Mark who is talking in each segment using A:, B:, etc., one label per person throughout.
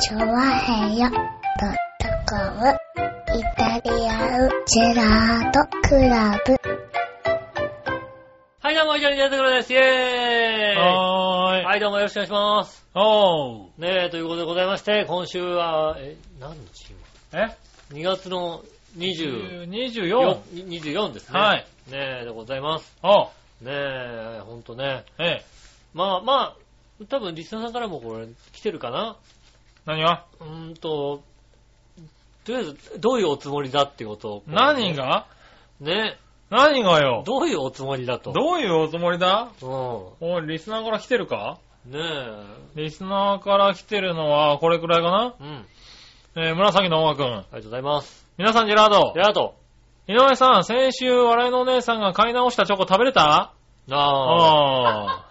A: チョワヘヨドットコムイタリアンジェラートクラブ。
B: はい、どうも、以上に出てくるです。イェーイ
C: はーい。
B: はい、どうもよろしくお願いします。
C: おー。
B: ねえ、ということでございまして、今週は、え、何日
C: え
B: 今 ?2 月の 24,
C: 24。
B: 24ですね。
C: はい。
B: ねえ、でございます。
C: おー。
B: ねえ、ほんとね。
C: ええ。
B: まあまあ、多分リスナーさんからもこれ来てるかな
C: 何が
B: うーんと、とりあえず、どういうおつもりだってことを。こう
C: 何が
B: ね
C: 何がよ
B: どういうおつもりだと。
C: どういうおつもりだ
B: う
C: おい、リスナーから来てるか
B: ん。ねえ。
C: リスナーから来てるのは、これくらいかな
B: うん。あ
C: えー、紫の音楽くん。
B: りがとうございます。
C: 皆さん、ジェラード
B: で、。あと、
C: 井上さん、先週、笑いのお姉さんが買い直したチョコ食べれた
B: ああ、
C: あー。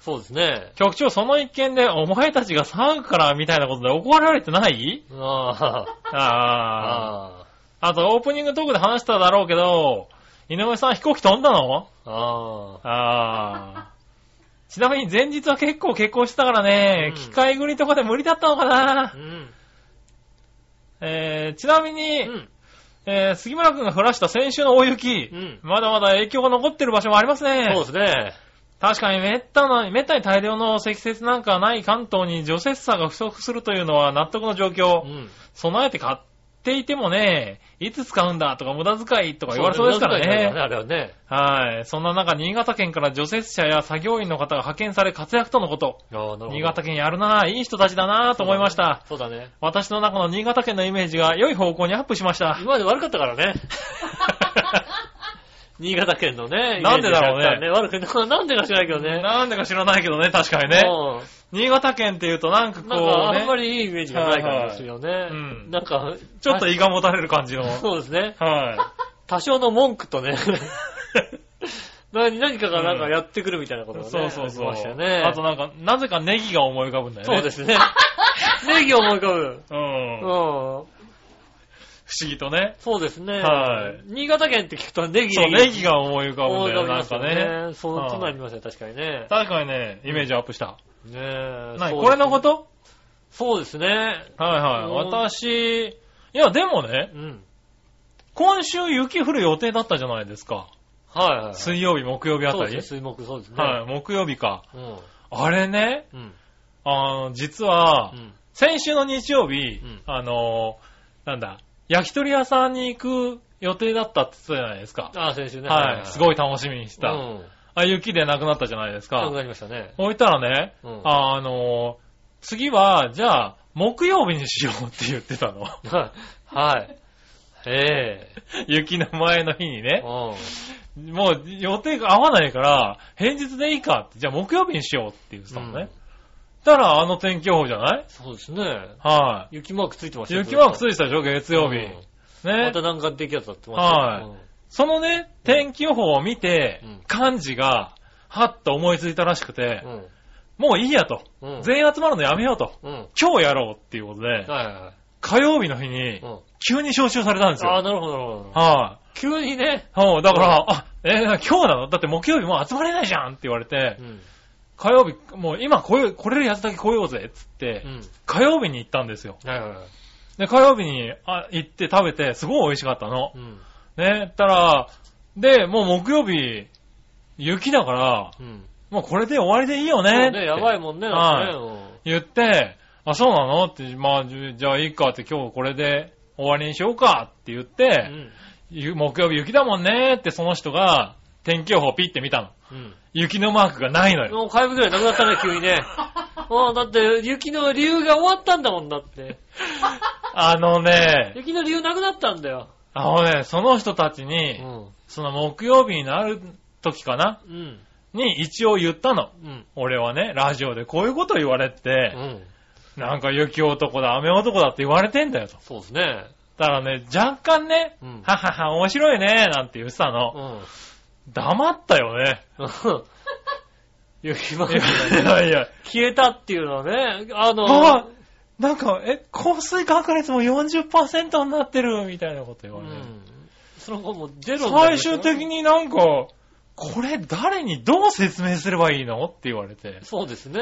B: そうですね。
C: 局長、その一件で、お前たちが騒ぐから、みたいなことで怒られてない
B: ああ、
C: あー。
B: あ
C: あと、オープニングトークで話しただろうけど、井上さん、飛行機飛んだの
B: あ、ああ、
C: ああ。ちなみに前日は結構結婚してたから
B: う
C: ね、
B: ん
C: 機械繰りとかで無理だったのかな
B: う、ん、
C: えー、ちなみ
B: う
C: に、
B: ん、
C: えー、杉村くんが降らした先週の大雪、
B: うん
C: まだまだ影響が残ってる場所もありますね。
B: そうですね。
C: 確かにめったな、めったに大量の積雪なんかない関東に除雪車が不足するというのは納得の状況。
B: うん。
C: 備えて買っていてもね、いつ使うんだとか無駄遣いとか言われそうですから
B: そうです
C: ね。
B: あれはね。
C: はい。そんな中、新潟県から除雪車や作業員の方が派遣され活躍とのこと。
B: ああ、なるほど。
C: 新潟県やるなぁ、いい人たちだなぁと思いました。
B: そうだね。
C: 私の中の新潟県のイメージが良い方向にアップしました
B: 今。まで悪かった からね。新潟県のね、
C: なんでだろうね
B: イメージが若干悪くな、 なんでか知らないけどね。
C: なんでか知らないけどね、確かにね。
B: う
C: 新潟県って言うとなんか
B: ん
C: こ
B: なんか、
C: う
B: あんま
C: ね、
B: りいいイメージがないからですよね。
C: うん
B: なんか、
C: ちょっと胃がもたれる感じの。
B: あそうですね。
C: は
B: 多少の文句と ね。何何かがなんかやってくるみたいなこと
C: い。
B: がね。
C: そうそうそう。
B: ありましたよね。
C: あとなんか、なぜかネギが思い浮かぶんだよね。
B: そうですね。ネギを思い浮かぶ。
C: うん。
B: うん。
C: 不思議とね。
B: そうですね。
C: はい
B: 新潟県って聞くとネギ。
C: そう、ネギが思い浮かぶん
B: 思い
C: だ
B: 浮かびま
C: よ、なん
B: すよ
C: かね。
B: ね。そう、そうなりますね、確かにね。
C: 確かにね、イメージアップした。
B: ねえ。
C: 何
B: そう
C: これのこと
B: そうですね。
C: はいはい。私、いや、でもね、
B: うん。
C: 今週雪降る予定だったじゃないですか。
B: はいはいはい。
C: 水曜日、木曜日あ
B: そ
C: た
B: う
C: り
B: で。すね、水木、そうですね。
C: はい、木曜日か。
B: うん。
C: あれね、
B: うん。
C: あの、実は
B: う、ん。
C: 先週の日曜日
B: うん、
C: あの、なんだ、焼き鳥屋さんに行く予定だったって言ってたじゃないですか。
B: ああ、先週ね。
C: はい、すご
B: い。
C: い楽しみにし
B: う
C: た。
B: ん。
C: あ、雪でなくなったじゃないです
B: なく
C: か。
B: なりましたね。
C: 置いたらね、
B: うん。
C: あの、次は、じゃあ、木曜日にしようって言ってたの。
B: はい。え
C: 雪の前の日に
B: え。
C: ね。
B: うん。
C: もう予定が合わないから、平日でいいかって、じゃあ木曜日にしようって言ってたの
B: うん
C: ね。たら、あの天気予報じゃない
B: そうですね。
C: は
B: 雪マークついてました
C: い。
B: よ
C: 雪マークつ
B: ずっ
C: いてたでしょ、月
B: と
C: 曜日。
B: うんま
C: ね
B: た。南岸低気圧だってましたよ
C: はそのね、天気予報を見て
B: うん、
C: 幹事が、はっと思いついたらしくて
B: う、ん。
C: もういいやと。
B: うん。うん。
C: 全員集まるのやめようと。
B: うん。は
C: 今日やろうっていうこと
B: い
C: で、
B: はいはい。
C: 火曜日の日に
B: う、ん。
C: 急に招集されたんです
B: ああ、
C: よ。
B: なるほど、なるほど。
C: はい。
B: 急にね。
C: そう、だから、あ、えー今日なのだって木曜日もう集まれないじゃんって言われて
B: う、ん。
C: 火曜日、もう今来よ来れるやつだけ来ようぜっつって、
B: うん。
C: 火曜日に行ったんですよ。
B: はいはいはい。
C: で、火曜日にあ行って食べて、すごい美味しかったの。
B: うん。
C: ね、たら、で、もう木曜日、雪だから、
B: うん。
C: もうこれで終わりでいいよ
B: そ
C: ね
B: うね、やば
C: い。
B: いもんね、
C: はい
B: だってね
C: 言って、あ、そうなのって、まあ、じゃじゃあいいかって今日これで終わりにしようかって言っ
B: う
C: て、
B: ん。
C: ゆ木曜日雪だもんねってその人が天気予報をピッて見たの。
B: うん。
C: 雪のマークがないの
B: うん。
C: よ。
B: もう火曜日ぐらいなくなったね、急に ね。もうだって、雪の理由が終わったんだもんだって。
C: あのね、
B: 雪の理由なくなったんだよ。
C: あのね、その人たち
B: う
C: に、
B: ん。
C: その木曜日になる時かな
B: うん。
C: に一応言ったの。
B: うん。
C: 俺はね、ラジオでこういうこと言われ
B: う
C: て、
B: ん。
C: なんか雪男だ、雨男だって言われてんだよと。
B: そうですね。
C: だからね、若干ね、
B: うん
C: ははは、面白いね、なんて言ってた
B: う
C: の。
B: ん。
C: 黙った よね。
B: 雪ま
C: い
B: みれ
C: や いやいや。
B: 消えたっていうのはね、あの、
C: あなんか、え、降水確率も40%になってる、みたいなこと言
B: う
C: われて。
B: ん、その後もうゼロになり
C: 最
B: ました
C: 終
B: よ
C: 的になんか、これ誰にどう説明すればいいのって言われて。
B: そうですね。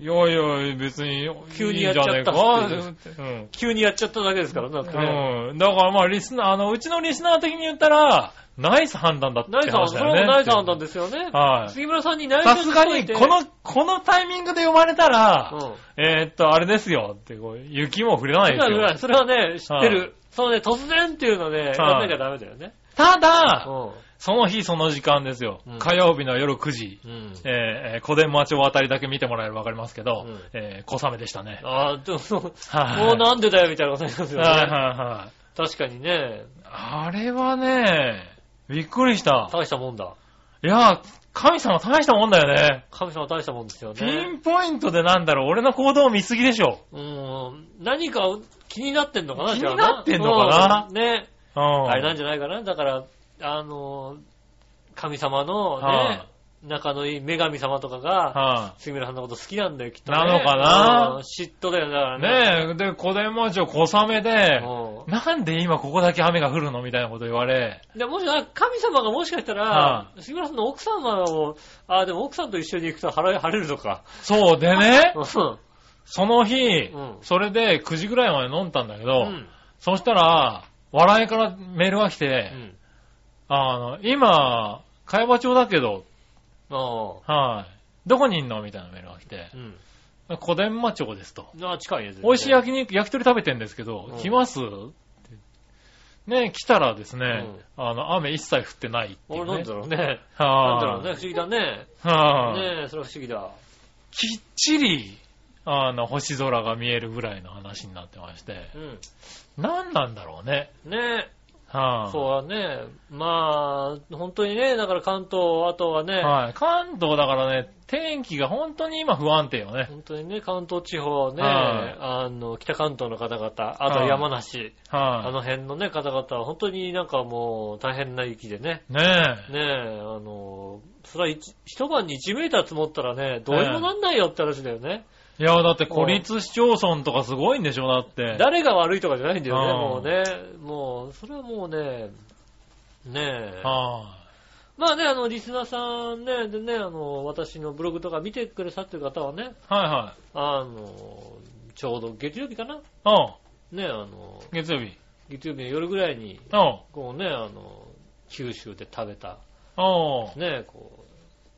C: いやいや、別に、
B: 急にやっちゃった
C: いいんじ
B: っ
C: ゃ
B: てい
C: ねえか。うん。
B: 急にやっちゃっただけですからねだってね。
C: うん。だからまあ、リスナー、あの、うちのリスナー的に言ったら、ナイス判断だって
B: ナイ
C: 話
B: ス
C: だよ
B: 判そ
C: ね。
B: れもナイス判断ですよね。
C: はい
B: 杉村さんにナイス
C: さすが
B: 判断し
C: に、
B: といて
C: こ、の、このタイミングで読まれたら、
B: うん。
C: えーっと、あれですよって、こう、雪も降れないです
B: ぐらい
C: よ。
B: それはね、知ってる。そうね、突然っていうのね、やんなきゃダメだよね。
C: ただ、
B: う
C: その日その時間ですよ
B: うん。
C: 火曜日の夜9時。
B: ん。うん。
C: えーえー小伝馬町あたりだけ見てもらえばわかりますけど、
B: うん
C: えー小雨でしたね。
B: ああ、でもそう、も
C: はいう
B: なんでだよみたいなことになりますよ
C: はいはい
B: ね。
C: はい。
B: 確かにね、
C: あれはね、びっくりした。
B: 大したもんだ。
C: いや、神様大したもんだよね。
B: 神様大したもんですよ
C: ピ
B: ね。
C: ンポイントでなんだろう、俺の行動を見すぎでしょ。
B: うん。何か気になってんのかな
C: 気
B: じゃあ
C: になってんのかな
B: うんね。
C: うん。
B: あれなんじゃないかなだから、あの、神様の
C: は
B: ね、仲のいい女神様とかが、
C: は
B: 杉村さんのこと好きなんだよ、きっとね。
C: なのかな
B: うん嫉妬だよ、だから
C: い。
B: ね。
C: ねえ、で、小伝馬町小雨で、
B: うん
C: なんで今ここだけ雨が降るのみたいなこと言われ。
B: でもしな、神様がもしかしたら
C: は、
B: 杉村さんの奥様を、ああ、でも奥さんと一緒に行くと晴れ晴れるとか。
C: そうでね
B: う、ん。
C: その日、
B: うん
C: それで9時ぐらいまで飲んだんだけ
B: う
C: ど、
B: ん。
C: そしたら、笑いからメールが来て、
B: うん。
C: あの、今、会話町だけど、
B: あ
C: はい。どこにいんのみたいなメールが来て
B: あ。う、ん。
C: 小伝馬町ですと。
B: ああ、近いね。全然
C: 美味しい焼肉、焼き鳥食べてんですけど
B: う、ん
C: 来ますってね、来たらですね、あの、雨一切降ってないっていう、
B: 俺
C: ね。
B: なんだろうね。なんだろ
C: は
B: う
C: い
B: ね。不思議だね。
C: はい、
B: ねえ、それは不思議だ。
C: きっちり、あの、星空が見えるぐらいの話になってまして、
B: うん。
C: 何なんだろうね。
B: ねえ、
C: はい、
B: そうはね。まあ、本当にね、だから関東、あとはね、
C: はい。関東だからね、天気が本当に今不安定よね。
B: 本当にね、関東地方ね、
C: はい
B: あの、北関東の方々、あと山梨、あ
C: は
B: の辺のね、方々は本当になんかもう大変な雪でね。
C: い。ねえ。
B: ねえ、あの、それは一一晩に1メーター積もったらね、どうにもなんないよって話だよね。
C: いや、だって孤立市町村とかすごいんでしょ、だって。
B: 誰が悪いとかじゃないんだよね、
C: うん
B: もうね。もう、それはもうね、ねえ。
C: は
B: まあね、あの、リスナーさんね、でね、あの、私のブログとか見てくださってる方はね、
C: い。は
B: あの、ちょうど月曜日かない
C: はい。
B: ね、あの、
C: うん。月曜日。
B: 月曜日の夜ぐらいに、
C: うん。
B: こうね、あの、九州で食べた、
C: うん。
B: ね、こう、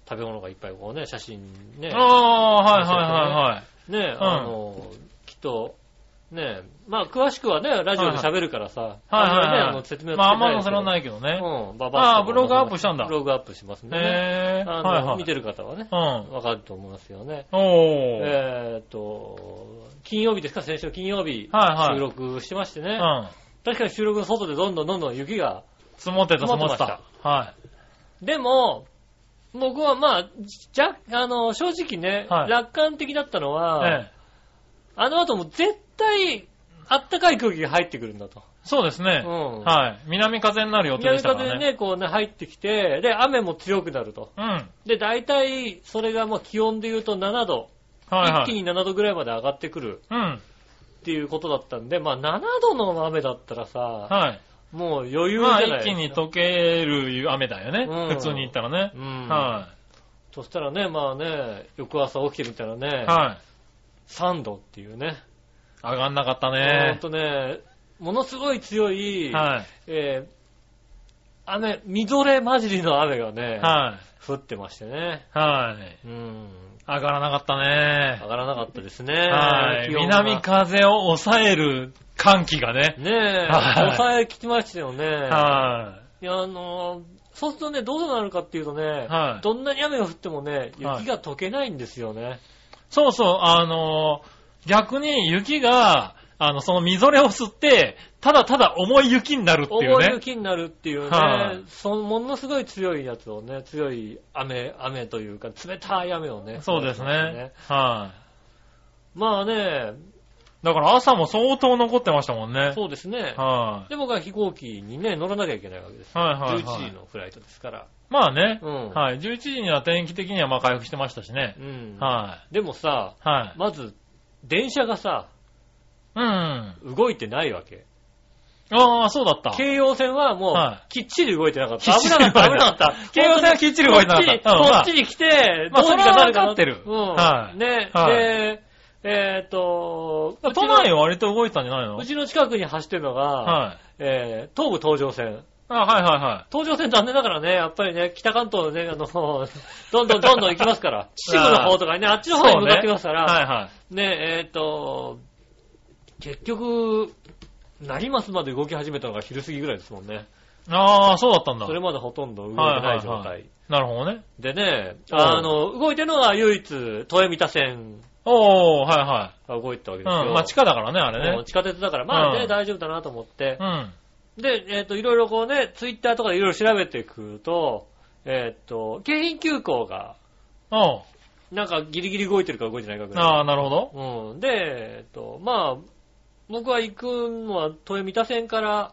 B: 食べ物がいっぱいこうね、写真ね、
C: ああ、はいはいはいはい。
B: ね、あの、きっと、ね、まあ、詳しくはね、ラジオで喋るからさ、
C: はい
B: あんまりね、
C: は
B: あ
C: いは
B: の、説明
C: い。
B: は
C: まあ、あんまりそれは
B: ない
C: ないけど
B: け
C: ね。
B: ど。うん、ババッ
C: ああ
B: と
C: ブログアップしたんだ
B: ブログアップしますんでね。
C: へえ。
B: あの、
C: はいはい。
B: 見てる方はね、
C: うん。
B: わかると思いますよね。
C: おー。
B: えーっと、金曜日ですか、先週金曜日、
C: はいはい
B: 収録してましてね、
C: うん。
B: 確かに収録の外でどんどんどんどん雪が。
C: 積もってた、積もって。
B: 積もった
C: はい。
B: でも、僕はまあ、じゃ、あの、正直ね、
C: はい
B: 楽観的だったのは、
C: ええ。
B: あの後も絶対、あったかい空気が入ってくるんだと。
C: そうですね。
B: うん
C: はい。南風になる予定で
B: 南
C: したか
B: 風で
C: らね。
B: ね、こうね、入ってきて、で、雨も強くなると。
C: うん。はい
B: で、大体、それがもう気温で言うと7度、
C: は
B: 一気
C: い。
B: に7度ぐらいまで上がってくる
C: うん。
B: っていうことだったんで、まあ7度の雨だったらさ、
C: はい。
B: もう余裕じ
C: まあ、
B: ゃない
C: 一気に溶ける雨だよ
B: うん
C: ね。普通に言ったらね
B: う。ん。
C: は
B: そしたらね、まあね、翌朝起きてみたら
C: い。
B: ね、
C: はい。
B: 3度っていうね。
C: 上がんなかった
B: ほん
C: ね。
B: とね、ものすごい強い、
C: はい。
B: えー雨、みぞれ混じりの雨がね、
C: は
B: 降ってましてね。
C: い。はい。
B: うん。
C: 上がらなかった
B: 上
C: ね。
B: がらなかったですね。
C: はい。
B: 気温が
C: 南風を抑える寒気がね。
B: ねえ、
C: はい
B: 抑えきてましたよね。
C: はい
B: や、あのーそうするとね、どうなるかっていうとね、
C: はい
B: どんなに雨が降ってもね、
C: はい
B: 雪が溶けないんですよね。
C: い。そうそう、あのー逆に雪が、あの、そのみぞれを吸って、ただただ重い雪になるっていう
B: 重い
C: ね。
B: 雪になるっていう
C: は
B: ね
C: い、
B: そのものすごい強いやつをね、強い雨、雨というか、冷たい雨をね。
C: そうですね。。はい。
B: まあね、
C: だから朝も相当残ってましたもんね。
B: そうですね。
C: はい。
B: で、僕は飛行機にね、乗らなきゃいけないわけです。
C: はいはいはい
B: 11時のフライトですから。
C: まあね
B: う。ん。
C: はい。11時には天気的にはまあ回復してましたしね
B: う。ん。
C: は
B: でもさ、
C: い。はい。
B: まず、電車がさ、
C: うん。
B: 動いてないわけ。
C: ああ、そうだった。
B: 京葉線はも
C: は
B: う、きっちり動いてなかった。
C: きっ
B: 危
C: ち
B: な
C: り
B: か
C: 動
B: っ
C: いて
B: た、
C: な
B: 危
C: い
B: なかった。
C: 京葉線はきっちり動いてなかったうん
B: こ
C: ま
B: っ
C: あ
B: ちにこっちに来て、
C: まあ
B: どうにかなるかな
C: それは分かってるは
B: うん。
C: い
B: ね。
C: はい
B: で、えーっと、うち
C: 都
B: の
C: 内は割と動いてたんじゃないのは
B: う
C: い。
B: ちの近くに走ってるのが、
C: あ
B: えー東武東上線。
C: はいはいはい。
B: 東上線残念ながらね、やっぱりね、北関東のね、あの、 どんどんどんどん行きます から、秩父の方とかにね、あっちの方に向かってきますから、
C: はいはい。
B: ね、えーっと、結局、成増まで動き始めたのが昼過ぎぐらいですもんね。
C: ああ、そうだったんだ
B: そ。れまでほとんど動いてない状態。
C: はいはいはなるほどね。
B: でね、
C: うん
B: あの、動いてるのは唯一、豊見田線
C: おー、はいは
B: が動いてたわけ
C: い。うん
B: ですよ。。
C: まあ地下だからね、あれ
B: もう
C: ね。
B: 地下鉄だから、まあね、
C: うん
B: 大丈夫だなと思って
C: う。ん。
B: で、えっ、と、いろいろこうね、ツイッターとかでいろいろ調べてくると、えっ、と、京浜急行が、
C: おう
B: なんかギリギリ動いてるか動いてないかぐらい。
C: ああ、なるほど。
B: うん。で、えっ、と、まあ、僕は行くのは、豊見田線から、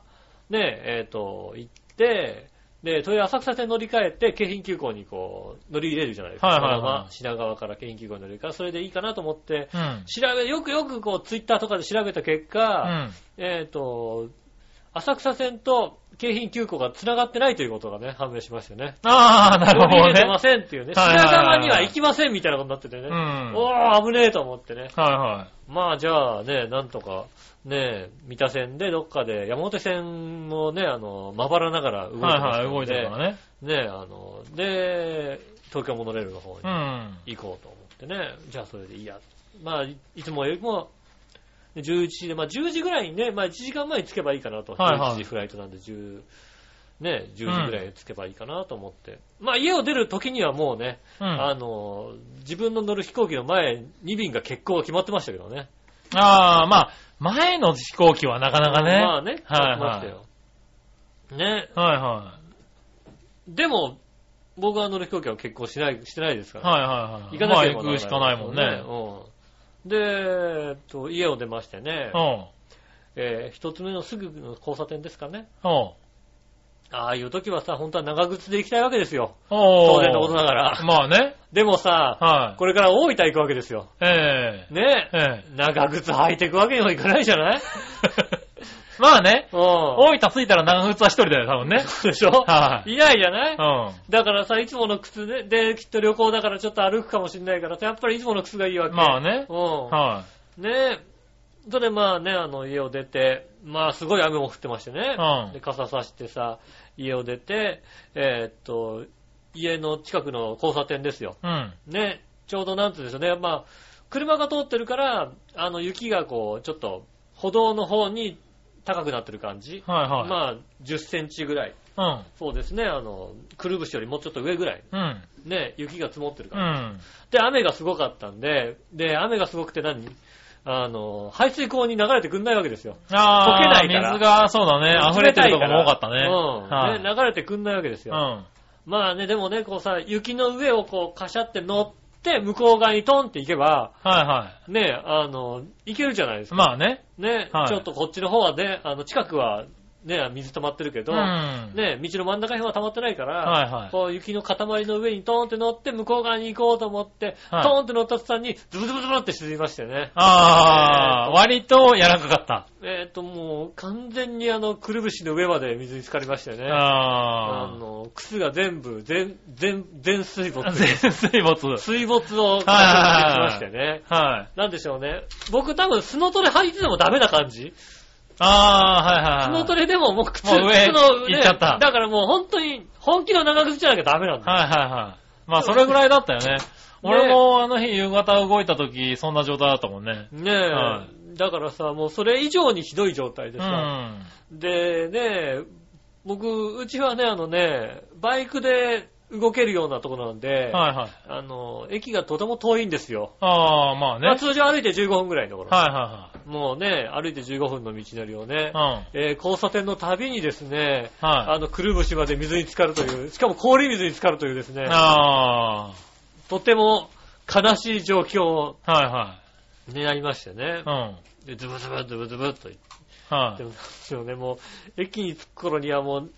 B: ね、えっ、と、行って、で、豊浅草線乗り換えて、京浜急行にこう、乗り入れるじゃないですか。
C: はいはい
B: そ
C: はい
B: のまま品川から京浜急行に乗り換え、それでいいかなと思って、
C: うん。
B: 調べ、よくよくこう、ツイッターとかで調べた結
C: う
B: 果、
C: ん。
B: えっ、と、浅草線と京浜急行が繋がってないということがね、判明しましたよね。
C: ああ、なるほ
B: 乗り入
C: ど
B: れてま
C: ね。
B: せんっていうね。
C: は
B: 品
C: いはいはい
B: 川には行きませんみたいなことになっててね。
C: うん
B: おー、危ねえと思ってね。
C: はいは
B: まあじゃあね、なんとか、ね、三田線でどっかで、山手線もね、あの、まばらながら動いて
C: い。
B: ます
C: は
B: ので
C: いはい、動いてるからね。
B: ね、あの、で、東京モノレールの方に
C: うん。
B: 行こうと思ってね、じゃあそれでいいや。まあ、いいつもよりも、で11時で、まあ10時ぐらいにね、まあ1時間前に着けばいいかなと。
C: はいはい
B: 11時フライトなんで10、ね、10時ぐらいに着けばいいかなと思って。まあ家を出る時にはもうね、
C: うん。
B: あ
C: あ
B: の、自分の乗る飛行機の前、2便が欠航が決まってましたけどね。
C: あー、まあ、前の飛行機はなかなかね。
B: まあね、決まってましたよ。ね、
C: はいは
B: でも、僕が乗る飛行機は欠航しない、してないですか
C: い。
B: ら。
C: はいはいは
B: 行
C: い。
B: かなければ
C: まあ行くしかないもんね。
B: うん。で、えっと、家を出ましてね、
C: うん。
B: えー一つ目のすぐの交差点ですかね。
C: おう
B: ああいう時はさ、本当は長靴で行きたいわけですよ。
C: おう
B: 当然のことながら。
C: まあね。
B: でもさ、
C: はい。
B: これから大分行くわけですよ。
C: ええ
B: ね
C: ええ
B: 長靴履いていくわけにもいかないじゃ ない
C: まあね。
B: うん。
C: 大分着いたら長靴は一人だよ、多 分ね。
B: でしょ
C: はい。
B: いないじゃない
C: うん。
B: だからさ、いつもの靴で、で、きっと旅行だからちょっと歩くかもしれないからさ、やっぱりいつもの靴がいいわけ。
C: まあね。
B: う
C: は
B: ん。ねえ。それでまあね、あの、家を出て、まあすごい雨も降ってましてね。
C: うん
B: で、傘さしてさ、家を出て、えーっと、家の近くの交差点ですよ。
C: い。うん。
B: ね、ちょうどなんつうんでしょうね。まあ、車が通ってるから、あの、雪がこう、ちょっと、歩道の方に高くなってる感じ。
C: はいはい。
B: まあ、10センチぐらい。そうですね、あの、くるぶしよりもうちょっと上ぐらい。
C: うん。うん。
B: ね、雪が積もってるか
C: う
B: ら。
C: ん。
B: で、雨がすごかったんで、で、雨がすごくて何あの、排水溝に流れてくんないわけですよ。
C: ああ、
B: 溶けないから
C: 水が、そうだね。溢れてるとこも多かったね。
B: うん、
C: はい。
B: ね。流れてくんないわけです
C: う
B: よ。
C: ん。
B: まあね、でもね、こうさ、雪の上をこう、カシャって乗って、向こう側にトンって行けば、
C: はいは
B: ね、あの、行けるじゃないです
C: い。
B: か。
C: まあね。
B: ね、
C: はい
B: ちょっとこっちの方はね、あの、近くは、ね、水溜まってるけ
C: う
B: ど、
C: ん。はい
B: ね、道の真ん中には溜まってないから、
C: は
B: こう雪の塊の上にトーンって乗って向こう側に行こうと思って、
C: はい
B: トーンって乗った途端にズブズブズブって沈みましてね
C: い。。ああ、割と柔らかかった。
B: えっ、ともう完全にあのくるぶしの上まで水に浸かりましてね。あ
C: あ
B: の、靴が全部、全、全、全水
C: あ。
B: 没。
C: 全水没。
B: 水没を確認しましてね。
C: はい。
B: なんでしょうね。僕多分スノトレ履いててもダメな感じ
C: ああ、
B: ス
C: はいはい。
B: ノトレでももう靴、
C: もう上
B: 靴の
C: 行っちゃった
B: だからもう本当に本気の長靴じゃなきゃダメなんだよ。
C: はいはいはい。まあ、それぐらいだった よね。俺もあの日夕方動いた時、そんな状態だったもんね。
B: ねえ、
C: は
B: だからさ、もうそれ以上にひどい状態
C: う
B: で
C: ん。
B: さ、
C: は
B: でね、僕、うちはね、あのね、バイクで動けるようなとこなんで、
C: いはい。
B: あの、駅がとても遠いんですよ。
C: ああ、まあね。
B: まあ
C: はい
B: 通常歩いて15分ぐらいのところ、
C: は
B: もうね、歩いて15分の道のりをね
C: い、はい。
B: えー交差点のたびにですね、
C: うん。は
B: あ
C: い。
B: の、くるぶしまで水に浸かるという、しかも氷水に浸かるというですね、
C: あ
B: とても悲しい状況
C: あ、はいは
B: になりましてね
C: い。う、ん。
B: でズブズブズブズブっと
C: はい
B: で。も、そうね、もう、駅に着く頃にはもう、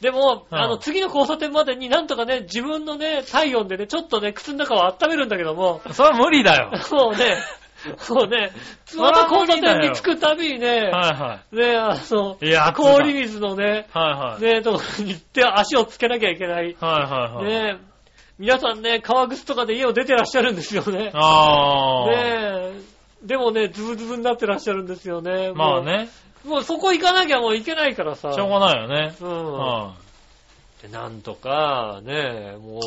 B: でも、
C: うん
B: あの、次の交差点までになんとかね、自分のね、体温でね、ちょっとね、靴の中を温めるんだけども、
C: それは無理だよ。
B: もうね、そうね。
C: それは
B: また
C: 無
B: 交差
C: 理だよ
B: 点に着くたびにね、
C: はいは
B: ね、あの、
C: い。いや、
B: 氷
C: はい
B: 水のね、
C: はい。
B: ね、とこに行って足をつけなきゃいけない。
C: はいはいはい。
B: ね、皆さんね、革靴とかで家を出てらっしゃるんですよね。
C: ああ。
B: ねでもね、ズブズブになってらっしゃるんですよね。
C: まあ
B: も
C: ね、
B: う。もうそこ行かなきゃもう行けないからさ。
C: しょうがないよね。
B: うん。
C: は
B: でなんとか、ねえ、も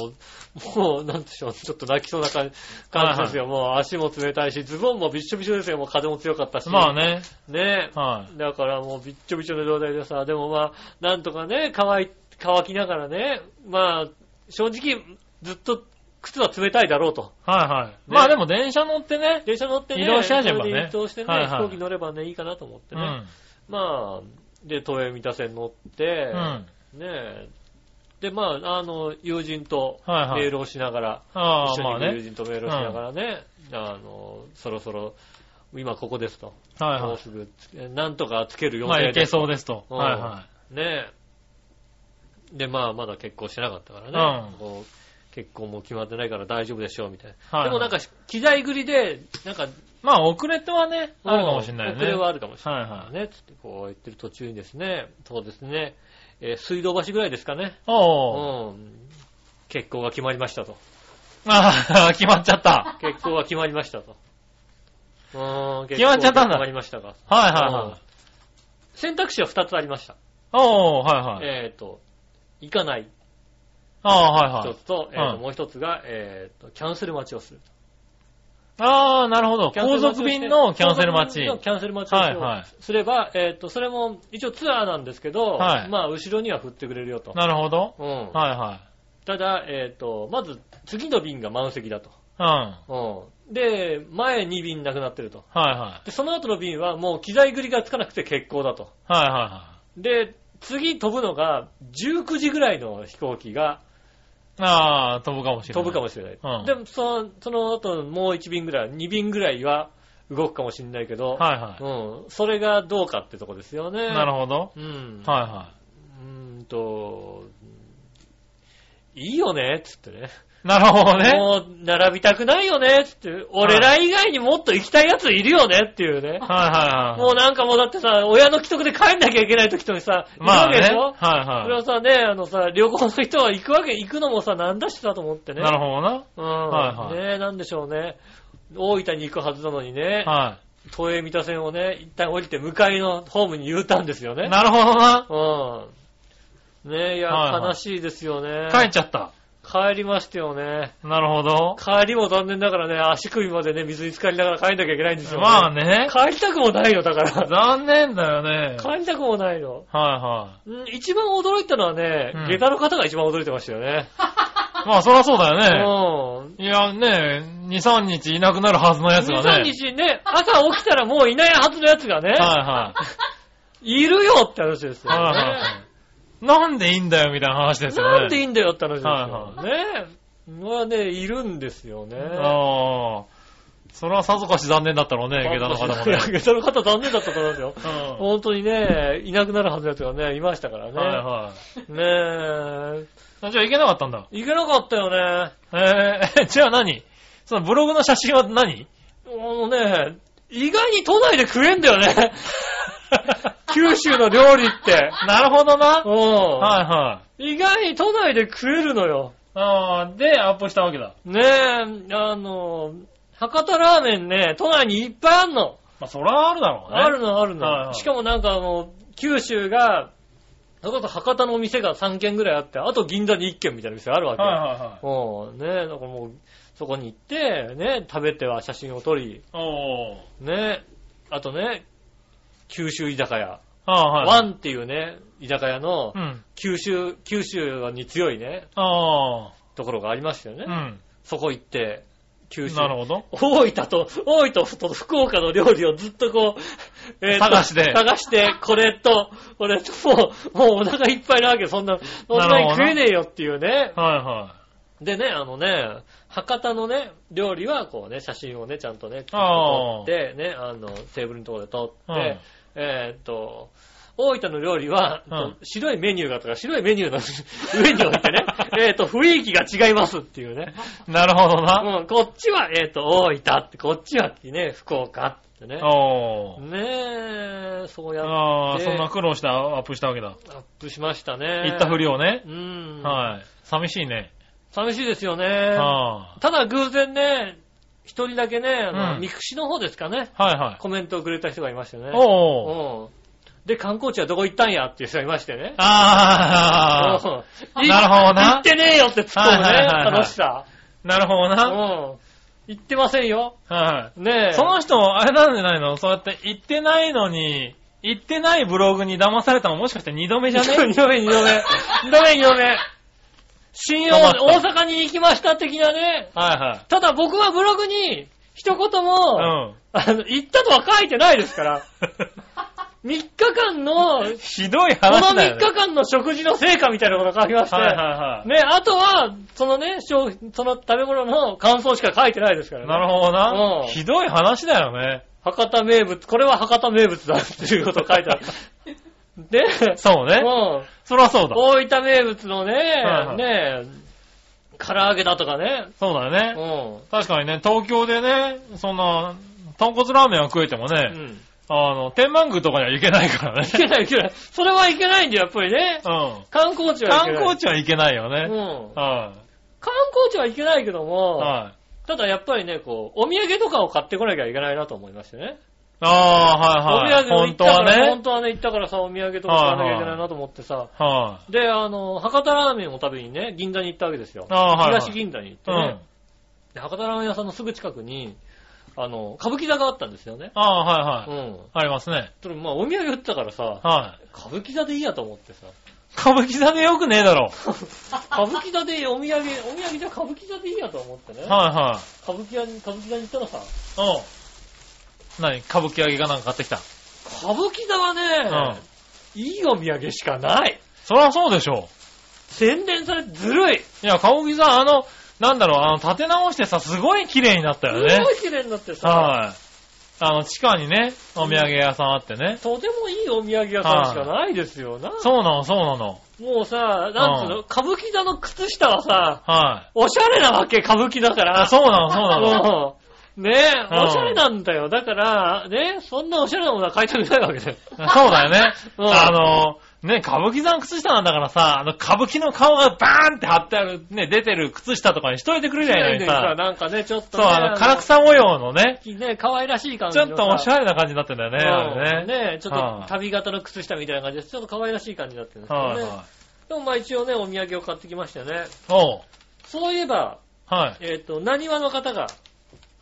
B: う、もう、なんでしょう、ちょっと泣きそうな感じ感じですよ。もう足も冷たいし、ズボンもびっしょびしょですよ。もう風も強かったし。
C: い。まあね、
B: ねえ。
C: はい。
B: だからもうびっちょびちょの状態でさ、でもまあ、なんとかね、乾い、乾きながらね、まあ、正直、ずっと靴は冷たいだろうと。
C: はいはい。まあでも電車乗ってね、
B: 電車乗ってね、
C: 移動し始め
B: そ
C: ばね
B: れで移動してね、
C: はいはい
B: 飛行機乗ればね、いいかなと思って
C: う
B: ね。
C: ん。
B: まあ、で、東映三田線乗って
C: う、ん。はい
B: ねえ。で、まあ、あの、友人と
C: は
B: メー
C: い。
B: ルをしながら、
C: ああ、
B: 一
C: ま
B: 緒
C: あ
B: に友
C: ね。
B: 人とメールをしながらね、あの、そろそろ、今ここですと。
C: はい
B: も
C: は
B: うすぐつ、なんとかつける
C: い。
B: 予
C: まあ
B: 定
C: いけ
B: です。
C: そうですと。
B: うん
C: はいは
B: ねえ。で、まあ、まだ結婚してなかったからね。
C: うん
B: こう結婚も決まってないから大丈夫でしょう、みたいな。
C: はいはい
B: でもなんか、機材繰りで、なんか、
C: い。まあ遅れてはね、あるかもしれないよね。
B: 遅れはあるかもしれない。
C: はいはい。
B: ね、つってこう言ってる途中にですね、そうですね、えー水道橋ぐらいですかね、う
C: おー。
B: ん、結婚が決まりました と。
C: ああ、決まっちゃった。
B: 結婚が決まりましたと。うーん、
C: 決まっちゃったんだ
B: 結婚が決まりましたが。
C: はいはいは
B: うん
C: い。
B: 選択肢は2つありました。
C: おー、はいはい。
B: えっ、と、行かない
C: ああー、はい
B: 一
C: はい。
B: つと、えーと
C: うん
B: もう一つが、えっ、と、キャンセル待ちをする。
C: ああ、なるほど。
B: キャンセ
C: 後
B: ル待ちを
C: 続
B: して
C: 便のキャンセル
B: 後
C: 待ち。
B: 続便のキャンセル待ち
C: はいはい
B: をすれば、えっ、と、それも一応ツアーなんですけど、
C: はい
B: まあ、後ろには振ってくれるよと。
C: なるほど。
B: うん。
C: はいは
B: ただ、えっ、と、まず次の便が満席だと。
C: い。うん。はい
B: うん。で、前2便なくなってると。
C: はい。
B: で、その後の便はもう機材繰りがつかなくて欠航だと。
C: はいはいは
B: で、次飛ぶのが19時ぐらいの飛行機が
C: い。ああ、飛ぶかもしれな
B: 飛
C: い。
B: ぶかもしれない。
C: うん
B: でもその、その後もう1便ぐらい、2便ぐらいは動くかもしれないけど、
C: はいはい。
B: うん。それがどうかってとこですよね。
C: なるほど。
B: ど。うん。
C: はいは
B: うーんと、いいよね、つってね。
C: い。なるほどね。
B: もう、並びたくないよね、つって。俺ら以外にもっと行きたい奴いるよね、って いうね。
C: はいはいはい。
B: もうなんかもうだってさ、親の既得で帰んなきゃいけない時とにさ、
C: まあ
B: 行くわけ
C: ね。
B: で
C: は
B: し
C: い
B: ょそれ
C: は
B: をさ、ね、あのさ、旅行の人は行くわけ、行くのもさ、なんだしだと思って
C: い。
B: ね。
C: なるほどな。
B: うん。
C: はいは
B: ねなんでしょうね。大分に行くはずなのにね、
C: は
B: 都営三田線をね、一旦降りて向かいのホームに U ターンですよ
C: い。
B: ね。
C: なるほどな。
B: うん。ねいや、
C: はいはい
B: 悲しいですよね。
C: 帰っちゃった。
B: 帰りましたよね。
C: なるほど。
B: 帰りも残念ながらね、足首までね、水に浸かりながら帰んなきゃいけないんですよ、
C: まあね。
B: 帰りたくもないよ、だから。
C: 残念だよね。はい
B: 帰りたくもないの。
C: は
B: うん一番驚いたのはね、
C: うん
B: 下駄の方が一番驚いてましたよね。
C: い。まあそりゃそうだよね。
B: うん。
C: いやね、2、3日いなくなるはずのやつ
B: 2、
C: が
B: 3
C: ね。
B: 日ね、朝起きたらもういないはずのやつがね、
C: はい
B: るよって話です
C: い。
B: よ、ね。
C: はいはい。なんでいいんだよみたいな話ですよね。
B: なんでいいんだよって話ですよ。
C: は
B: ね。まあね、いるんですよね。
C: ああ。それはさぞかし残念だったろうね、下駄の方もね。
B: 下駄の方残念だったと思いますよ。
C: うん
B: 本当にね、いなくなるはずのやつがね、いましたからね。
C: はいはい。
B: ねえ、
C: あじゃあ行けなかったんだ。
B: いけなかったよね。
C: えー、じゃあ何そのブログの写真は何
B: あのね、意外に都内で食えんだよ ね。九州の料理って。
C: なるほどな。
B: うん。
C: はいはい。
B: 意外に都内で食えるのよ。
C: ああ、で、アップしたわけだ。
B: ねえ、あの、博多ラーメンね、都内にいっぱいあんの。
C: まあ、そらあるだろうね。
B: あるのある
C: はいは
B: の。
C: い
B: しかもなんかもう、九州が、それこそ博多のお店が3軒ぐらいあって、あと銀座に1軒みたいな店あるわけよ。
C: はいはいは
B: う
C: い。
B: ん、ねえ、だからもう、そこに行って、ね、食べては写真を撮り、
C: おー。
B: ね、あとね、九州居酒屋。
C: あーはい。
B: ワンっていうね、居酒屋の
C: う、ん。
B: 九州、九州に強いね、
C: ああ。
B: ところがありましたよね。
C: うん。
B: そこ行って、九州。
C: なるほど。
B: 大分と、大分と福岡の料理をずっとこう、 えーと
C: 探して
B: 探して、これと、これと、もう、もうお腹いっぱいなわけ、そんな、そんなに
C: なるほど
B: 食
C: な
B: えねえよっていうね。
C: はいは
B: でね、あのね、博多のね、料理はこうね、写真をね、ちゃんとね、
C: あー
B: 撮って、ね、あの、テーブルのところで撮って、
C: うん
B: えーっと、大分の料理は、
C: うん
B: 白いメニューがあったから、白いメニューの 上に置いてね、えっと、雰囲気が違いますっていうね。
C: なるほどな。
B: うん、こっちは、えっ、と、大分って、こっちはね、福岡ってね。
C: おー。
B: ねえ、そうや
C: あ
B: っ
C: あ、
B: て、
C: そんな苦労したアップしたわけだ。
B: アップしましたね。
C: 行ったふりをね。
B: うん。
C: はい。寂しいね。
B: 寂しいですよね。
C: あ
B: ただ偶然ね、一人だけね、あの、
C: うん
B: ミクシの方ですかね、
C: あ。はいはい。
B: コメントをくれた人がいましてね。
C: おー。
B: うん。で、観光地はどこ行ったんやっていう人がいましてね。
C: ああ。
B: うん
C: なるほどな
B: 行ってねえよって突っ込む
C: はいはい
B: ね、
C: はいはい
B: 楽しさ。
C: なるほど
B: うん。
C: な。
B: 行ってませんよ。
C: は
B: ねえ。
C: い。その人、あれなんじゃないのそうやって言ってないのに、言ってないブログに騙されたのもしかして二度目じゃね
B: 二度目、二度目。二度目、二度目。新大大阪に行きました的なね。
C: はいはい。
B: ただ僕はブログに一言
C: う
B: も、
C: ん。
B: あの、行ったとは書いてないです から。3日間の、こ
C: ひどい
B: の
C: 話だよ、
B: 3
C: ね。
B: 日間の食事の成果みたいなことが書きまして。
C: はいはいはい。
B: ね、あとは、そのね、商品その食べ物の感想しか書いてないですからね。
C: なるほどな。
B: うん
C: ひどい話だよね。
B: 博多名物、これは博多名物だっていうことを書いてあ る。で、
C: そうね。
B: うん
C: そりゃそうだ。
B: 大分名物のね、
C: いはい
B: ね、唐揚げだとかね、
C: そうだよね。
B: う
C: 確かにね、東京でね、そんな、豚骨ラーメンは食えても
B: ん。う
C: ね、
B: ん。
C: あの、天満宮とかには行けないからね
B: い。けないいけない。それはいけないんだよ、やっぱりね。
C: うん。
B: 観光地はいけな
C: 観
B: い。
C: 光地は行けないよね。
B: うん。
C: は
B: 観光地はいけないけど
C: い。
B: も、
C: はい。
B: ただやっぱりね、こう、お土産とかを買ってこなきゃいけないなと思いましてね。
C: ああ、はいはい。
B: お土産を行
C: 本
B: っ
C: 当
B: たか
C: は
B: ら、
C: ね
B: 本。当はね、行ったからさ、お土産とか買わなきゃいけないなと思ってさ、
C: はい。
B: で、あの、博多ラーメンを食べにね、銀座に行ったわけですよ。
C: ああ、はいはい。
B: 東銀座に行って
C: う
B: ね、
C: ん。
B: で博多ラーメン屋さんのすぐ近くに、あの、歌舞伎座があったんですよね。
C: ああ、はいは
B: う
C: い。
B: ん。
C: ありますね。
B: それまあ、お土産売ってたからさ、
C: はい。
B: 歌舞伎座でいいやと思ってさ、
C: 歌舞伎座でよくねえだろ。
B: 歌舞伎座でお土産、お土産じゃ歌舞伎座でいいやと思ってね、
C: は
B: 歌舞伎座に、歌舞伎座に行ったらさ、
C: いはい。うん。何歌舞伎揚げかなんか買ってきた。
B: 歌舞伎座はね、
C: うん
B: いいお土産しかない。
C: そりゃそうでしょ
B: 宣伝されてずるい。
C: う。いや、歌舞伎座、あの、なんだろう、あの、建て直してさ、すごい綺麗になった
B: す
C: よ
B: ご
C: ね。
B: い綺麗になってさ、
C: はい。あの、地下にね、お土産屋さんあってね。
B: とてもいいお土産屋さんしかないですよな。
C: そうなの、そうなの。
B: もうさ、なんつうの、
C: う
B: 歌舞伎座の靴下はさ、
C: はい。
B: おしゃれなわけ、歌舞伎だから。
C: あ、そうなの、そうなの。
B: うんねえ、
C: うん
B: おしゃれなんだよ。だから、ねそんなおしゃれなものは買いたくないわけだよ。
C: そうだよね。
B: うん
C: あの、ね、歌舞伎座の靴下なんだからさ、あの、歌舞伎の顔がバーンって貼ってある、ね、出てる靴下とかにしといてくれりゃいいのにさ、
B: なんかね、ちょっと、
C: そう、
B: ね。
C: あの、唐
B: さ。
C: 草模様のね、
B: ね、可愛らしい感じ
C: ちょっとおし
B: れ
C: ゃれな感じになってんだよね、あれね。
B: ねちょっ
C: は
B: と
C: い
B: 旅型の靴下みたいな感じで、ちょっと可愛らしい感じだったんですけど
C: はい
B: ね。
C: はい。
B: でもまあ一応ね、お土産を買ってきましたね。
C: おう。
B: そういえば、
C: はい。
B: えっ、と、何話の方が、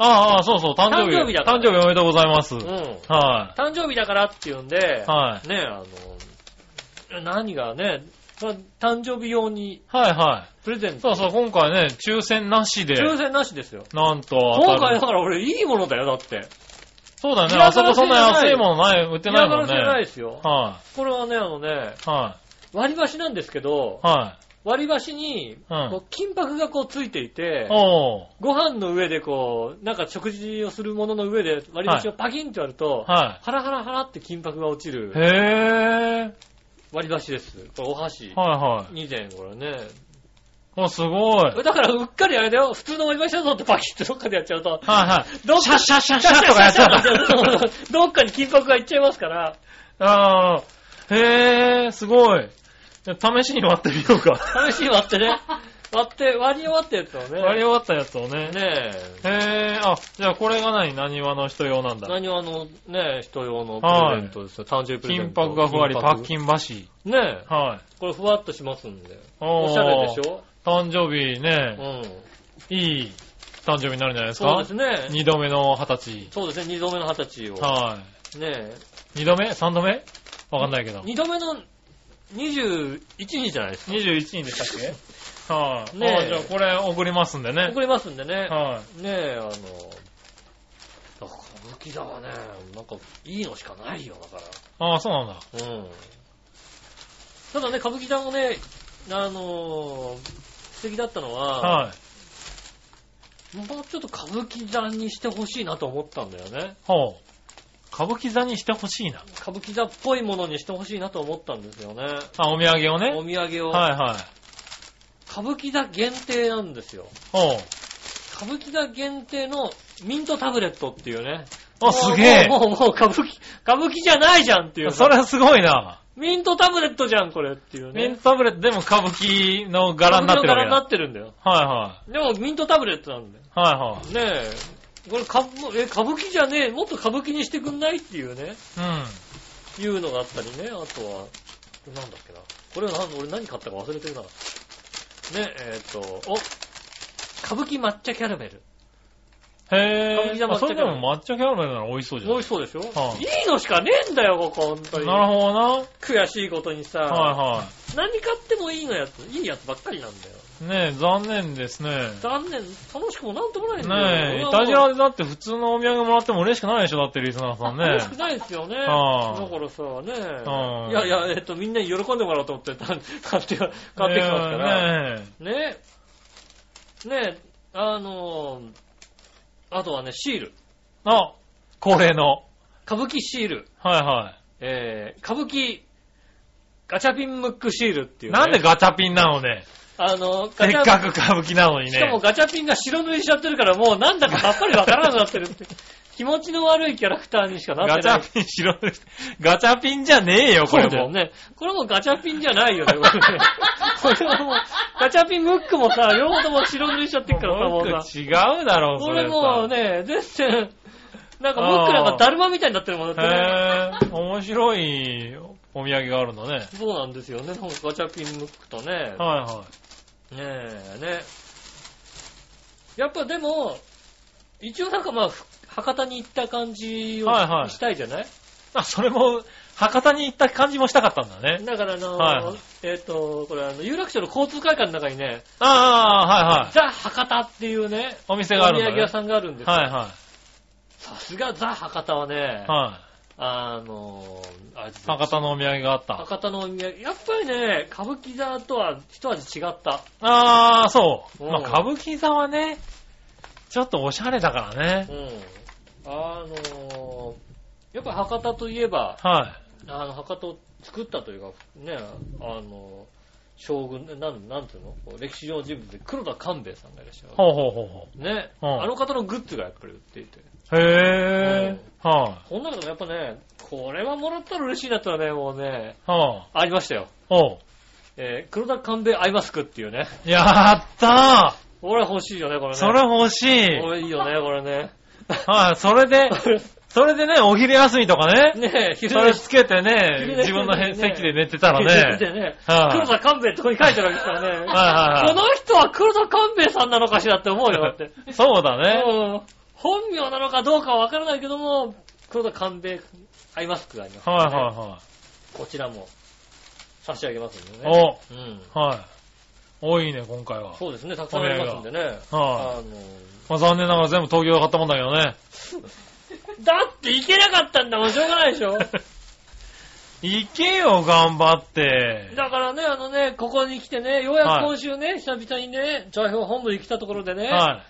C: ああ、そうそう、誕生日。
B: 誕生日だった
C: 誕生日おめでとうございます。
B: うん、
C: は
B: 誕生日だからっていうんで
C: い。、はい。
B: ね、あの、何がね、まあ誕生日用に
C: はいはい。
B: プレゼント。
C: そうそう、今回ね、抽選なしで、
B: 抽選なしですよ。
C: なんと
B: 今
C: 当た
B: 回
C: る
B: だから俺いいものだよ、だって。
C: そうだよね、
B: 嫌がら
C: あ
B: せ
C: そこそんな安いものない、売ってないもん
B: じゃない
C: ね。
B: ですよ。
C: は
B: これはね、あのね、
C: い。は
B: 割り箸なんですけど
C: い。、は
B: 割り箸に、
C: うん
B: こう金箔がこうついてい
C: い。
B: て、
C: おー。
B: ご飯の上でこう、なんか食事をするものの上で割り箸をパキンって割ると、
C: は
B: ハラハラハラって金箔が落ち
C: い。へ
B: る
C: え。
B: 割り箸です。これお箸。
C: はいはい。
B: 以前、これね。
C: お、すごい。はい
B: だから、うっかりあれだよ。普通の割り箸だぞってパキッてどっかでやっちゃうと、
C: はい。
B: どっ
C: シ
B: か
C: ャッシャッシャッシャッとかやっちゃ
B: シャッシャッシャッシャッ
C: う。
B: シャッどっかに金箔がいっちゃいますから。
C: あー。へえ、すごい。じゃあ試しに割ってみようか。
B: 試しに割ってね。割って、割り終わったやつをね。
C: 割り終わったやつをね。
B: ねえ。
C: へえ、あ、じゃあこれが何何話の人用なんだ。
B: 何をあの、ねえ、人用のプレゼントですよ。誕生日プレゼ
C: 金
B: ント。
C: 箔がふわり、パッ
B: ン。
C: キン箸。
B: ねえ。
C: はい。
B: これふわっとしますんで。
C: お
B: おしゃれでしょ
C: 誕生日
B: う
C: ね、
B: ん。
C: いい誕生日になるんじゃないです
B: そう
C: か
B: ですね。
C: 二度目の二十
B: そうですね、二度目の二十歳
C: 歳。
B: を。
C: は
B: ねえ。
C: い。二度目三度目わかんないけど。
B: 二度目の21日じゃないですか。
C: 21人でしたっけ はい。
B: ねえ
C: あじゃあこれ送りますんでね
B: 送。りますんでね。
C: は
B: ねえ、あの、だから歌舞伎座はね、なんかいいのしかないよ、だから。
C: い。ああ、そうなんだ。
B: うん。ただね、歌舞伎座もね、あのー素敵だったのは、
C: はい。
B: もうちょっと歌舞伎座にしてほしいなと思ったんだよね。
C: ほう。歌舞伎座にしてほしいな。
B: 歌舞伎座っぽいものにしてほしいなと思ったんですよね。
C: あ、お土産をね。
B: お土産を。
C: はいはい。
B: 歌舞伎座限定なんですよ。
C: おう
B: 歌舞伎座限定のミントタブレットっていうね。
C: あ、すげ
B: もう、もう、もう歌舞伎、歌舞伎じゃないじゃんってい
C: え。
B: う。
C: それはすごいな。
B: ミントタブレットじゃん、これっていうね。
C: ミントタブレットでも歌舞伎の柄になってるわ
B: 柄
C: け
B: にな
C: だ。
B: ってるんだよ。
C: はいは
B: でも、ミントタブレットなんだよ。
C: い。は
B: ねえ。これ、かぶ、え、歌舞伎じゃねえ、もっと歌舞伎にしてくんないっていうね、
C: いはい。
B: いうのがあったりね。あとは、なんだっけな。これはなん、俺何買ったか忘れてるな。ねえ、えっ、と、お、歌舞伎抹茶キャラメル。
C: うん。へ
B: 歌舞伎
C: ぇ
B: 座抹茶
C: ー。あそれでも抹茶キャラメルなら美味しそうじゃ
B: 美
C: ん。
B: 味しそうでしょ、、
C: は
B: い
C: い
B: のしかねえんだよ、ここ、本当に。
C: なるほどな。はい
B: 悔しいことにさ、
C: は
B: 何買ってもいいのやつ、いいやつばっかりなんだよ。
C: い。ねえ、残念ですね。
B: 残念、楽しくもなんともないんだよ。
C: ね
B: 俺
C: え、イ
B: は
C: タジ
B: も
C: ラでだって普通のお土産もらっても嬉しくないでしょだってリスナーさん
B: う楽しく
C: ね。
B: ないですよね。だ
C: ああ
B: からさ、ね
C: ああ
B: いやいや、えっと、みんなに喜んでもらおうと思って、た買 って、買ってきますから。ね
C: ねえね
B: え、ねえ、あのーあとはね、シール。
C: え。あ、恒例の。
B: 歌舞伎シール。
C: はいは
B: えー、歌舞伎ガチャピンムックシールって
C: い。
B: いう、ね。
C: なんでガチャピンなのね。
B: あの、
C: せ
B: ガ
C: っ
B: チャ
C: かく歌舞伎なのに
B: しかも
C: ね。
B: ガチャピンが白塗りしちゃってるから、もうなんだかさっぱりわからなくなってるって。気持ちの悪いキャラクターにしかなっ
C: ガ
B: て
C: チ
B: ない。
C: ャピン白塗りガチャピンじゃねえよ、これ
B: そうだよ
C: も。
B: ね。これもガチャピンじゃないよ ね、これね。これはもう、ガチャピンムックもさ、両方とも白塗りしちゃってるからさ、も
C: もう
B: うさ。
C: 違うだろう、
B: こ
C: それ
B: れ
C: さ。
B: もうね、全然、なんかムックなんかだるまみたいになってるもんだってね。
C: へえ、面白いお土産があるんだね。
B: そうなんですよね、なんかガチャピンムックとね。
C: はいは
B: ねえ、ね。やっぱでも、一応なんかまあ、ふ博多に行った感じを
C: はいはい
B: したいじゃない、
C: い。あ、それも、博多に行った感じもしたかったんだね。
B: だからあの、
C: はい
B: えっ、と、これあの、有楽町の交通会館の中にね、
C: ああ、はいはい。
B: ザ・博多っていうね、
C: お店
B: お
C: があ
B: 土
C: るんだ
B: 産
C: ね
B: 屋。さんがあるんですよ。
C: はいは
B: さすがザ・博多はね
C: い。、はい。
B: あの、あれですよ
C: 博多のお土産があった。
B: 博多のお土産、やっぱりね、歌舞伎座とは一味違った。
C: ああ、そう。
B: うん
C: まあ、歌舞伎座はね、ちょっとおしゃれだから
B: う
C: ね。
B: ん。あの、やっぱ博多といえば、
C: は
B: あの、博多を作ったというか、ね、あの、将軍、なん、なんていうのこう歴史上の人物で黒田官兵衛さんがいらっしゃ
C: い。
B: る。
C: ほうほうほうほ
B: ね、
C: うん
B: あの方のグッズがやっぱり売っていて。
C: う。へえ。は
B: こんなのやっぱね、これはもらったら嬉しいなとはね、もうね、
C: い。は
B: ありましたよ。
C: い。おう。
B: えー、黒田官兵衛アイマスクっていうね。
C: やった
B: 俺は欲しいよね、これ
C: ー
B: ね。
C: それ欲しい。
B: こ
C: はい、
B: れいいよね、これ ね。
C: それで、それでね、お昼休みとかね、
B: ねえ、
C: そ
B: 昼
C: れつけて
B: 昼
C: ね、
B: 寝
C: 自分のへ
B: してね
C: 席で寝てたら
B: 昼寝で
C: ね、
B: ね、
C: はい
B: 黒田官兵衛ってここに書いてるわけですからね。
C: はいはいは
B: こ
C: い
B: の人は黒田官兵衛さんなのかしらって思うよ、だって。
C: そうだね。
B: うん本名なのかどうかはわからないけども、黒田官兵衛アイマスクがあります、
C: はいは
B: こちらも差し上げますんで
C: い
B: ね。
C: はい。
B: うん。
C: お、はい。多いね、今回は。
B: そうですね、たくさんありますんでね。
C: は
B: あの
C: まあ、残念ながら全部東京で買ったもんだけどね。
B: だって行けなかったんだもん、しょうがないでしょ。
C: 行けよ、頑張って。
B: だからね、あのね、ここに来てね、ようやく今週ね、久々にね、調票本部に来たところでね、
C: は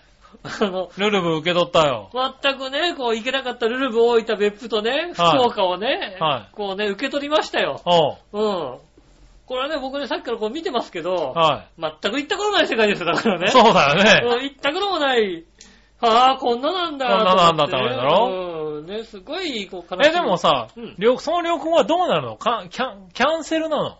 B: あの、
C: い。ルルブ受け取ったよ。
B: 全くね、こう行けなかったルルブ大分別府とね、福
C: はい
B: 岡をね、
C: はい
B: こうね、受け取りましたよ。
C: おう。
B: うん。これはね、僕ね、さっきからこう見てますけど、
C: は
B: 全く行ったことない世界ですよ、だからね。
C: い。そうだよね。
B: うん行ったこともない。はあ、こんななんだ。
C: こんななんだ
B: と思ってね
C: ってあれだ。
B: うん。ね、すごい、こう、悲しい。
C: え、でも、さ
B: うん、
C: 旅その旅行はどうなるのかキャンキャンセルなの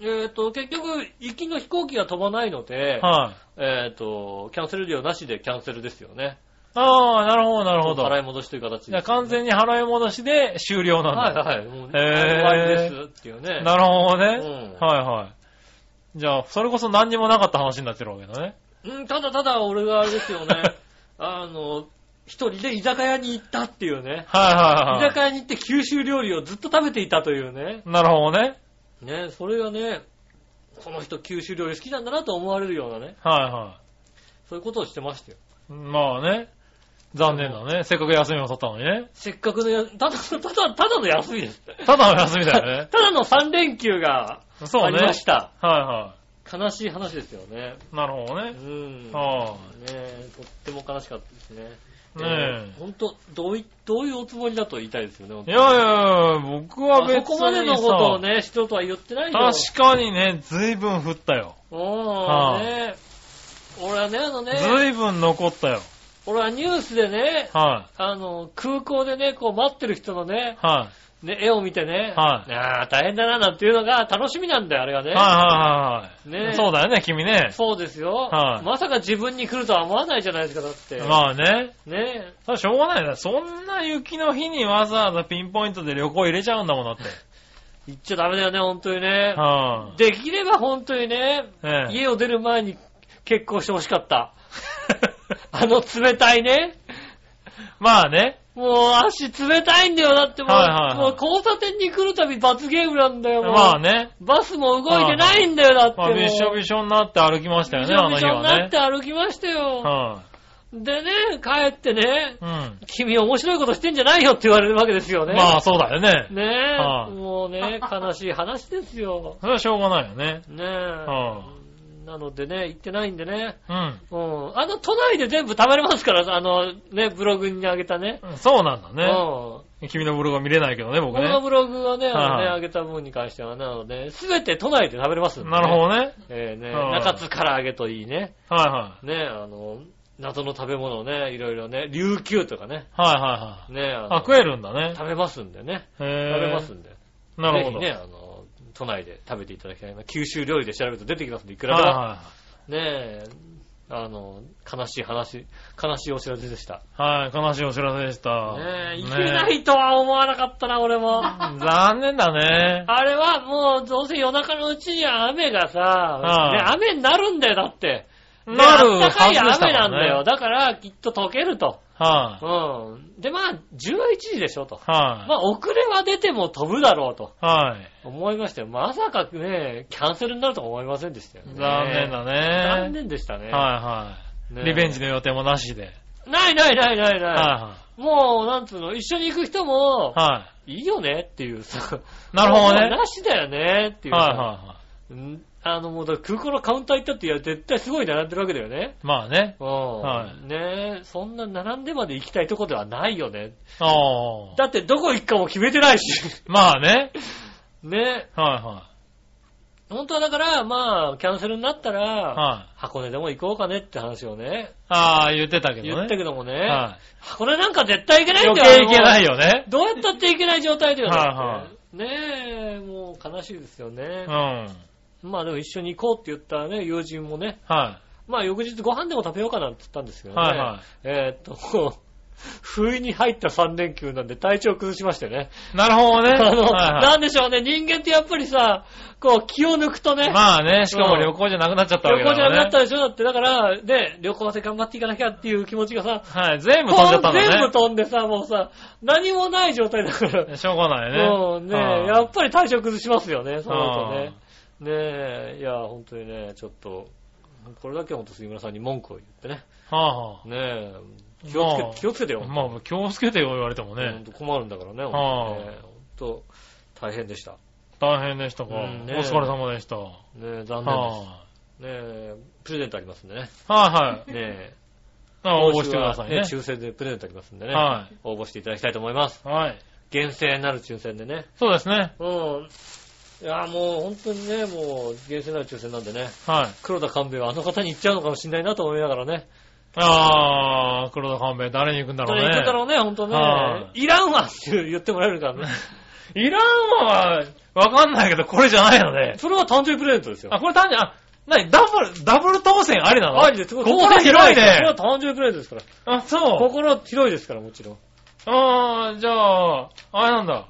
B: えっ、と、結局、行きの飛行機が飛ばないので、
C: はい。
B: えっ、と、キャンセル料なしでキャンセルですよね。
C: ああ、なるほど、なるほど。
B: 払い戻しという形です、
C: じゃあ完全に払い戻しで終了な
B: は
C: ん
B: い
C: だ。
B: はい。もう、
C: へー
B: 終わりですっていうね。
C: なるほどね。
B: うん
C: はいはい。じゃあ、それこそ何にもなかった話になってるわけだね。
B: うん、ただただ俺があれですよ ね。あの、一人で居酒屋に行ったっていうね。
C: はいはい
B: 居
C: はい
B: 酒屋に行って九州料理をずっと食べていたというね。。
C: なるほどね。
B: ね、それがね、この人九州料理好きなんだなと思われるようなね、
C: はいは
B: そういうことをしてましたよ。
C: い。まあね。残念だね。せっかく休みを取ったのにね。
B: せっかくのや、ただ、ただ、ただの休みです。
C: ただの 休みだ よね。
B: ただの3連休が
C: そ
B: あ
C: う
B: り
C: ね。は
B: ま
C: い
B: した。
C: は
B: 悲しい話ですよね。
C: い。なるほど
B: う
C: ね。
B: ん。ね
C: は
B: えとっても悲しかったですね。
C: ね
B: 本当どうい、どういうおつもりだと言いたいですよね、本当
C: え。い
B: に
C: やいやいや、僕は別
B: あそ
C: にさ。
B: こまでのことをね、人とは言ってないよ。
C: 確かにね、随分降ったよ。
B: うん、
C: はあ
B: ね俺はね、あのね、
C: 随分残ったよ。
B: 俺はニュースでね、
C: は
B: あの、空港でね、こう待ってる人の
C: い。
B: ね、
C: は
B: ね絵を見てね、
C: はい
B: ああ、大変だな、なんていうのが楽しみなんだよ、あれがね。
C: い。はいはいはいは
B: ね
C: い。そうだよね、君ね。
B: そうですよ、
C: はい
B: まさか自分に来るとは思わないじゃないですか、だって。
C: まあね。
B: ね
C: それはしょうがないよね。そんな雪の日にわざわざピンポイントで旅行入れちゃうんだも んだって。
B: 言っちゃダメだよね、本当にね。
C: は
B: できれば本当にね、
C: い。ええ
B: 家を出る前に結婚してほしかった。 あの冷たいね。
C: まあね。
B: もう足冷たいんだよ。だってもう、
C: はいはいはい
B: もう交差点に来るたび罰ゲームなんだよ。もう
C: まあね。
B: バスも動いてないんだよ。だって
C: ま
B: も
C: あ、
B: う。
C: びしょびしょになって歩きましたよね、あの
B: びし
C: 日
B: ょにな
C: は
B: っ
C: ね
B: て。歩きましたよ。
C: は
B: でね、帰ってね
C: い。、うん。
B: 君面白いことしてんじゃないよって言われるわけですよね。
C: まあそうだよね。
B: ねえ、
C: はい
B: もうね、悲しい話ですよ。
C: それはしょうがないよね。
B: ねえ、
C: は
B: なのでね、行ってないんでね。
C: うん。
B: うん。あの、都内で全部食べれますから、あの、ね、ブログにあげたね。
C: そうなんだ
B: う
C: ね。
B: ん。
C: 君のブログは見れないけどね、僕
B: こ
C: ね。
B: のブログはね、あのね、
C: はい
B: あげた分に関しては、なので、すべて都内で食べれますんでね、
C: なるほどね。
B: えーね、
C: はい
B: 中津唐揚げといいね、
C: はいはい。
B: ね、あの、謎の食べ物をね、いろいろね、琉球とかね、
C: はいはいはい。
B: ね、あの
C: あ、食えるんだね。
B: 食べますんでね、
C: へ
B: 食
C: え。
B: べますんで。
C: なるほ
B: ぜ
C: ど。
B: ひね、あの、都内で食べていただきたいな。九州料理で調べると出てきますんで、いくら
C: はい
B: でも。
C: は
B: ねえ、あの、悲しい話、悲しいお知らせでした。
C: い。はい、悲しいお知らせでした。
B: ねえ、
C: ね
B: 行けないとは思わなかったな、俺 も。
C: 残念だね。
B: あれはもう、どうせ夜中のうちには雨がさ、
C: ああ
B: ね、雨になるんだよ、だって。 ね
C: なる
B: あったかい
C: はずでした
B: 雨
C: か
B: な
C: らね
B: んだよ。だから、きっと溶けると。
C: は
B: う
C: い。
B: ん。で、まあ、11時でしょ、と。ま
C: は
B: あ、遅れは出ても飛ぶだろうと
C: い。はい。
B: 思いましたよ。まさかね、キャンセルになるとは思いませんでしたよね。
C: 残念だね。
B: 残念でしたね。
C: は
B: ね
C: いはい。リベンジの予定もなしで。
B: ないないないない
C: は
B: ないい。
C: は
B: もう、なんつうの、一緒に行く人も
C: い。、はい
B: いよねっていうさ。
C: い。なるほどね。
B: も
C: は
B: う
C: い
B: なしだよねっていうさ。
C: はいは
B: うんあの、もうだから空港のカウンター行ったって、いや、絶対すごい並んでるわけだよね。
C: い。まあね。
B: うん。
C: はい
B: ねえ、そんな並んでまで行きたいとこではないよね。
C: ああ。
B: だってどこ行くかも決めてないし。
C: まあね。
B: ねえ、
C: はいは
B: 本当はだから、まあ、キャンセルになったら、
C: い。はい。
B: 箱根でも行こうかねって話をね、
C: ああ、言ってたけどね。
B: 言ったけどもね、
C: は
B: 箱根なんか絶対行け
C: い。
B: ないん
C: 余
B: だよ。
C: 計いけない
B: よ。
C: よね。
B: どうやったって行けない状態だよね。
C: はいはい
B: ねえ、もう悲しいですよね
C: うん。。はい。
B: まあでも一緒に行こうって言ったらね、友人もね、まあ翌日ご飯でも食べようかなって言ったんですけどね。
C: はいは
B: えーっと、 こう不意に入った3連休なんで体調崩しましてね。
C: い。なるほどね。
B: あの、
C: はいは
B: なんでしょうね、人間ってやっぱりさ、こう気を抜くとね、
C: い。まあね、しかも旅行じゃなくなっちゃったわ
B: 旅
C: けだ
B: 行じ
C: か
B: ゃなくな
C: ら
B: った
C: ね。
B: でしょだって、だから、ね、旅行で頑張っていかなきゃっていう気持ちがさ、
C: はい。全部飛んじゃったん
B: 全部
C: だ
B: 飛んでさ、もうさ、何もない状態だから。
C: ね。しょうがないね。
B: うん、ね
C: はい
B: やっぱり体調崩しますよね、そうなるとね。ねえ、いや、本当にね、ちょっと、これだけは本当杉村さんに文句を言ってね。
C: はあは
B: ねえ、気をつけ
C: まあ
B: 気をつけてよ。
C: あ。まあ、気をつけてよ、言われても
B: ほん
C: ね。
B: と困るんだからね、
C: あ
B: ほんとね。本当大変でした。
C: 大変でしたか。お
B: うんね
C: 疲れ様でした。はい。
B: ねえ、残念です。ね
C: は
B: え、プレゼントありますんでね。
C: いはい。
B: ねえ、
C: あ応募してくださいね
B: 今。週は抽選でプレゼントありますんでね。
C: はい
B: 応募していただきたいと思います。
C: はい。
B: 厳正なる抽選でね。
C: そうですね。
B: うん。いや、もう本当にね、もう厳正なる抽選なんでね。
C: はい。
B: 黒田官兵衛はあの方に行っちゃうのかもしれないなと思いながらね。
C: あー、黒田勘兵衛、誰に行くんだろう
B: 誰に行くんだろ
C: ね。
B: うね、ほんとね
C: は。
B: いらんわって言ってもらえる からね。
C: いらんは、わかんないけど、これじゃないのね。
B: それは誕生日プレゼントですよ。
C: あ、これ単純、あ、なに、ダブル、ダブル当選ありなの
B: ありです。
C: 心広いね。
B: これは誕生日プレゼントですから。
C: あ、そう。
B: 心広いですから、もちろん。
C: あー、じゃあ、あれなんだ。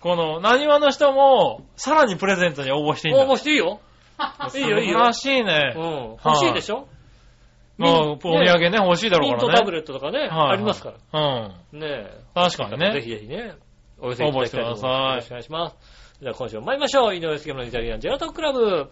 C: この、何話の人も、さらにプレゼントに応募していいんだ。
B: 応募していい よ。いいよ、いい
C: 素
B: よ
C: 晴ら。しいね
B: う。ん。欲しいでしょ
C: まあ、
B: ミン
C: お土産ね、欲しいだ
B: ミ
C: ろ
B: ン
C: う
B: ト
C: か
B: タ
C: ら
B: ブ
C: ね。
B: レットとかね、
C: はい
B: ありますから。
C: うん。
B: ねえ。
C: 確かにね
B: ぜひぜひね、お寄せいただきたいと思いま
C: 応募
B: す。
C: し
B: よろしくお願いします。では今週も参りましょう。井上杉村のイタリアンジェラートクラブ。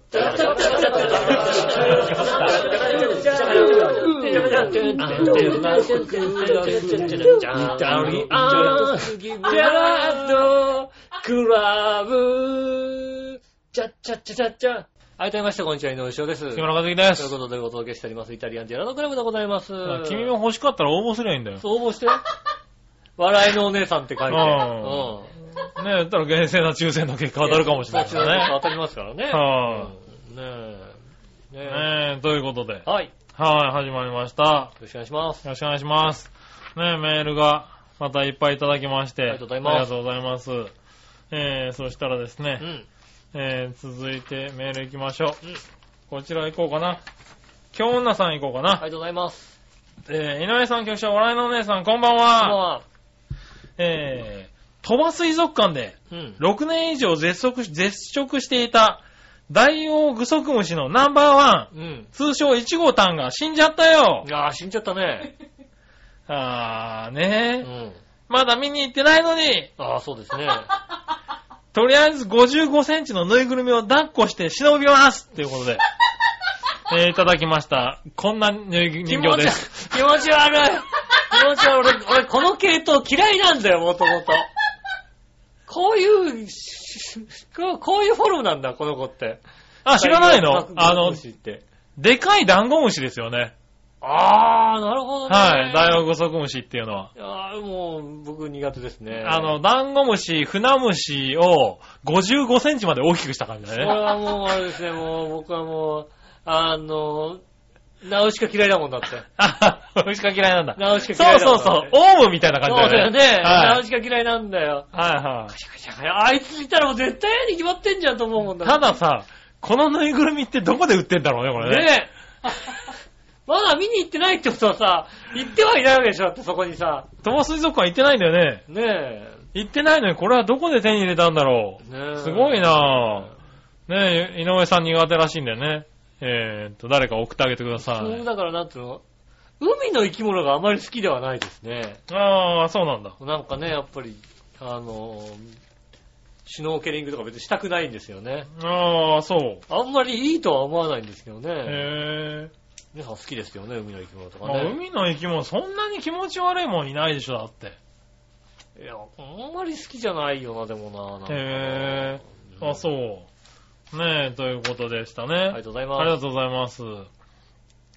B: ジェラートクラブ。チャッチャッチャッチャッチャ。改めまして、こんにちは、井上翔です。
C: 木村和樹
B: と
C: で
B: いう
C: す。
B: ことでお届けしております、イタリアンジェラードクラブでございます。
C: 君も欲しかったら応募すりゃいいんだよ。ね
B: そう応募して。笑いのお姉さんって書いて。
C: うん
B: う
C: え、だったら厳正な抽選の結果当たるかもしれない
B: ね
C: か。ら
B: 当たりますからね。う
C: は
B: んねえ。ねえ。
C: ね。ねえ、ということで。はい、
B: はい。よ
C: 始まりました。
B: ろしくお願いします。
C: よろしくお願いします。ねえ、メールがまたいっぱいいただきまして。
B: ありがとうございます
C: ありがとうございます。えー、そしたらですね
B: う、ん。
C: えー、続いてメール行きましょう。
B: うん
C: こちら行こうかな。京女さん行こうかな。
B: ありがとうございます。
C: えー、井上さん局長、笑いのお姉さん、こんば
B: こ
C: ん
B: んばん
C: は。
B: は。
C: えー、鳥羽水族館で
B: うん。
C: 6年以上絶食し絶食していた大王グソクムシのナンバーワン、
B: うん。
C: 通称1号タンが死んじゃったよ。
B: ああ、死んじゃったね。
C: あー
B: う
C: ねー、
B: ん。
C: まだ見に行ってないのに、
B: ああ、そうですね。
C: とりあえず55センチのぬいぐるみを抱っこして忍びますということで、えー、いただきました。こんなぬい 人形です。
B: 気持ち悪い。気持ち悪い。俺、俺この系統嫌いなんだよ、もともと。こういう、こうこういうフォルムなんだ、この子って。
C: あ、知らない
B: 大
C: の
B: 学
C: あ
B: 学
C: の
B: 部、士って
C: でかいダンゴムシですよね。
B: あー、なるほどね。
C: はい。ダイオウグソクムシっていうのは。
B: あーもう、僕苦手ですね。
C: あの、、ダンゴムシ、フナムシを55センチまで大きくした感じだ
B: これ
C: ね。
B: はもう、あれですね、もう、僕はもう、あの、ナウシカ嫌いだもんだって。
C: あ、 虫か嫌いなんだ。
B: ナウシカ
C: そ
B: 嫌
C: う
B: いだ
C: そ
B: も
C: うん そう。
B: そう。
C: オウムみたいな
B: そ
C: 感
B: う
C: じ
B: だ
C: だ
B: よ
C: よ
B: ね
C: ね。。
B: ナウ
C: はい
B: シカ嫌いなんだよ。
C: はいはい
B: あいついたらもう絶対嫌に決まってんじゃんと思うもんだって
C: たださ、このぬいぐるみってどこで売ってんだろうね、これね。
B: ねえ。まだ見に行ってないってことはさ、行ってはいないわけでしょだってそこにさ。
C: 鳥羽水族館行ってないんだよね。
B: ねえ。
C: 行ってないのに、これはどこで手に入れたんだろ
B: ね
C: う。
B: え
C: すごいなぁ。ねえ、井上さん苦手らしいんだよね。えーっと、誰か送ってあげてくださ
B: そう
C: い。
B: だからなんつうの海の生き物があまり好きではないですね。
C: ああ、そうなんだ。
B: なんかね、やっぱり、あの、シュノーケリングとか別にしたくないんですよね。
C: ああ、そう。
B: あんまりいいとは思わないんですけどね。
C: へえ。
B: 皆さん好きですよね、海の生き物とか
C: まあ
B: ね。
C: 海の生き物、そんなに気持ち悪いもんいないでしょ、だって。
B: いや、あんまり好きじゃないよな、でもな。なんか
C: へえ。あ、そうう。ねえ、ということでした
B: ん。
C: ね。
B: ありがとうございます。
C: ありがとうございます。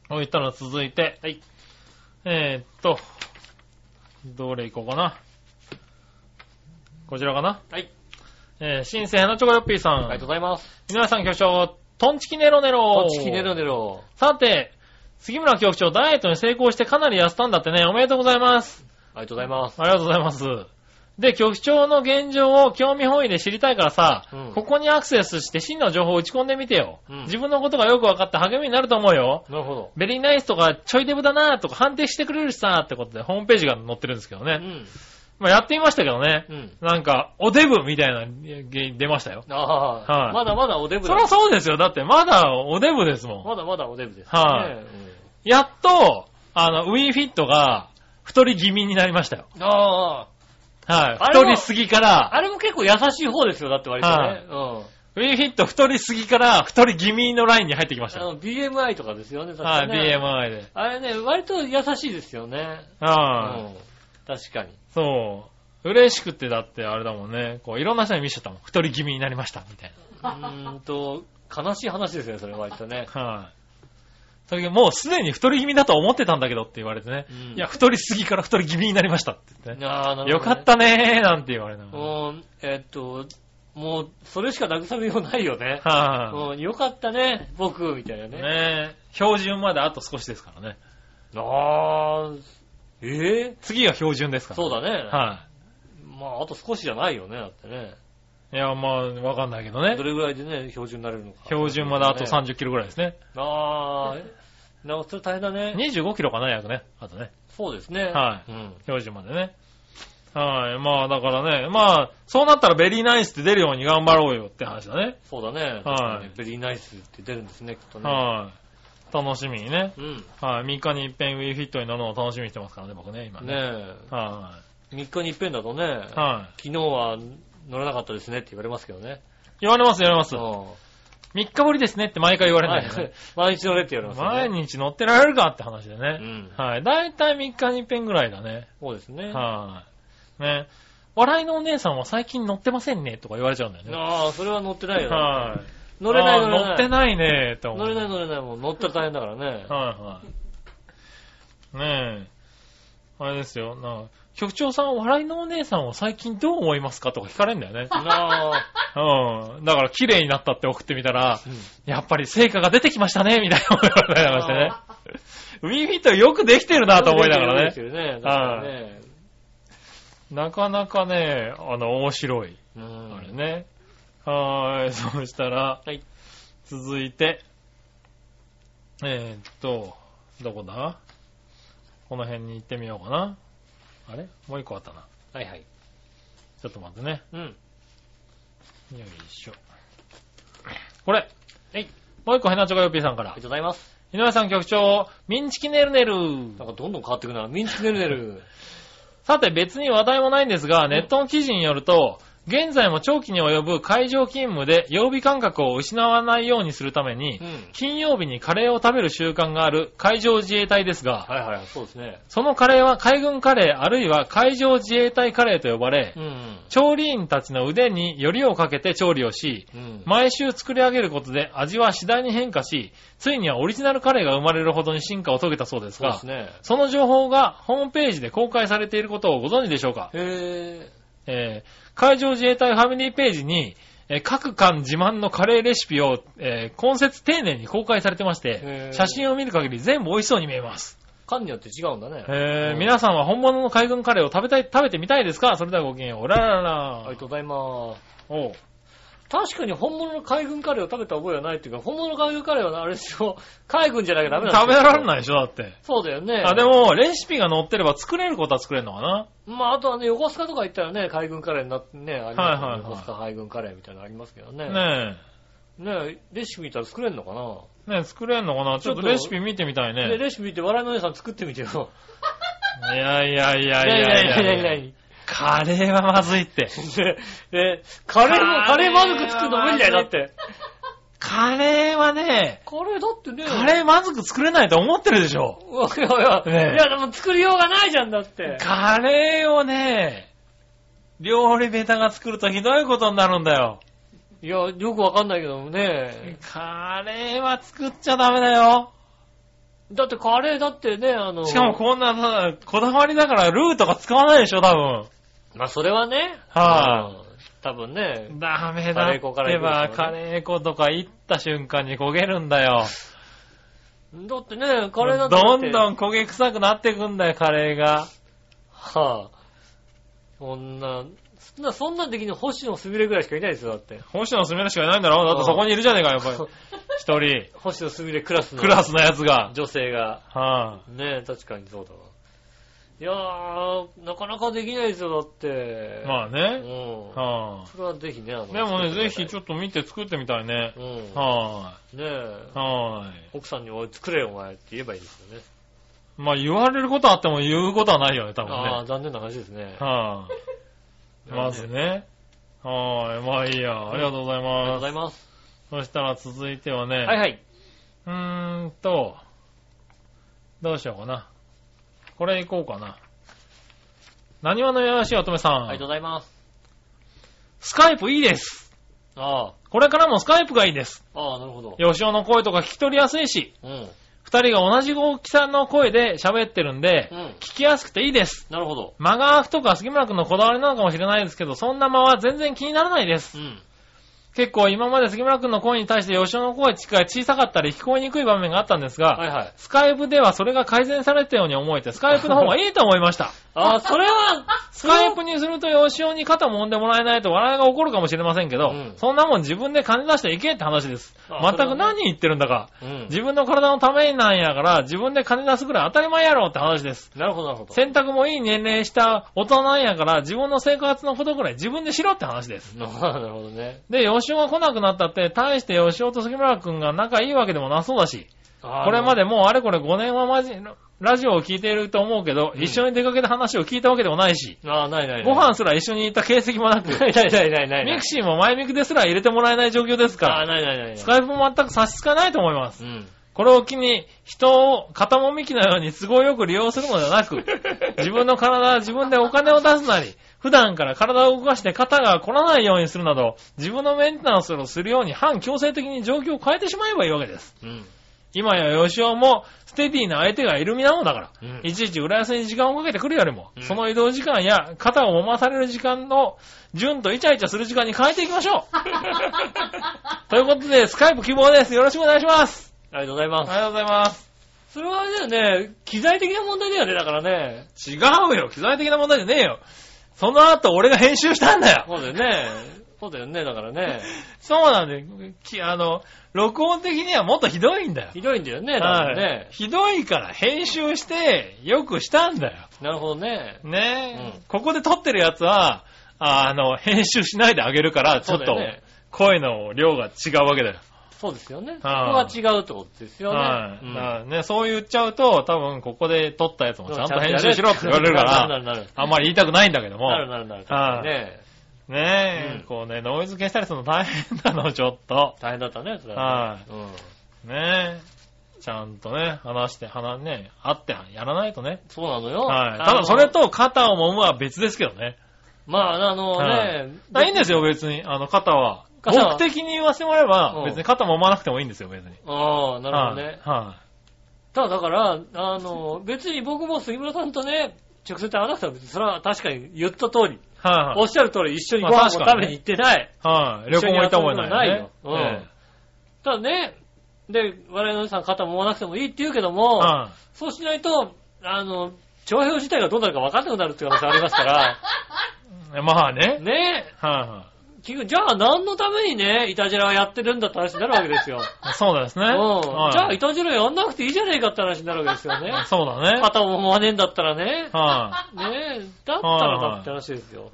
C: おいったら続いて。
B: はい。
C: えー、っと、どれいこうかな。こちらかな。
B: はい。
C: えー、新生花チョコヨッピーさ。
B: ありがとうんございます。
C: 皆さん挙手、トンチキネロネ
B: こ
C: ロ。
B: っちきねろねろ。
C: さて、杉村局長、ダイエットに成功してかなり痩せたんだってね。おめでとうございます。
B: ありがとうございます。
C: ありがとうございます。で、局長の現状を興味本位で知りたいからさ、
B: うん
C: ここにアクセスして真の情報を打ち込んでみてよ。
B: うん
C: 自分のことがよく分かって励みになると思うよ。
B: なるほど。
C: ベリーナイスとかちょいデブだなとか判定してくれるしさってことでホームページが載ってるんですけど
B: う
C: ね。
B: ん。
C: まあやってみましたけどね。
B: うん。
C: なんか、おデブみたいな芸出ましたよ。
B: ああ、
C: はい
B: まだまだおデブ
C: そりゃ
B: だ。
C: そうですよ。だってまだおデブですもん。
B: まだまだおデブです、ね。
C: はいやっと、あの、ウィーフィットが太り気味になりましたよ。
B: うんああ、
C: はい。
B: あれ
C: 太
B: も
C: りすぎから、
B: あれも結構優しい方ですよ、だって割とね。
C: はい
B: うん。
C: ウィーフィット太りすぎから太り気味のラインに入ってきまし
B: あ
C: たよ。
B: の、BMI とかですよね、確
C: は
B: か
C: い、
B: ね。
C: BMI で。
B: あれね、割と優しいですよね。う
C: はい、
B: ん。確かに。
C: そう。嬉しくてだってあれだもんね。こう、いろんな人に見せちゃったもん。太り気味になりました、みたいう
B: ーんと、悲しい話ですね、それ割とね。
C: な。はい、それでもうすでに太り気味だと思ってたんだけどって言われてね。
B: うん
C: いや、太りすぎから太り気味になりましたって言ってね。
B: ああ、なる
C: よ
B: ほど、ね。
C: かったねーなんて言われながら。はい、
B: うん、えっと、もう、それしか慰めようないよね。うん、よかったね、僕、みたいなね。
C: ねえ標準まであと少しですからね。
B: あー、ええ
C: 次が標準ですから、
B: そうだね。
C: は
B: まあ、あと少しじゃないよね、だってね。
C: い、いや、まあ、わかんないけどね
B: ど。れぐらいでね、標準になれるのか。
C: 標準まであと
B: ね。
C: 30キロぐらいですね。
B: あー、なんかそれ大変だね。
C: 25キロかな、約ね。あとね。
B: そうですね。。
C: はい
B: うん。
C: 標準までね。はい。まあ、だからね。まあ、そうなったらベリーナイスって出るように頑張ろうよって話だね。
B: そうだね。。
C: はい
B: ベリーナイスって出るんですね、きっとね。
C: はい。楽しみにね。
B: うん。
C: はい。3日に一遍ウィーフィットに乗るのを楽しみにしてますからね、僕ね、今ね。
B: ね
C: は
B: え、3日に一遍だとね、
C: い。は
B: 昨日は乗らなかったですねって言われますけどね。
C: い。言われます、言われます。
B: そ
C: 3日ぶりですねって毎回言われない、
B: 毎日毎日乗れって言われます
C: 毎
B: ね。
C: 日乗ってられるかって話で
B: う
C: ね。
B: ん。
C: はい。だいたい3日に一遍ぐらいだね。
B: そうですね。
C: はい。ね。笑いのお姉さんは最近乗ってませんねとか言われちゃうんだよね。
B: ああ、それは乗ってないよね。
C: はい。
B: 乗れない
C: あー
B: 乗れない。
C: 乗ってないね、と思
B: 乗
C: う。
B: れない乗れない。もう乗ったら大変だからね。
C: はいはい。ねえ。あれですよ、な局長さん、笑いのお姉さんを最近どう思いますかとか聞かれるんだよね。
B: なあ。
C: うん。だから、綺麗になったって送ってみたら、
B: うん
C: やっぱり成果が出てきましたね、みたいなことが出ましてね。 ウィーフィットよくできてるなと思いながら
B: そう
C: ね。
B: ですよね。だからね。
C: なかなかね、あの、面白い。
B: うん
C: あれね。はーい。 そしたら、
B: はい
C: 続いて、えーっと、どこだこの辺に行ってみようかな。あれもう一個あったな。
B: はいはい。
C: ちょっと待ってね。
B: うん。
C: よいしょ。これ。
B: はい。
C: もう一個ヘナチョコヨッピーさんか
B: あ
C: ら
B: りが。とうございます。
C: 井上さん局長、ミンチキネルネル。
B: なんかどんどん変わってくな。ミンチネルネル。
C: さて別に話題もないんですが、ネットの記事によると、現在も長期に及ぶ会場勤務で曜日感覚を失わないようにするために
B: う、ん。
C: 金曜日にカレーを食べる習慣がある海上自衛隊ですが、
B: はいはい。そうですね。
C: そのカレーは海軍カレーあるいは海上自衛隊カレーと呼ばれ
B: う、ん。
C: 調理員たちの腕によりをかけて調理をし、
B: うん。
C: 毎週作り上げることで味は次第に変化し、ついにはオリジナルカレーが生まれるほどに進化を遂げたそうです
B: そうで
C: が
B: す、ね。
C: その情報がホームページで公開されていることをご存知でしょうか
B: へ
C: えー海上自衛隊ファミリーページに、えー各館自慢のカレーレシピを、えー、今節丁寧に公開されてまし
B: へ
C: て、
B: ー
C: 写真を見る限り全部美味しそうに見えます。
B: ぇ缶によって違うんだね。
C: えー
B: うん
C: 皆さんは本物の海軍カレーを食べたい、食べてみたいですかそれではごきげんよう。おららら
B: あり
C: ら
B: がとうございます。
C: おう
B: 確かに本物の海軍カレーを食べた覚えはないっていうか、本物の海軍カレーはあれですよ、海軍じゃなきゃダメなん
C: 食べられ
B: い。
C: ないでしょだって。
B: そうだよね。
C: あ、で。も、レシピが載ってれば作れることは作れるのかな
B: まあ、あとはね、横須賀とか行ったらね、海軍カレーになってね、ありますよね
C: はいはいはい
B: 横須賀海軍カレーみたいなのありますけどね。
C: ね
B: ねレシピ見たら作れるのかな、
C: え。ねえ、作れるのかなちょっと
B: ちょっと
C: レシピ見てみたい
B: で
C: ね。
B: レシピ見て笑いのお姉さん作ってみてよ。
C: いやいやいやいやいやいや
B: ね
C: カレーはまずいって。
B: ねカレーも、カレーまずく作るの無理だよ、だって。
C: カレーはね、
B: カレーだってね。
C: カレーまずく作れないと思ってるでしょ。
B: いやいや、
C: ねえ
B: いやでも作りようがないじゃんだって。
C: カレーをね、料理ベタが作るとひどいことになるんだよ。
B: いや、よくわかんないけどもね。
C: カレーは作っちゃダメだよ。
B: だってカレーだってね、あの、
C: しかもこんなさ、こだわりだからルーとか使わないでしょ、多分。
B: まあそれはね、
C: はい
B: うん多分ね、
C: ダメ
B: カ
C: だ
B: レ
C: っ
B: ー粉からい
C: て
B: くでしょう
C: ば
B: ね、
C: カレー粉とかいった瞬間に焦げるんだよ。
B: だってね、カレーだって
C: どんど
B: ん。
C: ん焦げ臭くなってくんだよ、カレーが。
B: はあ、そんな、そんな、そんな的に星野すみれぐらいしかいないですよ、だって。
C: 星野すみれしかいないんだろだってそこにいるじゃねえか、やっぱり。一人、
B: 星野すみれクラスの
C: クラスのやつが。
B: 女性が。
C: は
B: ねえ、確かにそうだわ。いやー、なかなかできないですよ、だって
C: い。。まあ
B: あう
C: ね。
B: ん。
C: は
B: それはぜひね、あの
C: い。でもね、ぜひち
B: ょっ
C: ょっと見て作ってみたいね
B: と。。うん。
C: は
B: ねえ
C: い。。は
B: 奥さんにおい作れよ、お前って言えばいいですよね。
C: い。まあ言われることあっても言うことはないよね、多分ね。
B: ああ、残念な話ですね。
C: はい。まずね。はい。まあいいや。ありがとうござい
B: ありがとうご
C: ま
B: ざ
C: す。
B: います。
C: そしたら続いてはね。
B: はいはい。
C: うーんと、どうしようかな。これいこうかな。何話のやらしい乙女さ。
B: ありがとうんございます。
C: スカイプいいです。
B: ああ、
C: これからもスカイプがいいです。
B: ああ、なるほど。
C: 吉尾の声とか聞き取りやすいし、
B: うん。うん。
C: 二人が同じ大きさの声で喋ってるんで、聞きやすくていいです。
B: なるほど。
C: 間が空くとか杉村くんのこだわりなのかもしれないですけど、そんな間は全然気にならないです
B: う。ん。
C: 結構今まで杉村くんの声に対して吉尾の声が小さかったり聞こえにくい場面があったんですが、
B: はいはい。
C: スカイプではそれが改善されたように思えて、スカイプの方がいいと思いました。
B: ああ、それは、
C: スカイプにすると吉尾に肩もんでもらえないと笑いが起こるかもしれませんけど、
B: うん
C: そんなもん自分で金出していけって話です。
B: あ
C: 全く何言ってるんだか。
B: うん。
C: 自分の体のためになんやから、自分で金出すぐらい当たり前やろって話です。
B: なるほど、なるほど。
C: 洗濯もいい年齢した大人なんやから、自分の生活のことぐらい自分でしろって話で す。
B: なるほどね。
C: で、吉尾が来なくなったって、大して吉尾と杉村くんが仲いいわけでもなそうだし、
B: こ
C: これまでもうあれこれ5年はマジ、ラジオを聞いていると思うけど、
B: うん
C: 一緒に出かけた話を聞いたわけでもないし、
B: ああ、ないないない。
C: ご飯すら一緒に行った形跡もなく、
B: ないないないないない。
C: ミクシーもマイミクですら入れてもらえない状況ですか
B: ああ、
C: ら、
B: ないないないない。
C: スカイプも全く差し支えないと思います
B: う。ん。
C: これを機に、人を 肩もみきのように都合よく利用するのではなく、自分の体は自分でお金を出すなり、普段から体を動かして肩が凝らないようにするなど、自分のメンテナンスをするように反強制的に状況を変えてしまえばいいわけです。
B: うん。
C: 今や吉尾もステディな相手がいる身なのだから、
B: うん
C: いちいち浦安に時間をかけてくるよりも、
B: うん
C: その移動時間や肩を揉まされる時間の、順とイチャイチャする時間に変えていきま しょうということで、スカイプ希望です。よろしくお願いします。
B: ありがとうござい
C: あり
B: ます。
C: がとうございます。
B: それはあれだよね、機材的な問題だよね、だからね。
C: 違うよ。機材的な問題じゃねえよ。その後俺が編集したんだよ。
B: そうだよね。そうだよね、だから ね。
C: そうなんだよ。きあの、録音的にはもっとひどいんだよ。
B: ひどいんだよね、だか
C: は
B: ら
C: い
B: ね。
C: ひどいから編集して、よくしたんだよ。
B: なるほどね。
C: ね
B: う
C: え、
B: ん
C: ここで撮ってるやつは、あの、編集しないであげるから、ち
B: そ
C: ょ
B: うだ
C: っ
B: よ
C: と
B: ね。
C: 声の量が違うわけだよ。
B: そうですよね。そこ
C: は
B: はい違うってことですよね。
C: は
B: う
C: い、
B: ん
C: だからね。そう言っちゃうと、多分ここで撮ったやつもちゃんと編集しろって言われるか
B: な
C: ら、
B: るなる
C: あんまり言いたくないんだけど
B: なる。
C: も、
B: なるなるな
C: は
B: いる。ね
C: ねえ、
B: うん
C: こうね、ノイズ消したりするの大変なの、ちょっと。
B: 大変だったね、それ
C: は
B: ね。うん。
C: ねえ、ちゃんとね、話して、話ね、会ってやらないとね。
B: そうなのよ。
C: はい。
B: あの
C: ただそれ。と肩を揉むは別ですけどね。
B: まあ、あの
C: はい
B: ね。
C: いいんですよ、別に。あの、肩は。
B: 肩は
C: 僕的に言わせてもらえ
B: う
C: ば
B: ん、
C: 別に肩揉まなくてもいいんですよ、別に。
B: ああ、なるほどね。
C: はいはい。
B: ただだから、あの、別に僕も杉村さんとね、直接話したら別に、それは確かに言った通り、
C: はい
B: お
C: は
B: っ
C: い。
B: しゃる通り一緒にご飯を
C: まあ確
B: 食
C: かにね
B: べに行ってない。
C: はい。旅行も行った覚えないよね。
B: 一緒に遊んだことないよただね、で、我々のおじさん肩もまなくてもいいって言うけど
C: うん
B: も、
C: は
B: そうしないと、あの、長編自体がどうなるか分かんなくなるっていう可能性ありますから、
C: い。まあね。
B: ね
C: はいは
B: 結局、じゃあ何のためにね、イタジェラはやってるんだって話になるわけですよ。
C: い。そうですね。
B: うん。
C: はい
B: じゃあイタジェラやんなくていいじゃねえかって話になるわけですよね。
C: そうだね。
B: 肩も揉まねえんだったらね。
C: は
B: ねえ、だったらだって話ですよ。
C: い。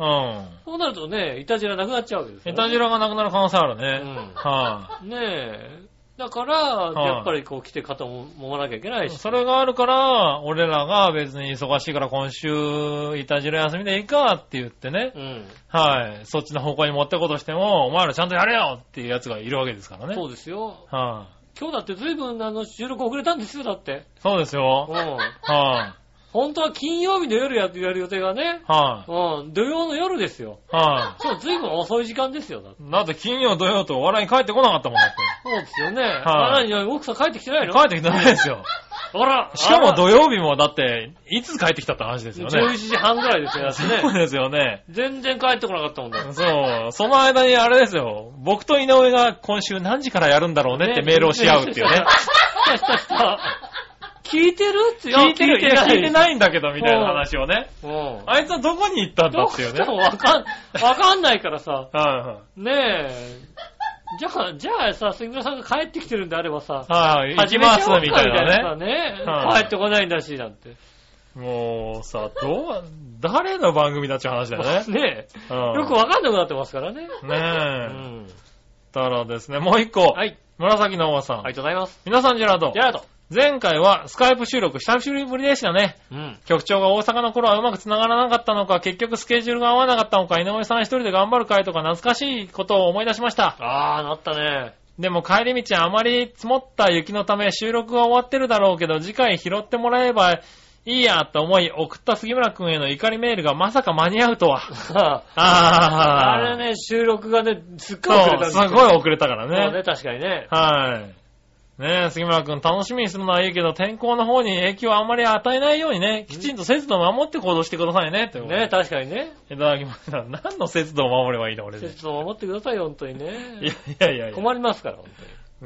B: そうなるとね、イタジェラなくなっちゃうわけです
C: うん。
B: よ、ね。
C: エタジラがなくなる可能性ある
B: うん
C: ね。は
B: ねえ。だから、
C: い
B: やっぱりこう来て肩も揉まなきゃいけない
C: い。
B: し。
C: それがあるから、俺らが別に忙しいから今週、イタジラ休みでいいかって言ってね
B: う。ん。
C: はい。そっちの方向に持ってこうとしても、お前らちゃんとやれよっていうやつがいるわけですからね。
B: そうですよ。
C: はい、
B: 今日だって随分あの収録遅れたんですよ、だって。
C: そうです
B: う
C: よ。
B: ん。
C: はい、
B: 本当は金曜日の夜やってやる予定がね、
C: はい、
B: うん、土曜の夜ですよ。
C: は
B: 今日随分遅い時間ですよ、だって。
C: い、だって金曜土曜とお笑い帰ってこなかったもんだって。
B: そうですよね。
C: は
B: はいい。何、奥さん帰ってきてないの
C: 帰ってきてないですよ。
B: あら、
C: しかも
B: う
C: 土曜日もだって、いつ帰ってきたって話ですよね。
B: ?11 時半ぐらいですよ、だって
C: そう
B: ね。
C: ですよね。
B: 全然帰ってこなかったもんだ。
C: そう。その間にあれですよ。僕と井上が今週何時からやるんだろうねってメールをし合うっていうね。
B: したしたした。 聞いてるって
C: 聞いてる、いや聞いて
B: い。
C: ないんだけどみたいな話をね。
B: うん。
C: あいつはどこに行ったんだ
B: どう
C: っていう
B: し
C: ね
B: て。もわかん、わかんないからさ。
C: はいはい。
B: ねえ。じゃあ、じゃあさ、杉村さんが帰ってきてるんであればさ、
C: はい、行きま
B: 始
C: す
B: め
C: み
B: ちゃ
C: た
B: おう
C: い
B: か
C: なね。
B: みたいな
C: は
B: さね。
C: い
B: 帰ってこないんだし、なんて。。
C: もうさ、どう、誰の番組だっちゅう話だよね
B: ね
C: う
B: え。
C: ん
B: よくわかんなくなってますからね。う
C: ねえ。
B: ん。
C: たらですね、もう一個。
B: はい。
C: 紫のおばさん。
B: ありがとうございます。
C: 皆さん、ジェラード
B: ジ。ェラート。
C: 前回はスカイプ収録久しぶりでしたね。
B: うん。
C: 局長が大阪の頃はうまく繋がらなかったのか、結局スケジュールが合わなかったのか、井上さん一人で頑張る会とか懐かしいことを思い出しました。
B: ああ、なった ね。
C: でも帰り道あまり積もった雪のため収録は終わってるだろうけど、次回拾ってもらえばいいやと思い送った杉村くんへの怒りメールがまさか間に合うとは。
B: あ
C: あ
B: れ
C: ね、
B: ね、収録がね、すっごい遅れたん
C: そう、
B: ですすよ
C: ごい遅れたから
B: そう
C: ね。
B: ね、確かにね。
C: はい。ねえ、杉村くん楽しみにするのはいいけど、天候の方に影響をあんまり与えないようにね、きちんと節度を守って行動してくださいね、ということで
B: ね、確かにね。
C: いただきました。何の節度を守ればいいの、俺で。い
B: 節度を守ってくださいよ、本当に
C: やい
B: ね。
C: やいやいや。
B: 困りますから、本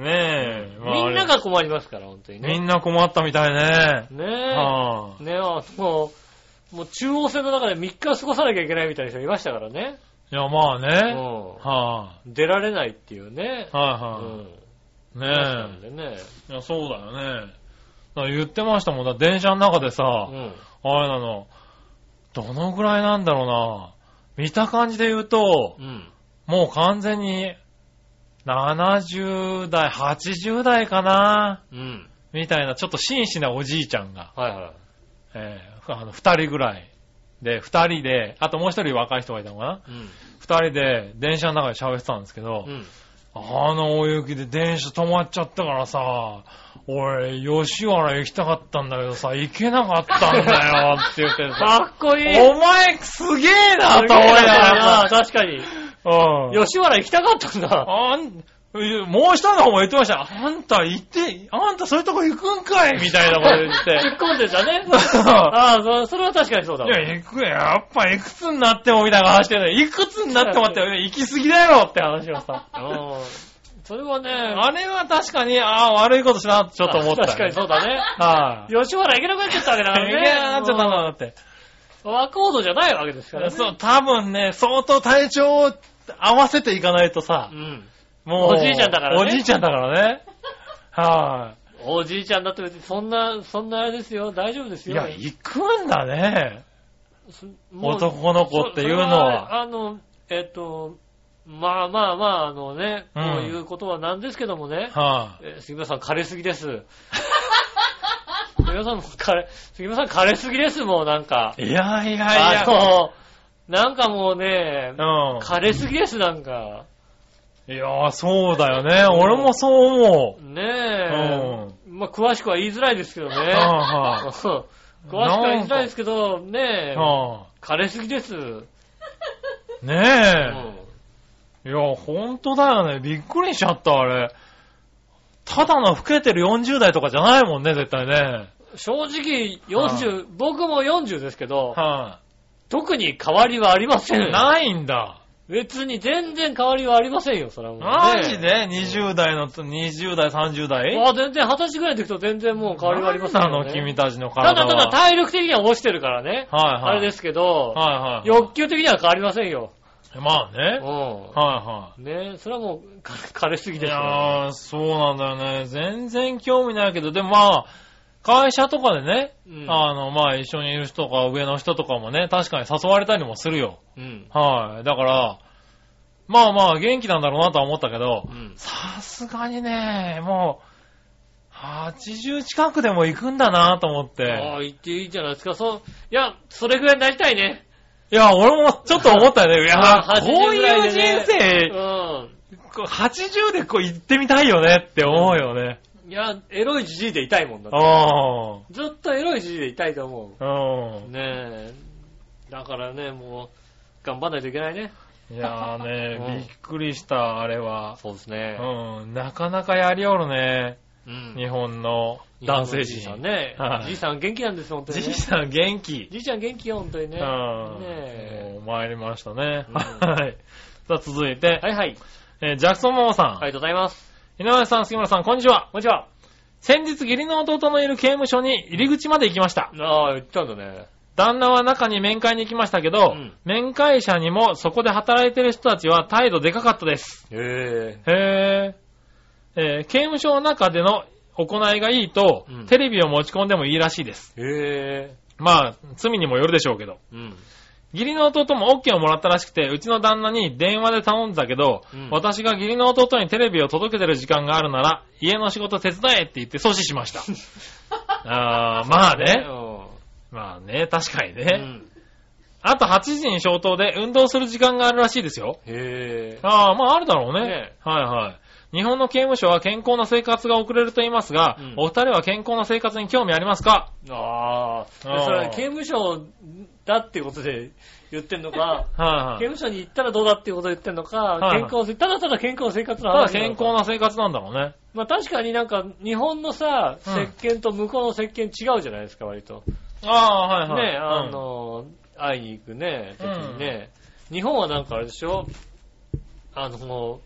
C: ねえ、
B: 当
C: ま
B: に。
C: あ
B: みんなが困りますから、本当に
C: み
B: ね。
C: んな困ったみたいね。
B: ね
C: は
B: え。ねえ、あの、もう中央線の中で3日過ごさなきゃいけないみたいな人がいましたからね。
C: いや、まあ
B: う
C: ね。
B: ん。
C: は
B: 出られないっていうね
C: い、。は
B: うん。
C: い、
B: えな
C: はい
B: ん。でね。
C: ねえ。いや、そうだよね。だから言ってましたもん。だから電車の中で
B: う
C: さ、
B: ん。
C: あれなの、どのぐらいなんだろうな。見た感じで言うと
B: う、ん。
C: もう完全に、70代、80代かな、
B: うん。
C: みたいな、ちょっと紳士なおじいちゃんが、
B: はいは。
C: えーあの、二人ぐらい。で、二人で、あともう一人若い人がいたのかない
B: うん。
C: 二人で電車の中で喋ってたんですけど、
B: うん。
C: あの大雪で電車止まっちゃったからさ、俺、吉原行きたかったんだけどさ、行けなかったんだよって言ってさ、
B: かっこいい。
C: お前すげえなと思いながらさ、
B: 確かに。
C: うん。
B: 吉原行きたかったんだ。
C: あん、えもう一人の方も言ってました。あんた行って、あんたそういうとこ行くんかいみたいなこと言って。
B: 突っ込んでた ね。ああ、そそれは確かにそうだ
C: い
B: わ。
C: や、行くよ。やっぱいくつになってもみたいな話してね、いくつになってもって、行き過ぎだよって話をさ。
B: うんそれはね、
C: あれは確かに、ああ、悪いことしたなってちょっと思った、
B: 確かにそうだね。
C: はい、
B: 吉原行けなくなっちゃったわけだ
C: あ。
B: からね。
C: いやー、ちょっとなんだって。
B: ワークモードじゃないわけですからね。
C: そう、多分ね、相当体調を合わせていかないとさ
B: う、ん。
C: もう。
B: おじいちゃんだからね
C: おじいちゃんだからね。は
B: おじいちゃんだって別にそんな、そんなあれですよ。大丈夫です
C: い、い
B: よ。
C: や、行くんだね。
B: すもう
C: 男の子っていう
B: そ
C: の
B: それ
C: は。
B: あの、えっと、まあまあまあ、あのね、こ
C: う
B: うんいうことはなんですけどもね。
C: は
B: えー杉村さん枯れすぎです。杉村さんも枯れ、杉村さん枯れすぎです、もうなんか
C: い、。いやいやいや。
B: あの、なんかもうね、
C: うん。
B: 枯れすぎです、なんか。
C: いやー、そうだよね。俺もそう思う。
B: ねえ。まあ、詳しくは言いづらいですけどね。
C: うん
B: うん詳
C: は
B: しくは言いづらいですけど、ね
C: い
B: え、
C: は
B: 枯れすぎです。うん
C: いねえ。いや、ほんとだよね。びっくりしちゃった、あれ。ただの老けてる40代とかじゃないもんね、絶対ね。
B: 正直、40、僕も40ですけど、
C: は
B: 特に変わりはありませ
C: い、
B: ん。
C: ないんだ。
B: 別に全然変わりはありませんよ、それはもう、ね。
C: マジで ?20 代のと、20代、30代
B: ああ、全然、二十歳ぐらいの時と全然もう変わりはありません
C: な
B: よ、
C: の、
B: ね。
C: 君たちの
B: た
C: 体
B: だた
C: は。
B: だ体力的には落ちてるからね。
C: はいはい。
B: あれですけど、
C: はいは
B: 欲求的には変わりませんよ。
C: い。まあね。
B: う
C: はいはい。
B: ん。ねそれはもう、か枯れすぎ
C: い
B: ですよ、
C: やー、そうなんだよね。全然興味ないけど、でもまあ、会社とかでね、
B: うん
C: あの、まあ一緒にいる人とか上の人とかもね、確かに誘われたりもするよ。
B: うん。
C: はい。だから、まあまあ元気なんだろうなとは思ったけど
B: う、ん。
C: さすがにね、もう、80近くでも行くんだなと思っ
B: あ
C: て。
B: あ、言っていいじゃないですか。そう、いや、それぐらいになりたいね。
C: いや、俺もちょっと思った よね。いや
B: あー
C: ー、
B: 80
C: こういう人
B: う
C: 生、
B: ん。
C: こう80でこう行ってみたいよねって思うよね。
B: いや、エロいじじいでいたいもんだって
C: うん。
B: ずっとエロいじじいでいたいと思
C: う
B: う。ねえ。だからね、もう、頑張んないといけないね。
C: ん。いやー
B: うん
C: ね、びっくりした、あれは。
B: そうです
C: う
B: ね。
C: ん。なかなかやりおるね、
B: うん
C: 日本の男性
B: じいさん
C: 陣。
B: ね
C: は。い
B: じいさん元気なんです、本当
C: じ
B: にね。
C: いさん元気。
B: じいちゃん元気よ、本当にね。
C: う
B: ね
C: ん。
B: え
C: もう参りましたね。
B: うん
C: はい。さあ続いて、
B: はいはい。
C: えージャクソンママさん。
B: ありがとうございます。
C: 井上さん、杉村さん、こんにちは。
B: こんにちは。
C: 先日、義理の弟のいる刑務所に入り口まで行きました。
B: ああ、言ったんだね。
C: 旦那は中に面会に行きましたけど、
B: うん
C: 面会者にもそこで働いてる人たちは態度でかかったです。
B: へ
C: へえ。えー刑務所の中での行いがいいと、
B: うん
C: テレビを持ち込んでもいいらしいです。
B: え。へえ。
C: まあ、罪にもよるでしょうけど。
B: うん。
C: 義理の弟も OK をもらったらしくて、うちの旦那に電話で頼んだけど、
B: うん
C: 私が義理の弟にテレビを届けてる時間があるなら、家の仕事手伝えって言って阻止 しました。あーまあね。まあね、確かにね。
B: うん。
C: あと8時に消灯で運動する時間があるらしいですよ。
B: へえ。
C: ああ、まああるだろうね。
B: ね
C: はいはい。日本の刑務所は健康な生活が送れると言いますが、
B: うん
C: お二人は健康な生活に興味ありますか
B: ああ。そ
C: あー
B: れ、刑務所だってことで言ってんのか、
C: は
B: 刑
C: いはい。
B: 務所に行ったらどうだってことで言ってんのか、
C: はい
B: 健康せ、ただただ健康生活の
C: ただ
B: 話な
C: 健
B: のか
C: 康な生活なんだろうね。
B: まあ確かになんか、日本のさ、
C: うん
B: 石鹸と向こうの石鹸違うじゃないですか、割と。
C: ああ、はいはい。
B: ね、あの、会いに行くね、時にね、日本はなんかあれでしょあの、も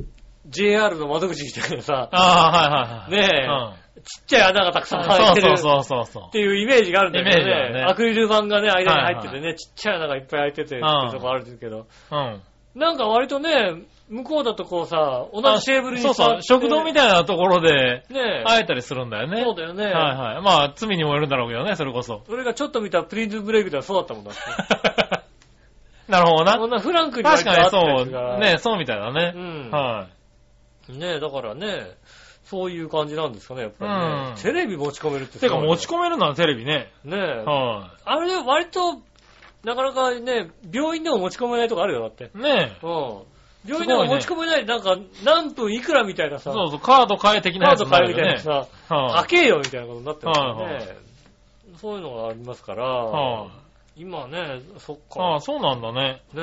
B: う JR の窓口みたいなさ、
C: ああ、はいはい
B: ねえ
C: はい。
B: ちっちゃい穴がたくさん入って
C: ね
B: る
C: え。
B: っ
C: そうそうそうそう
B: ていうイメージがあるんだけど
C: イメージ
B: ね
C: だ。よね
B: アクリル板がね、間に入っててね、
C: はい
B: ちっちゃい穴がいっぱい開いててっていう
C: うん
B: とこあるんですけど、
C: そう。うん。
B: なんか割とね、向こうだとこうさ、同じテーブルに座
C: そ
B: っ
C: う
B: て
C: そう。食堂みたいなところで
B: ねえ、
C: 会えたりするんだよね。
B: そうだよね。
C: はいはい。まあ、罪にもよるんだろうけどね、それこそ。
B: 俺がちょっと見たプリンズブレイクではそうだったもんだって。
C: なるほ どな
B: こ。んなフランクに
C: 確かに
B: 割とあ
C: そ
B: ったりするから
C: う。ねえそうみたいだね。
B: うん
C: はい。
B: ねえ、だからね、そういう感じなんですかね、やっぱりね。
C: うん
B: テレビ持ち込めるって
C: てか持ち込めるのはテレビね。
B: 込めねえ。
C: は
B: あれね、割と、なかなかね、病院でも持ち込めないとこあるよ、だって。
C: い。ねえ。
B: うん。病院でも持ち込めないで、なんか、何分いくらみたいなさ、
C: そうそう、カード変え的な
B: カー
C: やつ
B: ド
C: にな
B: 買え
C: る
B: み
C: よ
B: たいな
C: ね。
B: さ、
C: は
B: 高
C: い
B: えよみたいなことになってますよね。
C: はいはい
B: そういうのがありますから、
C: はい
B: 今ね、そっか、
C: ああ、そうなんだね。
B: ねえ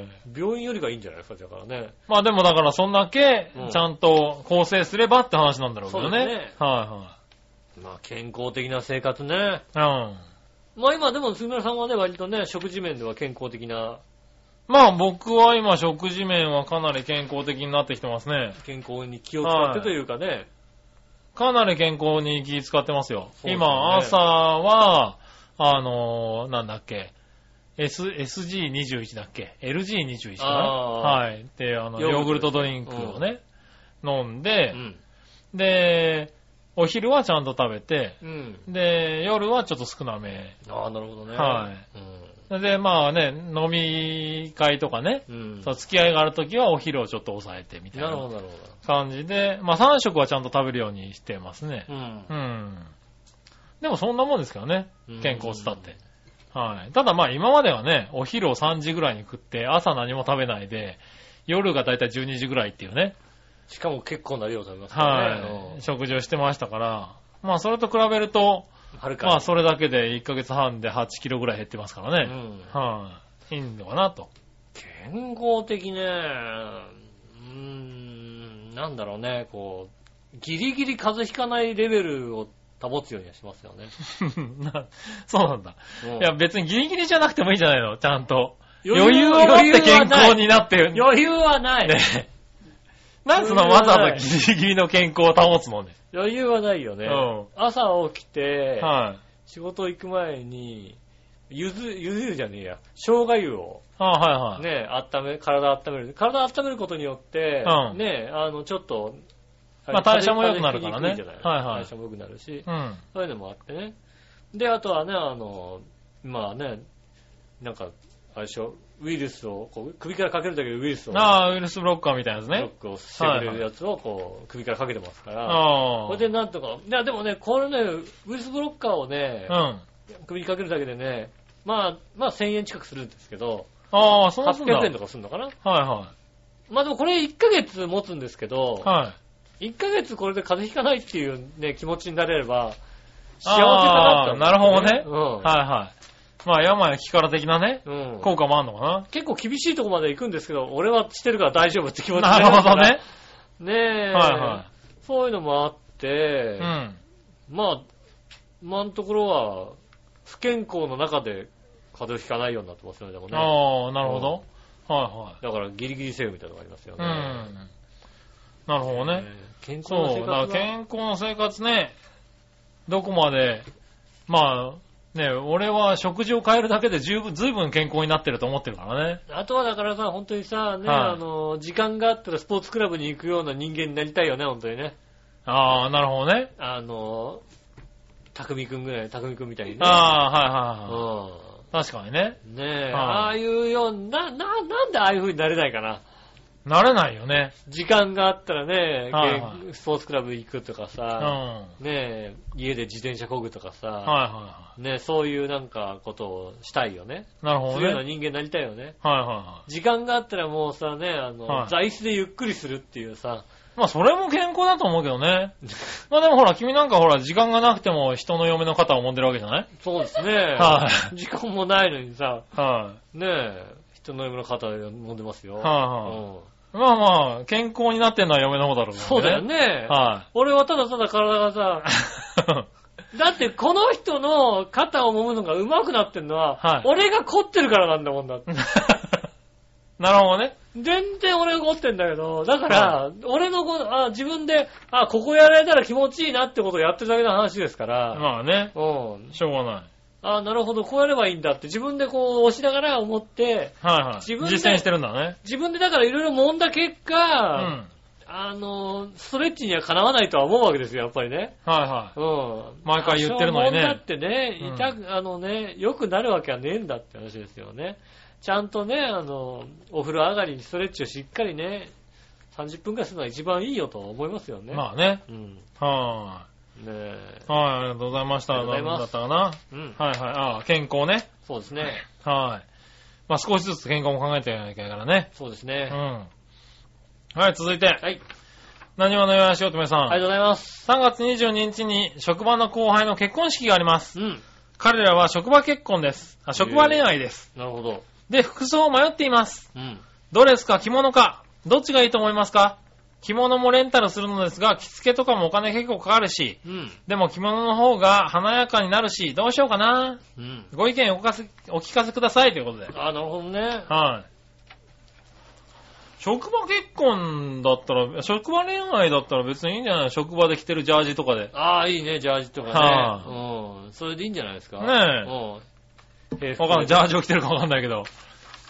C: ええ
B: 病院よりがいいんじゃないですか、だからね。
C: まあでもだからそんだけ
B: うん、
C: ちゃんと構成すればって話なんだろうけどね。
B: そうですね
C: は
B: まあ、健康的な生活ね。
C: いはい。うん。
B: まあ今でも杉村さんはね、割とね、食事面では健康的な、
C: まあ僕は今食事面はかなり健康的になってきてますね。
B: 健康に気を使ってというかね、
C: かなり健康に気使ってます
B: そ
C: よ。
B: うですね
C: 今朝は、あのーなんだっけ、S、SG21 だっけ ?LG21 かな
B: あ
C: はい。で、あの、
B: ヨー
C: ヨー
B: グ
C: グ
B: ル
C: ル
B: ト
C: ト
B: ですね
C: ドリンクをね、飲んで、
B: うん。
C: で、お昼はちゃんと食べて、
B: うん。
C: で、夜はちょっと少なめ。
B: ああ、なるほどね。
C: はで、まあね、飲み会とかね、
B: うん。うん。
C: そう付き合いがあるときはお昼をちょっと抑えてみたい
B: なるほ
C: な
B: ど、なるほ
C: 感じで、まあ3食はちゃんと食べるようにしてますね
B: ど。う。ん
C: う。ん。でもそんなもんですからね
B: うん、
C: 健康っつったって。はい。ただまあ今まではね、お昼を3時ぐらいに食って、朝何も食べないで、夜がだいたい12時ぐらいっていうね、
B: しかも結構な量食べますからね。
C: はい。食事をしてましたから、まあそれと比べると、
B: うんはるかに。
C: まあそれだけで1ヶ月半で8キロぐらい減ってますから
B: う
C: ね。
B: ん。
C: はい。いいのかなと。
B: 健康的ね、うーん、なんだろうね、こう、ギリギリ風邪ひかないレベルを保つようにはしますよね。
C: なそうなんだ。
B: うん
C: いや、別にギリギリじゃなくてもいいじゃないの、ちゃんと。
B: 余
C: 余
B: 裕
C: 裕
B: を
C: を
B: 持
C: 持
B: っ
C: ってて
B: 健
C: 健
B: 康
C: 康
B: に
C: になってる。ね
B: 余裕はない。
C: なんでそのわざわざギリギリの健康を保つのね。
B: 余裕はないよね。
C: うん
B: 朝起きて、
C: はい。
B: 仕事行く前に、ゆず、ゆず湯じゃねえや、生姜湯を
C: あはいはい。
B: ね、温め、体温める。体温めることによって、
C: うん
B: ね、あの、ちょっと、
C: まあ代謝も良くなるからね
B: 風邪ひきにくいじゃな
C: はいはい
B: 代謝も良くなるし、
C: うん。
B: そういうのもあってね。で、あとはね、あの、まあね、なんか、あれでしょ、ウイルスを、こう首からかけるだけでウイルスを、ブ
C: ああ、ウイルスブロッカーみたいなやつ
B: ロッ
C: ね。
B: クをしてくれるやつを、こう、首からかけてますから、
C: ああ。
B: これでなんとか、いやでもね、これね、ウイルスブロッカーをね
C: うん。、あ
B: 首にかけるだけでね、まあ、まあ1000円近くするんですけど、
C: あ、そうなんだ。
B: 800円と
C: は
B: かするのかない
C: は
B: まあでもこれ1ヶ月持つんですけど
C: い。、はい。
B: 1ヶ月これで風邪ひかないっていうね、気持ちになれれば、幸せだな
C: あ
B: っ
C: あ
B: て
C: なるほどね。
B: 思う。
C: はいはい。まあ、病気から的なね、
B: うん。うん。
C: 効果もあんのか
B: 結構厳しいとこまで行くんですけど、俺はしてるから大丈夫って気持ち
C: な。なるほどね。
B: どね。ねえ。
C: はいは
B: そういうのもあって
C: い。う、ん。
B: まあ、今のところは、不健康の中で風邪をひかないようになってますよね、でもね。
C: ああ、なるほど。は
B: だからギリギリセーフみたいなのがありますよ
C: いはい。う
B: ね。
C: ん。なるほどね。
B: ね健康の
C: そ
B: 生活
C: う、だから
B: は
C: 健康の生活ね、どこまで、まあ、ね、俺は食事を変えるだけで十分、ずいぶん健康になってると思ってるからね。
B: あとはだからさ、本当にさ、ね、
C: はい
B: あの、時間があったらスポーツクラブに行くような人間になりたいよね、本当にね。
C: ああ、なるほどね。
B: あの、匠くんぐらい、匠くんみたいにね。
C: ああ、はいはいは
B: うん。
C: い。確かにね。
B: ねえ、
C: はい
B: ああいうような、な、なんでああいう風になれないかな。
C: なれないよね。
B: 時間があったらね、
C: はいはい
B: ゲースポーツクラブ行くとか
C: うん。
B: さ、
C: は
B: ねえ、家で自転車こぐとかさ、
C: いはいは
B: ねえ、そういうなんかことをしたいよね。
C: い。なるほ
B: そう
C: ど
B: いう
C: ね。
B: よ
C: は
B: う
C: い
B: な人間になりたいよね。
C: はいは
B: 時間があったらもうさ、ね、あの、
C: はい
B: 座椅子でゆっくりするっていうさ、
C: い。まあ、それも健康だと思うけどね。まあでもほら、君なんかほら、時間がなくても人の嫁の肩を揉んでるわけじゃない
B: そうですね、
C: はい
B: 時間もないのにさ、
C: は
B: ねえ、人の夢の肩で飲んでますよ。
C: はいは
B: うん
C: い。まあまあ、健康になってんのは嫁の方だろうけどね。
B: そうだよ。ね。
C: は
B: 俺はただただ体が さ、
C: い。
B: だってこの人の肩を揉むのが上手くなってんのは、
C: はい
B: 俺が凝ってるからなんだもんだって。
C: なるほどね。
B: 全然俺が凝ってんだけど、だから、俺のこあ自分で、あ、ここやられたら気持ちいいなってことをやってるだけの話ですから、
C: まあね、
B: うん。
C: しょうがない。
B: あ、なるほど、こうやればいいんだって自分でこう押しながら思って、
C: はいはい。
B: 自分で
C: 実践してるんだね。
B: 自分でだからいろいろ揉んだ結
C: う
B: 果、
C: ん。
B: あの、ストレッチにはかなわないとは思うわけですよ、やっぱりね。
C: はいは
B: うん。
C: 毎回言ってるのに
B: 多
C: ね
B: 少もんだってね、
C: うん
B: 痛く、あのね、良くなるわけはねえんだって話ですよね。ちゃんとね、あの、お風呂上がりにストレッチをしっかりね、30分くらいするのが一番いいよと思いますよ
C: い。
B: ね。
C: まあね。
B: うん。ね
C: は
B: え。
C: い。はい、ありがとうございました。
B: ありがとうございま
C: 何だ
B: す
C: ったかな。
B: うん。
C: はいはい。ああ、健康ね。
B: そうですね。
C: はい。まあ少しずつ健康も考えていかなきゃいけないからね。
B: そうです
C: う
B: ね。
C: ん。はい、続いて、
B: はい。
C: 何話のよしおとめさ。
B: ありがとうんございます。
C: 3月22日に職場の後輩の結婚式があります。
B: うん。
C: 彼らは職場結婚です。あ、職場恋愛です。
B: なるほど。
C: で、服装を迷っています。
B: うん。
C: ドレスか着物か、どっちがいいと思いますか着物もレンタルするのですが、着付けとかもお金結構かかるし、
B: うん。
C: でも着物の方が華やかになるし、どうしようかな。
B: うん。
C: ご意見おかせお聞かせくださいということで。
B: あ、なるほどね。
C: はい。職場結婚だったら、職場恋愛だったら別にいいんじゃない職場で着てるジャージとかで。
B: ああ、いいね、ジャージとかね。
C: は
B: うん。それでいいんじゃないですか。
C: ねえ
B: え。うん。
C: わかんない。ジャー
B: ジ。
C: ジを着てるかわかんないけど。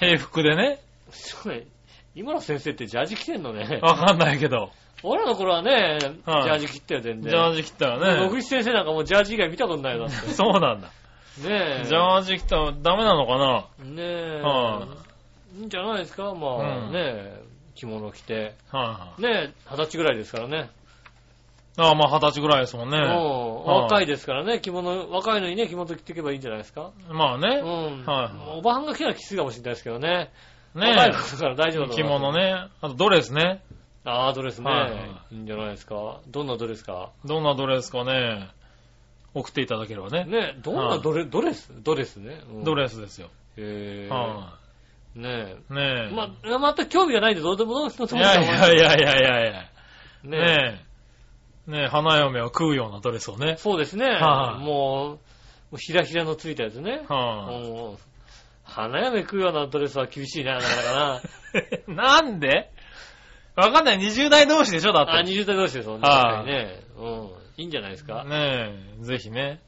C: 平服でね。
B: すごい。今の先生ってジャージ着てんのね。
C: わかんないけど。
B: 俺らの頃はね、ジ
C: はい
B: ャージ着てたよ、全
C: ジ
B: 然。
C: ャージ着たら
B: 野
C: ね。
B: 口先生なんかもうジャージ以外見たことないよだって。
C: そうなんだ。
B: ねえ。
C: ジャージ着たらダメなのかな
B: ねえ。
C: はい
B: いんじゃないですか、まあ、
C: うん
B: ねえ、着物着て。
C: はいはい。
B: ねえ、二十歳ぐらいですからね。
C: ああ、まあ二十歳ぐらいですもんね。
B: もう
C: はい
B: 若いですからね、着物、若いのにね、着物着ていけばいいんじゃないですか。
C: まあ
B: う
C: ね。
B: ん。
C: はい
B: おばはんが着たらきついかもしれないですけどね。
C: ね
B: 若い子だから大丈夫だと
C: 着
B: 思います
C: 物。ね。あとドレスね。
B: ああ、ドレスね、
C: はい
B: い。
C: い
B: んじゃないですか。どんなドレスか。
C: どんなドレスかね。送っていただければね。
B: ねえ、どんなドレ,、ドレスドレスね。うん
C: ドレスですよ。
B: へえ。
C: は
B: ね
C: い。
B: え。
C: ねえ。
B: ま、全く興味がないんで、どうでもどうでもいいと思
C: い
B: う
C: やいやい
B: ね
C: やいやいやいや。
B: え。
C: ねえ。ねえ、花嫁を食うようなドレスをね。
B: そうですね。
C: はい
B: もう、もうひらひらのついたやつね。
C: は
B: もう花嫁食うようなドレスは厳しいな、なかなか な。
C: い。なんでわかんない。20代同士でしょだ
B: あ、
C: って。ね
B: 20代同士ですもんね。
C: はい
B: 確かにね。うん。いいんじゃないですか。ね
C: え、ぜひね。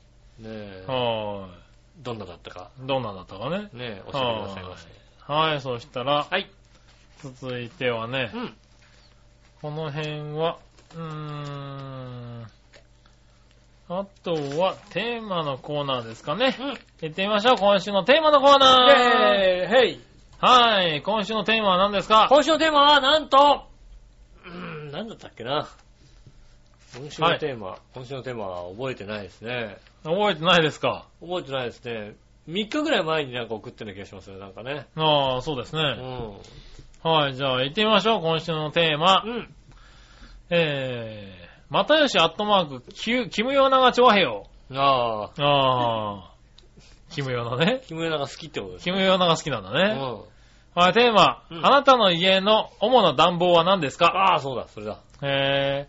B: え。
C: は
B: どんなだったか。
C: い。どんなだったかね。
B: ねえ、教えてくださいませ。
C: はい、そしたら、
B: はい。
C: 続いてはね
B: う、ん。
C: この辺は、うーん、あとはテーマのコーナーですかね。
B: うん。
C: 行ってみましょう、今週のテーマのコーナー。
B: えー、へい。
C: はい、今週のテーマは何ですか
B: 今週のテーマは、なんと、うーん、なんだったっけな。今週のテーマ、今週のテーマは覚えてないですね。
C: 覚えてないですか
B: 覚えてないですね。3日ぐらい前になんか送ってる気がしますね、なんかね。
C: ああ、そうです
B: う
C: ね。
B: ん。
C: はい、じゃあ行ってみましょう、今週のテーマ
B: う。ん。
C: えー、またよしアットマーク、キキムヨナガチョアヘヨ。
B: ああ、
C: ああ、キムヨナね。
B: キムヨナが好きってことです
C: キムヨナが好きなんだ
B: ね。う
C: ね。
B: ん。
C: はい、テーマ、
B: うん
C: あなたの家の主な暖房は何ですか
B: ああ、そうだ、それだ。
C: え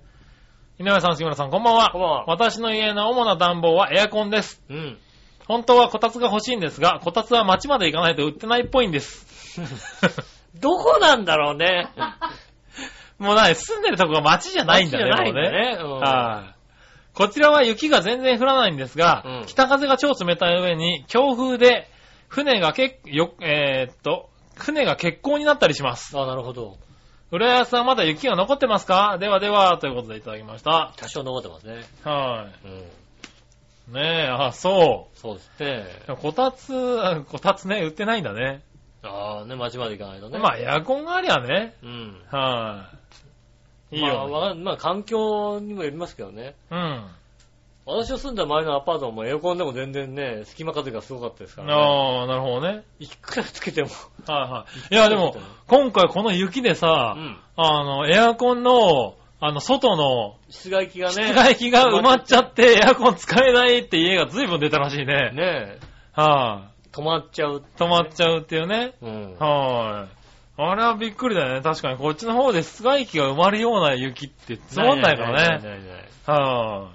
C: ー、井上さん、杉村さん、こんばんは。
B: こんばんは
C: 私の家の主な暖房はエアコンです。
B: うん。
C: 本当はこたつが欲しいんですが、こたつは街まで行かないと売ってないっぽいんです。
B: どこなんだろうね。
C: もうない、住んでるとこが街じゃ ないんだね、
B: 街じゃない
C: も
B: ん
C: う
B: だ
C: ね。
B: ね。うん
C: はい。こちらは雪が全然降らないんですが、
B: うん
C: 北風が超冷たい上に、強風で、船がけよ、えーっと、船が欠航になったりします。
B: ああ、なるほど。
C: 浦安さんまだ雪が残ってますかではでは、ということでいただきました。
B: 多少残ってますね。
C: は
B: うん。
C: い。ねえ、あ、そ
B: そうですね。
C: う。でもこたつ、 あこたつね、売ってないんだね。
B: ああ、ね、街まで行かないとね。
C: まあ、エアコンがありゃね。
B: うん。
C: はい。いい
B: まあ、
C: よ、
B: わかんまあ、環境にもよりますけどね。
C: うん。
B: 私の住んだ前のアパートもエアコンでも全然ね、隙間風がすごかったですから、ね。
C: ああ、なるほどね。
B: いくらつけても。
C: はいはい。いや、でも、今回この雪でさ、
B: うん。
C: あの、エアコンの、あの、外の、
B: 室外機がね。
C: 室外機が埋まっちゃって、エアコン使えないって家が随分出たらしいね。
B: ねえ。
C: は
B: 止まっちゃう。
C: い。止まっちゃうっていうね。
B: うん。
C: はい。あれはびっくりだよね。確かに、こっちの方で室外機が埋まるような雪って積もんないからね。
B: ないないない
C: は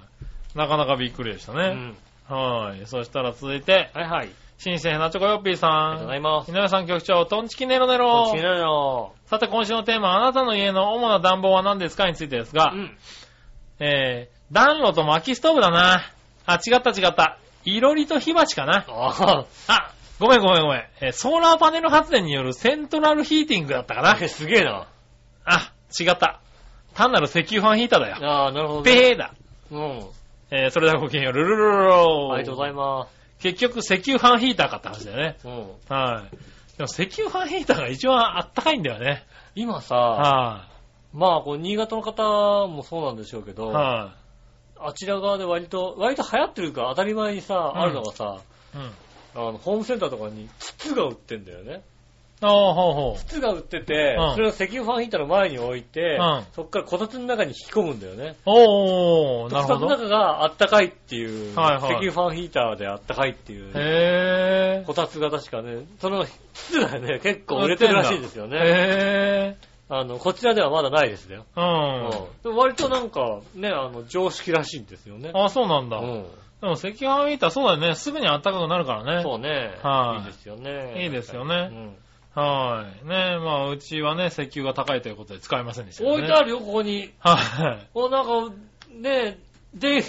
C: い。なかなかびっくりでした
B: ない。う
C: ね。
B: ん。
C: はい。そしたら続いて、
B: はいはい。
C: 新鮮なチョコヨッピー
B: ありがとうござ
C: さ
B: います
C: ん。井。上さん局長、トンチキネロネ
B: こっ
C: ロ
B: ち。なの。
C: さて、今週のテーマ、あなたの家の主な暖房は何ですかについてですが
B: う、ん。
C: えー、暖炉と薪ストーブだな。あ、違った違った。いろりと火鉢かな。
B: あ
C: あ、ごめんごめんごめん。えーソーラーパネル発電によるセントラルヒーティングだったかな
B: あ、。すげえな。
C: あ、違った。単なる石油ファンヒーターだよ。
B: ああ、なるほど、ね。
C: ペーだ。
B: うん。
C: えー、それではごきげんよう。ルルルルロ
B: ありがとうございま
C: 結局、石油ファンヒーターかって話だよね。
B: す。うん。
C: はい。でも、石油ファンヒーターが一番あったかいんだよね。
B: 今さ、
C: は
B: まあ、こう、新潟の方もそうなんでしょうけ
C: い。
B: ど、
C: は
B: あちら側で割と、割と流行ってるか当たり前にさ、
C: うん
B: あるのがさ、
C: い。うん。
B: あの、ホームセンターとかに筒が売ってんだよね。
C: ああ、ほうほ
B: 靴が売ってて、
C: うん
B: それを石油ファンヒーターの前に置いて、
C: うん
B: そっからこたつの中に引き込むんだよね。
C: う。おー、なる
B: こ
C: ほ
B: たつ
C: ど。
B: の中があったかいっていう、
C: はいはい
B: 石油ファンヒーターであったかいっていう、
C: へー。
B: こたつが確かね、その靴がね、結構売れてるらしいですよね。
C: へ
B: あの、こちらではまだないですよ。
C: ー。うん。
B: でも割となんか、ね、あの、常識らしいんですよね。
C: あ、そうなんだ。
B: うん
C: でも赤飯ヒーターそうだよね。すぐに暖かくなるからね。
B: そうね。
C: はい
B: いいですよね。
C: いいですよ
B: うん
C: ね。はい。ねえ、まあ、うちはね、石油が高いということで使いませんでしたけど
B: 置
C: ね。
B: いてあるよ、ここに。
C: はい。
B: もうなんか、ね、で、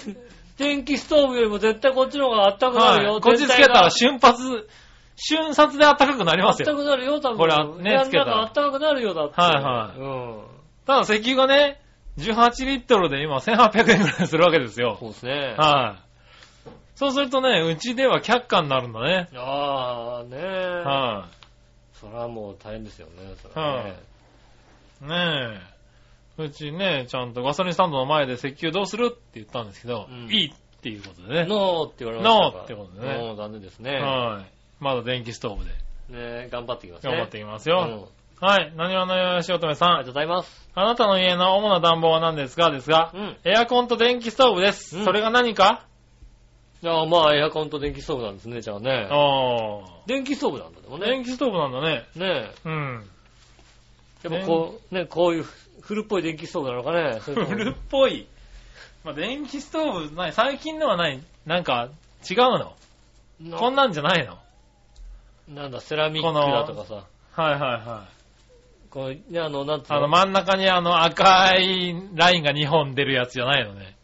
B: 電気ストーブよりも絶対こっちの方が暖かくなる
C: は
B: よ。
C: いこっちつけたら瞬発、瞬殺で暖かくなります
B: 全体が暖かくな
C: よ。
B: るよ、多分。
C: これはね
B: 部屋の
C: つけたら
B: 中暖かくなるよ、だって。
C: はい
B: うん。
C: ただ石油がね、18リットルで今1800円くらいするわけですよ。
B: そうですね。
C: はい。そうするとね、うちでは却下になるんだね。
B: ああ、ねえ。
C: は
B: それはもう大変ですよね、それはね。
C: い。ねえ。うちね、ちゃんとガソリンスタンドの前で石油どうするって言ったんですけど、
B: うん
C: いいっていうことでね。
B: ノーって言われましたから。
C: ノーってことね
B: もう残念ですね。
C: はい。まだ電気ストーブで
B: ね頑張っていきますね。
C: 頑張っていきます
B: うん
C: よ。はい。何話のよしおとめさん。
B: ありがとうございます。
C: あなたの家の主な暖房は何ですかですが、
B: うん。
C: エアコンと電気ストーブです。
B: うん
C: それが何か
B: じゃあまあ、エアコンと電気ストーブなんですね、じゃあね。
C: あ
B: 電気ストーブなんだでも
C: あ。
B: ね。
C: 電気ストーブなんだね。
B: ね
C: うん。
B: え。やっぱこう、ね、こういう古っぽい電気ストーブなのかね。それとも
C: 古っぽい。まあ、電気ストーブない。最近のはない。なんか、違うの。
B: な
C: こんなんじゃないの。
B: なんだ、セラミックだとかさ。
C: はいはいはい。
B: こう、ね、あの、なんつう
C: あ
B: の
C: の、真ん中にあの赤いラインが2本出るやつじゃないのね。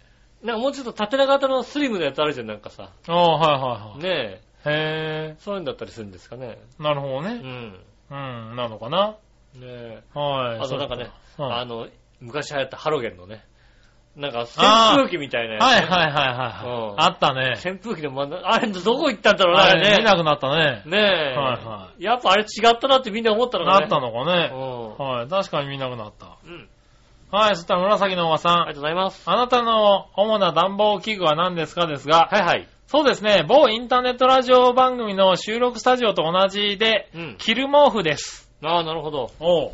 B: なんかもうちょっと縦長型のスリムのやつあるじゃん、なんかさ。
C: ああ、はいはいはい。
B: ねえ。
C: へ
B: そういうんだったりするんですかね。
C: え。なるほど
B: う
C: ね。
B: ん。
C: うん、なのかな。
B: ねえ。
C: はい。
B: あとなんかね、
C: そう
B: あ
C: か。
B: の、昔流行ったハロゲンのね。なんか、
C: あー
B: 扇風機みたいな
C: うん
B: やつ
C: はいはい
B: ね、
C: はい
B: うん
C: はい。あったね。
B: 扇風機の真ん中、あれ、どこ行ったんだろうな、あ
C: あ
B: れ
C: れ見な
B: ね。
C: くなったね。
B: ねえ。。
C: はいはい
B: やっぱあれ違ったなってみんな思ったのか
C: な
B: ね。
C: ったのかね。
B: う
C: はい。確かに見なくなった。
B: ん。うん。
C: はい。そしたら紫のおばさ
B: ありが
C: ん。
B: とうございます。
C: あなたの主な暖房器具は何ですかですが、
B: はいはい。
C: そうですね、某インターネットラジオ番組の収録スタジオと同じで、
B: うん。
C: 着る毛布です。
B: ああ、なるほど。
C: おう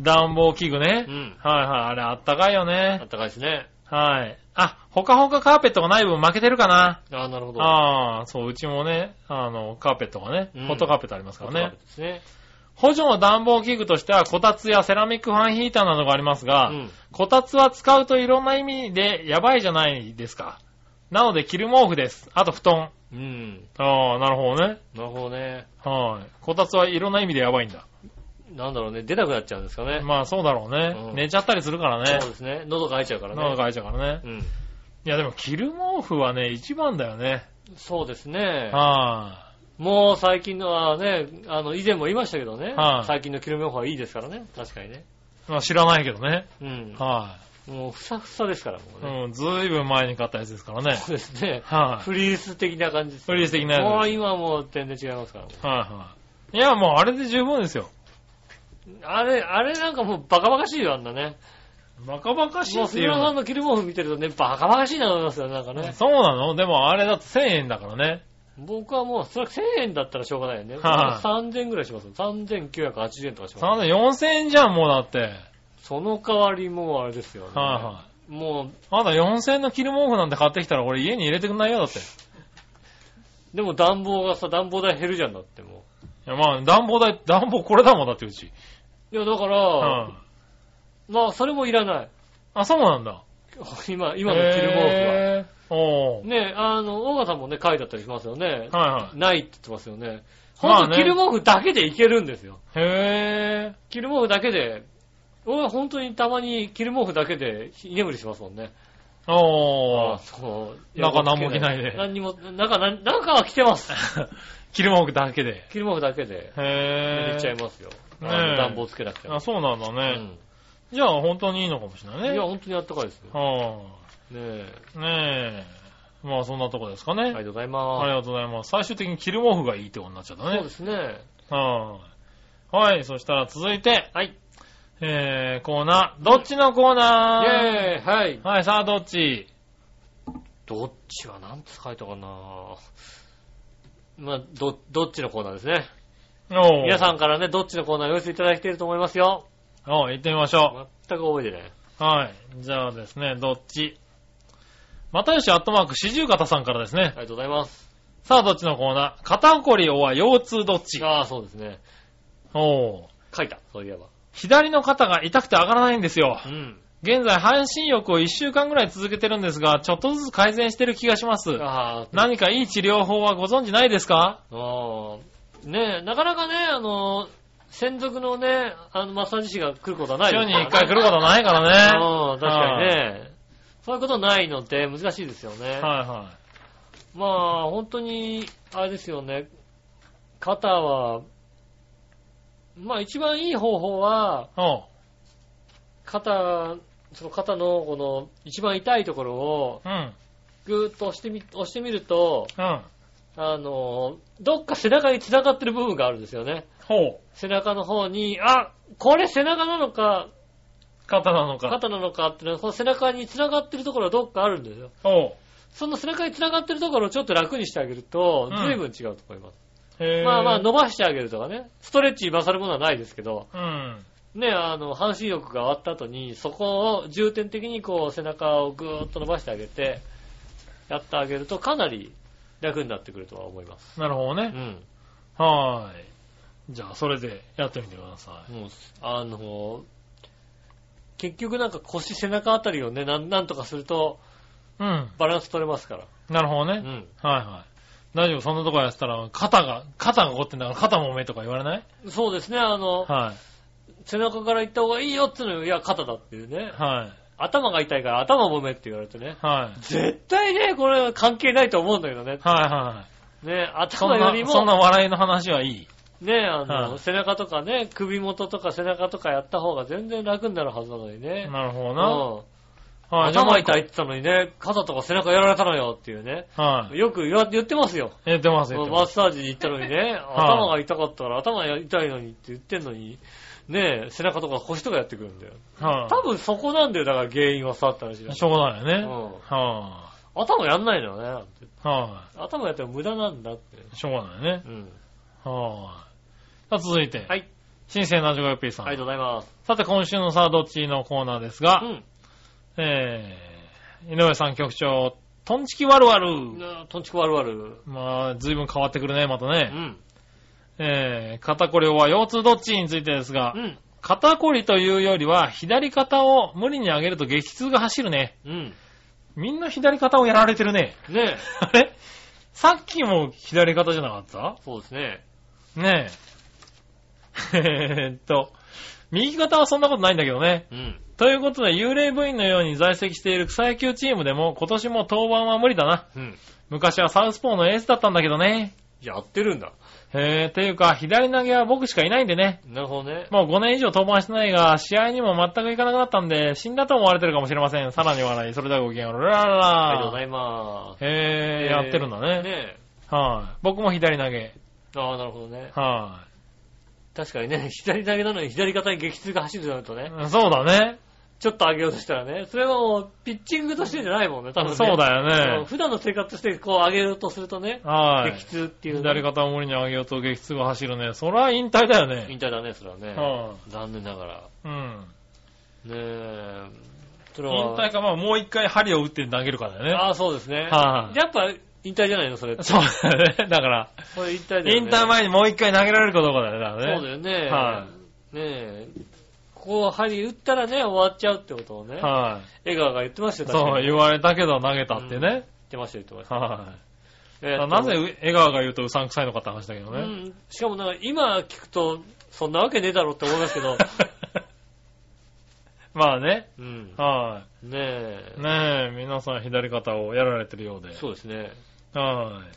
C: 暖房器具ね。
B: うん
C: はいはい。あれあったかいよ
B: あっ
C: ね。
B: たかいですね。
C: はい。あ、ほかほかカーペットがない分負けてるかな。
B: ああ、なるほど。
C: ああ、そう、うちもね、あの、カーペットがね、
B: うん
C: ホットカーペットありますか
B: そう
C: ら
B: で
C: ね。
B: すね。
C: 補助の暖房器具としては、こたつやセラミックファンヒーターなどがあります
B: う
C: が、
B: ん。
C: こたつは使うといろんな意味でやばいじゃないですか。なので、着る毛布です。あと、布団。
B: うん。
C: ああ、なるほどね。
B: なるほどね。
C: はい。こたつはいろんな意味でやばいんだ。
B: なんだろうね。出なくなっちゃうんですかね。
C: まあそうだろうね。
B: うん
C: 寝ちゃったりするからね
B: そう。ですね。喉が開いちゃうからね。
C: 喉が開いちゃうからね。
B: うん。
C: いやでも着る毛布はね、一番だよね。
B: そうですね。
C: は
B: もう最近のはね、あの、以前も言いましたけどね。
C: はい
B: 最近のキロメオフはいいですからね。確かにね。
C: い。まあ知らないけどね。
B: うん。
C: は
B: もうふさふさですから、もう
C: い。
B: ね。
C: うん、ずいぶん前に買ったやつですからね。
B: そうですね。
C: はい。
B: フリース的な感じです
C: フリース的なやつ
B: もう今もう全然違いますから。もう
C: はいはい。いやもうあれで十分ですよ。
B: あれ、あれなんかもうバカバカしいよ、あんなね。
C: バカバカしい
B: もう
C: って
B: 杉
C: いう
B: 村さん
C: の。
B: のキルモフ見てるとね、バカバカしいなと思いますよ、なんかね。
C: そうなのでもあれだと1000円だからね。
B: 僕はもう、それ1000円だったらしょうがないよね。
C: はい
B: 3000円ぐらいしますよ。3980円とかします。
C: 3000 4000円じゃんもうだって。はい
B: その代わりもうあれですよね。
C: は
B: も、
C: い。まだ4000円の着る毛布なんて買ってきたら俺家に入れてくんないよだって。いう
B: でも暖房がさ、暖房代減るじゃんだっても
C: やまあ暖房代、暖房これだもんだってうち。
B: う。いや、だから、
C: うん。
B: まあ、それもいらない。
C: あ、そうなんだ。
B: 今、今のキルモフは。
C: へーおー。
B: ね、あの、大川さんもね、書いてあったりしますよね。
C: は
B: ないって言ってますよね。
C: まあ
B: ほんと、
C: ね
B: キルモフだけでいけるんですよ。
C: いはい。へ
B: キルモフだけで、俺は本当にたまにキルモフだけで居眠りしますもんね。
C: ー。おー。
B: そう。
C: 中何も着ないで
B: 何にも、中、なん中は着て ます。
C: キルモクだけで。
B: キルモフだけで
C: へ
B: 寝
C: ー。
B: ちゃいますよ。
C: ねえ
B: あの暖房つけなくても
C: あ、。そうなんだ
B: う
C: ね。
B: ん
C: じゃあ本当にいいのかもしれない
B: い
C: ね。
B: や、本当にあったかいですよ。
C: は
B: ねえ。
C: あ。ねえ。まあそんなとこですかね。
B: ありがとうござい
C: あり
B: ま
C: がとうございます。最終的にキルモフがいいってことになっちゃった
B: す。そうで
C: ね。
B: すね。
C: はい。はい、そしたら続いて、
B: はい。
C: えー、コーナー、どっちのコー
B: イェー
C: ナー
B: イはい。
C: はい、さあどっち
B: どっちは何つ書いたかなまあ、ど、どっちのコーナーですね。
C: お
B: 皆さ
C: ん。
B: んからね、どっちのコーナーを寄せていただいていると思いますよ。
C: おう行ってみましょ
B: 全く覚えてない。
C: う。はい。じゃあですね、どっちまたよしアットマーク四十肩さんからですね
B: あ。りがとうございます。
C: さあ、どっちのコーナー肩こりは腰痛どっち
B: ああ、そうですね。
C: おう
B: 書いた、そういえば。
C: 左の肩が痛くて上がらないんですよ。
B: うん。
C: 現在、半身浴を1週間ぐらい続けてるんですが、ちょっとずつ改善してる気がします。
B: ああ、
C: 何かいい治療法はご存知ないですか
B: ああ、ねえ、なかなかね、あの、専属のね、あの、マッサージ師が来ることはないで
C: 週
B: す
C: に
B: からね
C: 1回来ることはないからね。
B: うん、確かにね。そういうことないのって難しいですよね。
C: はいは
B: まあ、本当に、あれですよね。肩は、まあ一番いい方法は、
C: い。おう
B: 肩、その肩のこの一番痛いところを
C: うん。
B: ぐーっと押してみ、押してみると、
C: うん。
B: あの、どっか背中に繋がってる部分があるんですよね。
C: ほ
B: 背中の方に、あ、これ背中なのか、
C: う。肩なのか。
B: 肩なのかっていうのは、この背中に繋がってるところはどっかあるんですよ。
C: おう。
B: その背中に繋がってるところをちょっと楽にしてあげると
C: うん、
B: 随分違うと思います。
C: へー
B: まあまあ、伸ばしてあげるとかね。ストレッチ勝るものはないですけど、
C: うん。
B: ね、あの、半身浴が終わった後に、そこを重点的にこう、背中をぐーっと伸ばしてあげて、やってあげるとかなり楽になってくるとは思い ます。
C: なるほど
B: う
C: ね。
B: ん。
C: はーい。じゃあ、それでやってみてください。
B: もう、あの、結局なんか腰、背中あたりをね、なんなんとかすると、
C: うん。
B: バランス取れますから。
C: なるほど
B: う
C: ね。
B: ん。
C: はいはい。大丈夫、そんなとこやってたら、肩が、肩が凝ってんだから、肩もめとか言われない
B: そうですね、あの、
C: はい。
B: 背中から行った方がいいよっていうのいや、肩だっていうね。
C: はい。
B: 頭が痛いから頭揉めって言われてね。
C: はい。
B: 絶対ね、これは関係ないと思うんだけどね。
C: はいはい。
B: ね、
C: そ
B: 頭
C: ん
B: より
C: な、そん
B: も、
C: な笑いの話はいい。
B: ね、あの、
C: はい
B: 背中とかね、首元とか背中とかやった方が全然楽になるはずなのにね。
C: なるほど
B: う
C: な。
B: ん
C: はい、
B: 頭痛い
C: い。
B: って言ったのにね、肩とか背中やられたのよっていうね。
C: はい。
B: よく言わ言ってますよ。
C: 言ってます、言って
B: マッ
C: ます。
B: サージに行ったのに ね、頭が痛かったから頭が痛いのにって言ってんのに、ね、背中とか腰とかやってくるんだよ。
C: は
B: 多分そこなんだよ、だから原因はさって話だ
C: い。しょうがないよね。
B: うん
C: は
B: 頭やんないのよね。
C: い。は
B: 頭やっても無駄なんだって。
C: い。しょうがないね
B: う。ん。
C: はい。さあ、続いて。
B: はい。
C: 新鮮なジョコヨッピーさん。
B: ありがとうございます。
C: さて、今週のさあ、どっちのコーナーです
B: う
C: が、
B: ん。
C: えー、井上さん局長、トンチキワルワル。
B: うんとんちくわるわる。
C: まあ、随分変わってくるね、また
B: う
C: ね。
B: ん。
C: えー、肩こりは腰痛どっちについてですが
B: う、ん。
C: 肩こりというよりは、左肩を無理に上げると激痛が走るね。
B: うん。
C: みんな左肩をやられてるね。
B: ねえ。
C: あれさっきも左肩じゃなかっ
B: そうですね。
C: たねえ。 えーっと、右肩はそんなことないんだけどね。
B: うん。
C: ということで、幽霊部員のように在籍している草野球チームでも、今年も登板は無理だな。
B: うん。
C: 昔はサウスポーのエースだったんだけどね。
B: やってるんだ。
C: えー、ていうか、左投げは僕しかいないんでね。
B: なるほどね。
C: もう5年以上登板してないが、試合にも全く行かなくなったんで、死んだと思われてるかもしれません。さらに笑い、それではごきげんよう。ララ
B: ありがとうご
C: ラ
B: ざいます。
C: へー、やってるんだね。
B: ね
C: はい、僕も左投げ。はい、
B: え。ああ、なるほどね。確かにね、 左投げなのに左肩に激痛が走るとなるとね、
C: そうだね。
B: ちょっと上げようとしたらね、それはもう、ピッチングとしてじゃないもんね、多分ね。
C: そうだ
B: う
C: よ
B: ん
C: ね。
B: 普段の生活としてこう上げようとするとね、
C: はい、
B: 激痛っていうね。
C: 左肩を無理に上げようと激痛が走るね。そら引退だよね。
B: 引退だね、それはね。
C: は
B: 残念ながら。
C: い、うん。
B: ねえ、それ
C: 引
B: は。
C: 退か、まあもう一回針を打って投げるからだよね。
B: ああ、そうですね。
C: はい
B: やっぱ、引退じゃないの、それって。
C: そうだよね。だから、
B: これ引 退だよ
C: 引
B: ね。
C: 退前にもう一回投げられるかどうかだよね。だからね
B: そうだよね。
C: は
B: ねえ。ここを針打ったらね、終わっちゃうってことをね、
C: はい、
B: 江川が言ってましたよ、確か
C: そう、
B: に。言
C: 言われたけど投げたってね。
B: ってました、言ってました。
C: はい、
B: えーっと
C: なぜ江川が言うとうさんくさいのかって話だけど
B: う
C: ね。
B: ん。しかもなんか、今聞くと、そんなわけねえだろって思いますけ ど。
C: まあね。
B: うん。
C: は
B: ねえ
C: い。。ねえ、皆さん左肩をやられてるようで。
B: そうですね。
C: はい。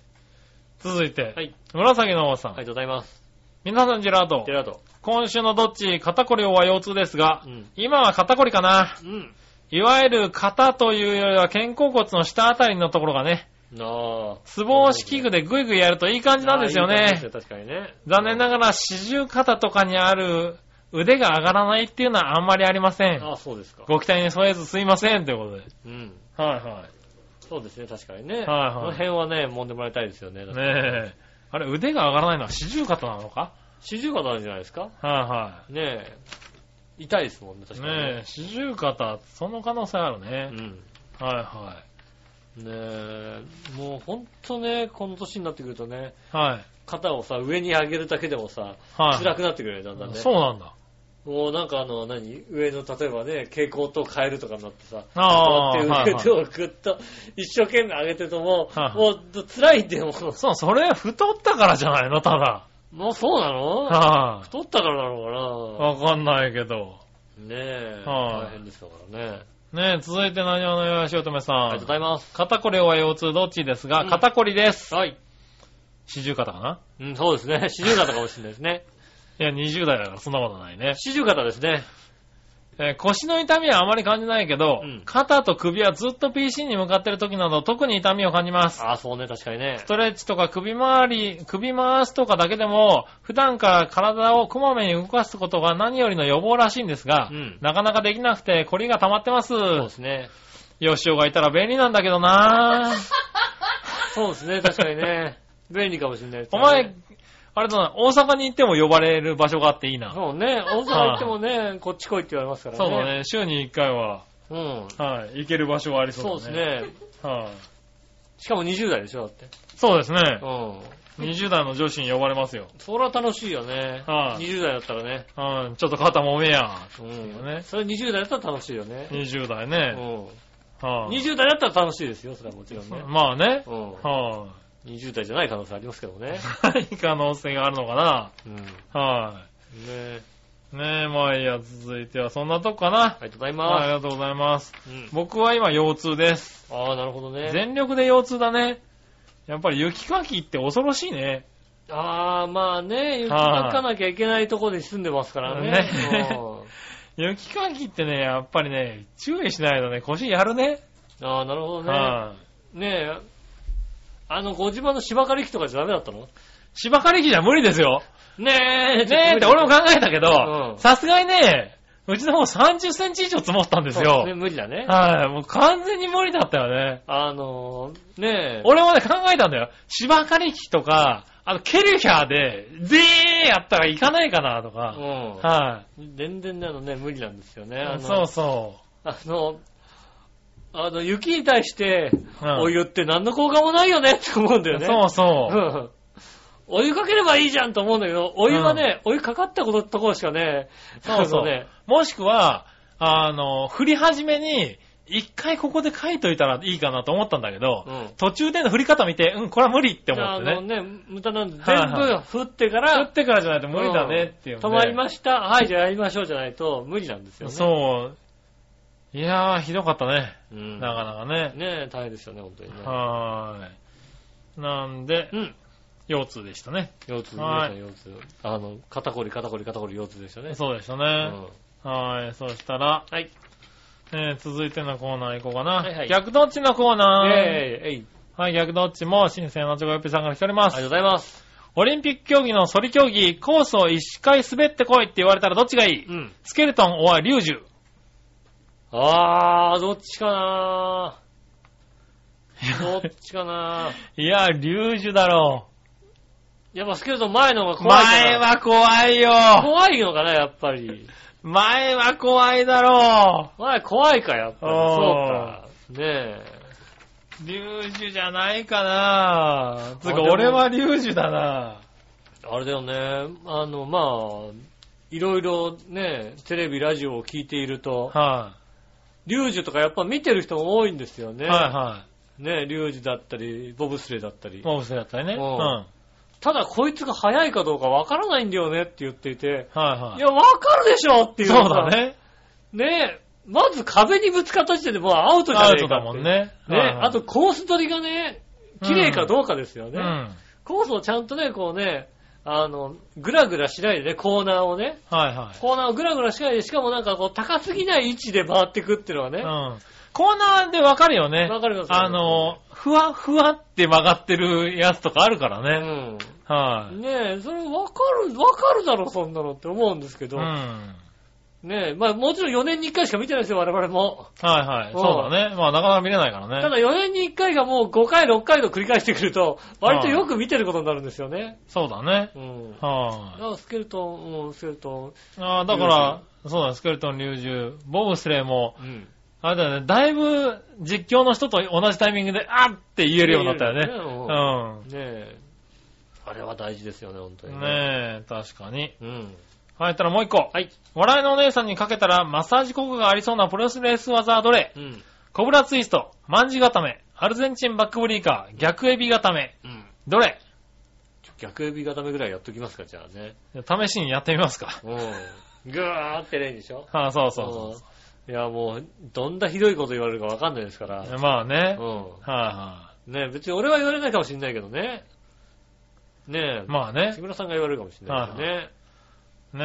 C: 続いて、
B: はい。
C: 紫の王さ
B: あ
C: ん。
B: りがとうございます。
C: 皆さんジェラート
B: ジェ。ラート。
C: 今週のどっち、肩こりは腰痛ですが、
B: うん
C: 今は肩こりかな。
B: うん。
C: いわゆる肩というよりは肩甲骨の下あたりのところがね、
B: なあ。
C: ツボ押し器具でグイグイやるといい感じなんですよ
B: ああいい
C: ね
B: 感じ。ですよ確かにね。
C: 残念ながら四十肩とかにある腕が上がらないっていうのはあんまりありません。
B: ああ、そうですか。
C: ご期待に添えずすいませんということで。
B: うん。
C: はいは
B: そうですね、確かにね。
C: い
B: この
C: はい
B: 辺はね、揉んでもらいたいですよね。
C: い。ねえ。あれ、腕が上がらないのは四十肩なのか
B: 四十肩なんじゃないですか
C: は
B: ねえ。痛いですもんね、
C: い
B: 確かに。
C: はい。ねえ、四十肩、その可能性ある
B: う
C: ね。
B: ん。
C: はいは
B: ねえ、もうほんとね、この年になってくるとね、
C: い。はい。
B: 肩をさ、上に上げるだけでもさ、
C: はい。
B: 辛くなってくるよね、だんだんね。
C: そうなんだ。
B: もうなんかあの、何上の、例えばね、蛍光灯変えるとかになってさ、
C: ああ、
B: こうや
C: は
B: って上
C: いはい
B: 手をぐっと一生懸命上げてるともう、
C: はいはい
B: もう辛いってもう。
C: そう、それ太ったからじゃないの、ただ。
B: もうそうなの
C: は
B: 太ったからなの
C: い。
B: かな
C: わかんないけど。
B: ねえ、
C: はい
B: 大変ですからね。
C: ねえ、続いて何をのよしおとめさん。
B: ありがとうございます。
C: 肩こりは腰痛どっちですが、
B: うん
C: 肩こりです。
B: はい。
C: 四十肩かな
B: うん、そうですね。四十肩かもしれないですね。
C: いや、20代だからそんなことないね。
B: 四十肩ですね。
C: えー腰の痛みはあまり感じないけど、
B: うん
C: 肩と首はずっと PC に向かってる時など特に痛みを感じます。
B: ああ、そうね、確かにね
C: ス。トレッチとか首回り、首回すとかだけでも、普段から体をこまめに動かすことが何よりの予防らしいんですが、
B: うん
C: なかなかできなくて、凝りが溜まってます。
B: そうですね。
C: よしおがいたら便利なんだけどなぁ
B: そうですね、確かに ね。便利かもしれないです
C: お
B: ね、
C: 前、あれだな、大阪に行っても呼ばれる場所があっていいな。
B: そうね、大阪行ってもね、こっち来いって言われますからね。
C: そうだね、週に1回は、
B: うん。
C: はい、行ける場所はあり
B: そ
C: そうう
B: で
C: だ
B: す
C: ね。
B: ね。
C: はい、
B: しかも20代でしょ、だって。
C: そうですね
B: う。ん。
C: 20代の女子に呼ばれますよ。
B: それは楽しいよね。
C: はい
B: 20代だったらね。
C: うん、ちょっと肩揉めや。
B: うん。
C: ね
B: それ20代だったら楽しいよね。
C: 20代
B: う
C: ね。
B: ん。
C: はい、
B: 20代だったら楽しいですよ、それはもちろんね。
C: まあね。
B: うん。
C: は
B: 20代じゃない可能性ありますけどね
C: い、。何可能性があるのかな
B: うん。ね
C: は
B: え
C: い、ねえ、まあいいや、続いてはそんなとこかな。
B: ありがとうござい
C: はい、あ
B: ま
C: りがとうございます。
B: す。うん。
C: 僕は今腰痛です。
B: ああ、なるほどね。
C: 全力で腰痛だね。やっぱり雪かきって恐ろしいね。
B: ああ、まあね、雪かかなきゃいけないところに住んでますからね。
C: ね
B: うん
C: 雪かきってね、やっぱりね、注意しないとね、腰やるね。
B: ああ、なるほどね。
C: はい、
B: ねえ、あの、ご自慢の芝刈り機とかじゃダメだったの
C: 芝刈り機じゃ無理ですよ。
B: ねえ、
C: ねえって俺も考えたけ
B: う
C: ど
B: ん、
C: さすがにね、うちの方30センチ以上積もったんです
B: そうね
C: よ。
B: 無理だね。
C: はい、もう完全に無理だったよね。
B: あのー、ねえ、
C: 俺もね、考えたんだよ。芝刈り機とか、あの、ケルヒャーで、ぜーやったらいかないかなとか。は
B: うん。全然なのね、無理なんですよね。あの
C: い。そうそ
B: あの、あの、雪に対して、
C: う。うん
B: お湯って何の効果もないよねって思うんだよね。
C: そうそう。
B: うんお湯かければいいじゃんと思うんだけど、お湯はね、お湯かかったことところしかね、
C: そう
B: あ
C: そ
B: の
C: う
B: ね。
C: もしくは、あの、振り始めに、一回ここで書いといたらいいかなと思ったんだけど、
B: うん
C: 途中での振り方見て、うん、これは無理って思
B: あ
C: っ
B: の
C: てね。
B: ね、無駄なんで、
C: は
B: 全
C: いは
B: 部振ってから、
C: 打ってからじゃないと無理だねっていう、
B: 止まりました。はい、じゃあやりましょうじゃないと無理なんですよね。
C: そう。いやー、ひどかったね。
B: う。ん、
C: なかなかね。
B: ねえ、大変ですよね、本当にね。
C: はーい。なんで、
B: うん。
C: 腰痛でしたね。
B: 腰痛でした
C: はい
B: ね、腰痛。あの、肩こり、肩こり、肩こり、腰痛でしたね。
C: そうでした
B: う
C: ね。
B: ん。
C: はーい。そしたら、
B: はい。
C: えー続いてのコーナー行こうかな。
B: はいはい
C: 逆どっちのコーナー。
B: えい、えい。
C: はい、逆どっちも、新鮮なチョコヨッピーさんから来ておりま
B: ありが
C: す
B: とう。ございます。
C: オリンピック競技のソリ競技、コースを一回滑ってこいって言われたらどっちがいい、
B: うん。
C: スケルトン、おはリュウジュ。
B: あー、どっちかなどっちかない
C: や、リュウジュだろ
B: やっぱスケルトン前の方が
C: う。
B: 怖いか
C: 前
B: な。
C: は怖いよ。
B: 怖いのかな、やっぱり。
C: 前は怖いだろ
B: 前怖いか、やっぱり。
C: あー
B: そうか。ね
C: う。リュウジュじゃないかなつう
B: あで
C: か、
B: も
C: 俺はリュウジュだな
B: え。あれだよね。あの、まあ、いろいろね、テレビ、ラジオを聞いていると、
C: は
B: リュージュとかやっぱ見てる人も多いんですよ
C: い、
B: ね。
C: はいは
B: ね、リュージュだったり、ボブスレーだったり
C: い。。モブスだったりね。
B: う
C: うんん。は
B: ただこいつが速いかどうかわからないんだよねって言っていて、
C: いはいい。
B: や、わかるでしょっていう。
C: そうだ。ね。
B: ねまず壁にぶつかった時点でもうアウトじゃ
C: ア
B: な
C: ウ
B: いか
C: ト
B: って
C: だもん。ね。
B: ね、
C: はいはい
B: あと、コース取りがね、綺麗かどうかですよね。
C: うん。
B: コースをちゃんとね、こうね、あの、ぐらぐらしないでね、コーナーをね、
C: はいはい。
B: コーナーをぐらぐらしないで、しかもなんかこう、高すぎない位置で回ってくっていうのはね、わ、
C: うん。コーナーでわかるよね。
B: かりますよね
C: あの、ふわふわって曲がってるやつとかあるから
B: う
C: ね。
B: ん。
C: はい、
B: ねえ、それわかる、わかるだろ、そんなのって思うんですけど、
C: うん。
B: ねえ、まあもちろん4年に1回しか見てないですよ、我々も。
C: はいはい。そうだね。まあなかなか見れないからね。
B: ただ4年に1回がもう5回、6回と繰り返してくると、割とよく見てることになるんですよね。
C: そうだね。
B: うん。だ
C: は
B: からスケルトン、うん、スケルト
C: い。ああ、だから、そうだね、スケルトン龍獣、ボブスレーも、
B: ン。うん。
C: あれだよね、だいぶ実況の人と同じタイミングで、あっって言えるようになったよね。
B: 言えるよ
C: う
B: ねえ。あれは大事ですよね、本当に
C: ん。。ねえ、確かに。
B: うん。
C: はい、たらもう一個。
B: はい。
C: 笑いのお姉さんにかけたらマッサージ効果がありそうなプロレス技はどれ
B: うん。
C: コブラツイスト、マンジ固め、アルゼンチンバックブリーカー、逆エビ固め、
B: うん。
C: どれ
B: ちょ逆指固めぐらいやっときますか、じゃあね。
C: 試しにやってみますか。
B: うん。ぐーってレンでしょ
C: はあ、そうそうそ
B: う
C: う
B: んいや、もう、どんなひどいこと言われるかわかんないですから。
C: そう。まあね。はい、
B: う
C: は
B: ん。ねえ別に俺は言われないかもしんないけどね。ねえ。
C: い。まあね
B: 木。村さんが言われるかもしれないですよ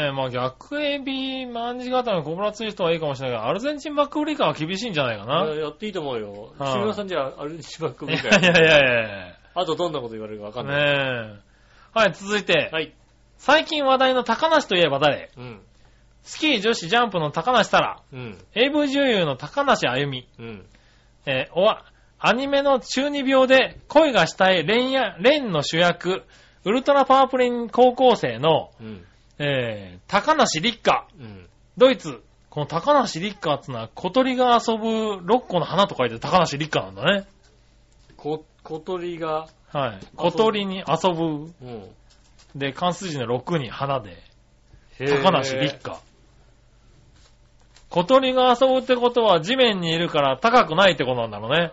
B: ね。
C: ねまあ逆エビ、マンジ固め、コブラツイストはいいかもしれないけど、アルゼンチンバックブリーカーは厳しいんじゃないか
B: い
C: な。
B: ややっていいと思うよ。
C: はい
B: 木村さんじゃあ、あれにしばく
C: い
B: み
C: や
B: た
C: い
B: い
C: や
B: な。
C: いやい
B: あとどんなこと言われるかわか
C: や。
B: んない。
C: ねえ。はい、続いて、
B: はい。
C: 最近話題の高梨といえば誰
B: うん。
C: スキー女子ジャンプの高梨たら、
B: うん。
C: AV 女優の高梨歩美、
B: うん。
C: えーおわ、アニメの中二病で恋がしたいレンや、レンの主役、ウルトラパープリン高校生の、
B: うん。
C: えー高梨立花、
B: うん。
C: ドイツ。この高梨立花ってのは小鳥が遊ぶ6個の花と書いて高梨立花なんだね。
B: こ、小鳥が、
C: はい。小鳥に遊ぶ。
B: うん。
C: で、関数字の6に花で、
B: へー
C: 高梨立花。小鳥が遊ぶってことは地面にいるから高くないってことなんだろうね。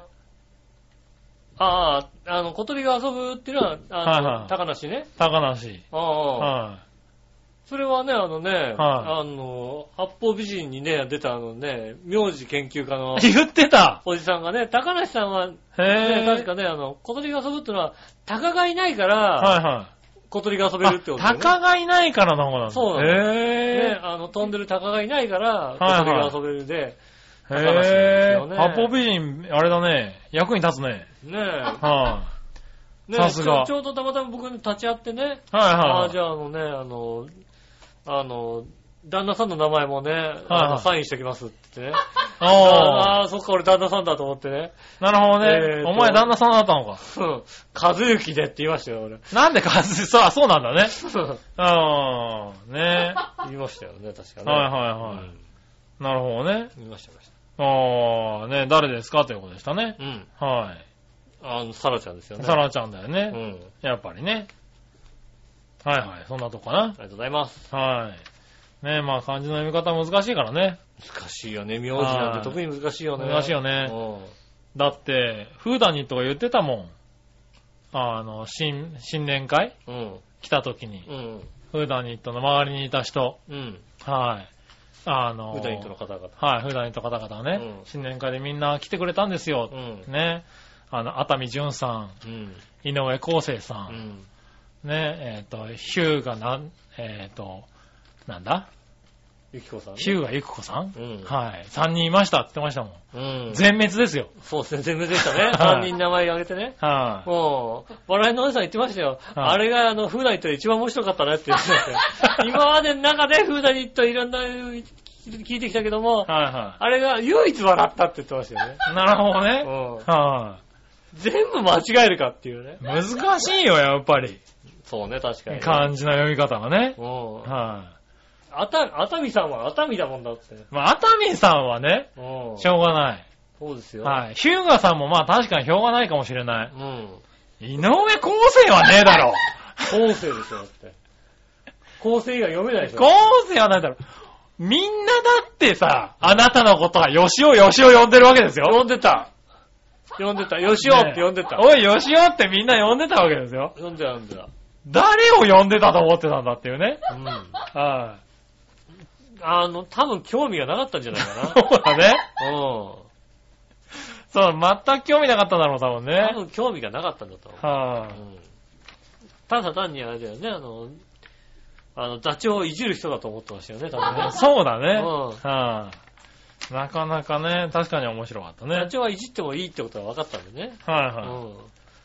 B: ああ、あの、小鳥が遊ぶっていうのは、あの、
C: はいはい
B: 高梨ね。
C: 高梨。
B: ああ、
C: は
B: それはね、あのね、
C: は
B: あの、八方美人にね、出たあのね、名字研究家の
C: い。言ってた
B: おじさんがね、高梨さんは、ね、
C: へぇ
B: 確かね、あの、小鳥が遊ぶってのは、鷹がいないから、
C: はいはい。
B: 小鳥が遊べるってことだよね。
C: 鷹がいないからの方なんだ。
B: そうなのね
C: へ、
B: あの、飛んでる鷹がいないから、
C: はい
B: 小鳥が遊べるんで、
C: ぇ
B: 高梨なんですよね
C: 八方美人、あれだね。役に立つね。
B: ね
C: は
B: え、ねえ
C: さすが
B: ちょちょうどたまたま僕に立ち会ってね、
C: い。はいはい。
B: ああー、じゃああのね、あの、あの、旦那さんの名前もね、あの
C: はい
B: サインしてきますって ね。
C: あ
B: ああー、そっか、俺旦那さんだと思ってね。
C: ーなるほど
B: え
C: ね
B: ー。と
C: お前旦那さんだったのか。
B: うん。和幸でって言いましたよ、俺。
C: なんでか、そう、あそうなんだね。あー、ね
B: 言いましたよ ね、確か
C: はい
B: ね。
C: はいは
B: う
C: い。
B: ん
C: なるほどね。
B: 言いました、言いまし
C: あー、ね誰ですかということでしたね。
B: た。うん。
C: は
B: あの、サラちゃんですよ
C: い。
B: ね。
C: サラちゃんだよ
B: うん。あ
C: ね。
B: り
C: やっぱりね。はいはい。そんなとこか
B: がとうございます。
C: な。はい。ねまあ漢字の読み方難しいからね。
B: 難しいよね、名字なんて特に難しいよね。
C: 難しいよねだって、フーダニとか言ってたもん。あの、新、新年会
B: うん。うん。
C: 来た時に。
B: うん。
C: フーダニットの周りにいた人。
B: うん。
C: はい。あの、
B: 歌いとの方々。
C: はい、フーダニットの方々ね、
B: うん
C: 新年会でみんな来てくれたんですよ
B: う。ん。
C: ね。あの、熱海淳さ
B: うん。
C: ん、井上康生さ、
B: うんん。
C: ね、えっ、と、ヒューがなん、えっ、と、なんだ
B: ゆきこさんね。
C: ヒューがゆく子さん、
B: うん
C: はい。3人いましたって言ってましたもん。
B: うん。
C: 全滅ですよ。。
B: そうですね、全部でしたね 3人名前挙げてね。
C: はい、
B: もう、笑いのお姉さん言ってましたよ。
C: はい
B: あれが、あの、フーダニットで一番面白かったねって言ってましたよ。今までの中でフーダニットいろんな、聞いてきたけども、
C: はいは
B: あれが唯一笑ったって言ってましたよね。
C: い。なるほどね。
B: うん
C: はい、
B: 全部間違えるかっていうね。
C: 難しいよ、やっぱり。
B: そうね、確かにね。
C: 漢字の読み方がね。
B: うん。
C: は
B: あた、熱海さんは熱海だもんだって。
C: い。まあ、熱海さんはね、
B: うん。
C: しょうがない。
B: そうですよ。
C: はい。ヒューガさんもまあ確かにしょうがないかもしれない。
B: うん。
C: 井上康生はね えだろ。
B: 構成でしょ、だって。構成以外読めないでしょ。
C: 康生はないだろ。みんなだってさ、あなたのことはよしおよしお呼んでるわけですよ。
B: 読んでた。読んでた。よしおって読んでた。
C: ねえおい、よしおってみんな呼んでたわけですよ。
B: 読んでた、読んでた。
C: 誰を呼んでたと思ってたんだっていうね。
B: うん。
C: は
B: あの、多分興味がなかったんじゃない
C: い。そ
B: か
C: うだね。
B: な。うん。
C: そう、全く興味なかったんだろう、多分ね
B: 多。分興味がなかったんだと思う。う
C: はい。
B: ん。ただ単にあれだよね、あの、あの、座長をいじる人だと思ってましたよね、多分ね。
C: そうだね。
B: う
C: はい、なかなかね、確かに面白かったね。
B: 座
C: はい
B: 長はいじってもいいってことが分かったんでね。
C: は
B: う
C: い。
B: ん。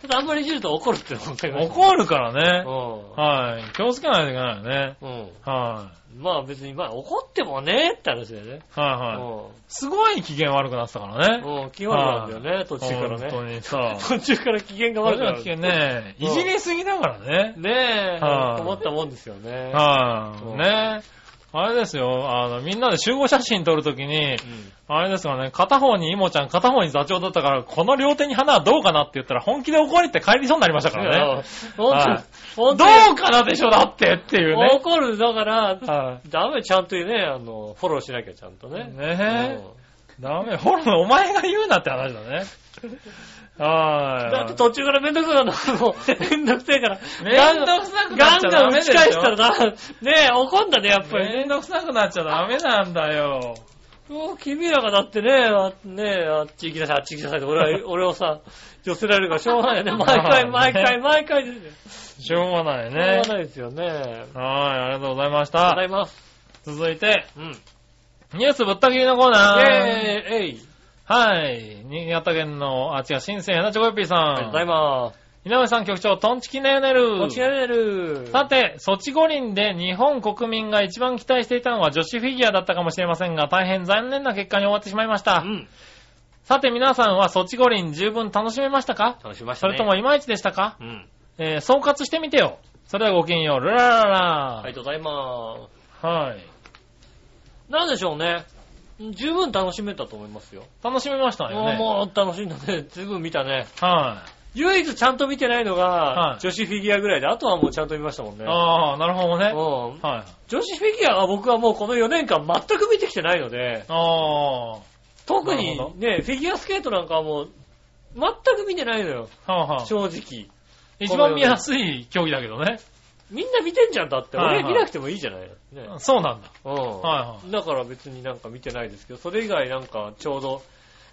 B: ちょっとあんまりいじると怒るって思ったけど。
C: 怒るからね。
B: る
C: はい。気をつけないといけないよね。
B: うん。うん。
C: は
B: まあ別に、まあ怒ってもねって話だよね。
C: い。はいはい。すごい機嫌悪くなってたからね。
B: うん。うん。気悪なんだよね、途中から
C: 本当
B: ね。
C: にさ。
B: 途中から機嫌が悪
C: 俺
B: くな
C: ら
B: る
C: 危。険ね。
B: うん
C: いじりすぎだからね。
B: ねえ、
C: はい
B: と思ったもんですよね。
C: はい。ね。あれですよ、あの、みんなで集合写真撮るとき
B: う
C: に、
B: ん
C: あれですよね、片方にイモちゃん、片方に座長だったから、この両手に花はどうかなって言ったら本気で怒りって帰りそうになりましたからね。はい
B: 本当
C: ど
B: に、本
C: う
B: 当に
C: かなでしょ、だってっていうね。
B: 怒る、だから、
C: は
B: ダメ、ちゃんとね、あの、フォローしなきゃ、ちゃんと
C: い
B: ね。
C: ねえ
B: う。ん
C: ダメ、ほら、お前が言うなって話だね。は
B: だって
C: ーい。
B: 途中からめんどくさいな、 もう、めんどくせえから。
C: めんどくさくな
B: ガ
C: っ
B: ン
C: ち
B: ガ
C: ゃ
B: ン
C: ダメ
B: 打
C: でし
B: ち
C: ょ。
B: 返したらな、ねえ、怒んだね、やっぱり
C: め
B: ね
C: ん。どくさくなっちゃダメなんだよ。
B: もう君らがだってね、あねえあっち行きなさい、あっち行きなさいって、 俺は、俺をさ、寄せられるからしょうがないよね。毎回、毎回、毎回ですよ。
C: しょうがない
B: しょ
C: ね
B: う。がないですよね。
C: はーい、ありがとうございまし
B: ありがとうござ
C: た。
B: います。
C: 続いて、
B: うん。イ
C: ニュースぶった切りのコーナ
B: ェ
C: ー。
B: ーイえい
C: はい。新潟県の、あ、違う、新鮮やなちょこよっぴーさ
B: ありがとうござい
C: ん。
B: ます。
C: 井上さん局長、トンチキねーねる。
B: こちらでる。
C: さて、ソチ五輪で日本国民が一番期待していたのは女子フィギュアだったかもしれませんが、大変残念な結果に終わってしまいまし
B: う
C: た。
B: ん。
C: さて皆さんはソチ五輪十分楽しめましたか
B: 楽しみました
C: そ
B: ね。
C: れともいまいちでしたか、
B: うん。
C: えー総括してみてよ。それではごきげんよう。ルラララ
B: ありがとうございま
C: はい。
B: す。なんでしょうね。十分楽しめたと思いますよ。
C: 楽しめましたよ
B: もう、
C: ね。
B: もう楽しんだね。 十分見たね。
C: は
B: 唯一ちゃんと見てないのが
C: は、い
B: 女子フィギュアぐらいで、あとはもうちゃんと見ましたもん
C: い。
B: ね。
C: ああ、なるほどね。
B: うん
C: はい。
B: 女子フィギュアは僕はもうこの4年間全く見てきてないので、
C: ああ。
B: 特
C: な
B: に
C: るほど
B: ね、フィギュアスケートなんかはもう全く見てないのよ、
C: はあはあ、
B: 正直。
C: 一番見やすい競技だけどね。
B: みんな見てんじゃんだって、
C: はいは
B: 俺
C: い
B: 見なくてもいいじゃない。ね
C: そうなんだ。
B: うん
C: はいは
B: だから別になんか見てないですけど、それ以外なんかちょうど、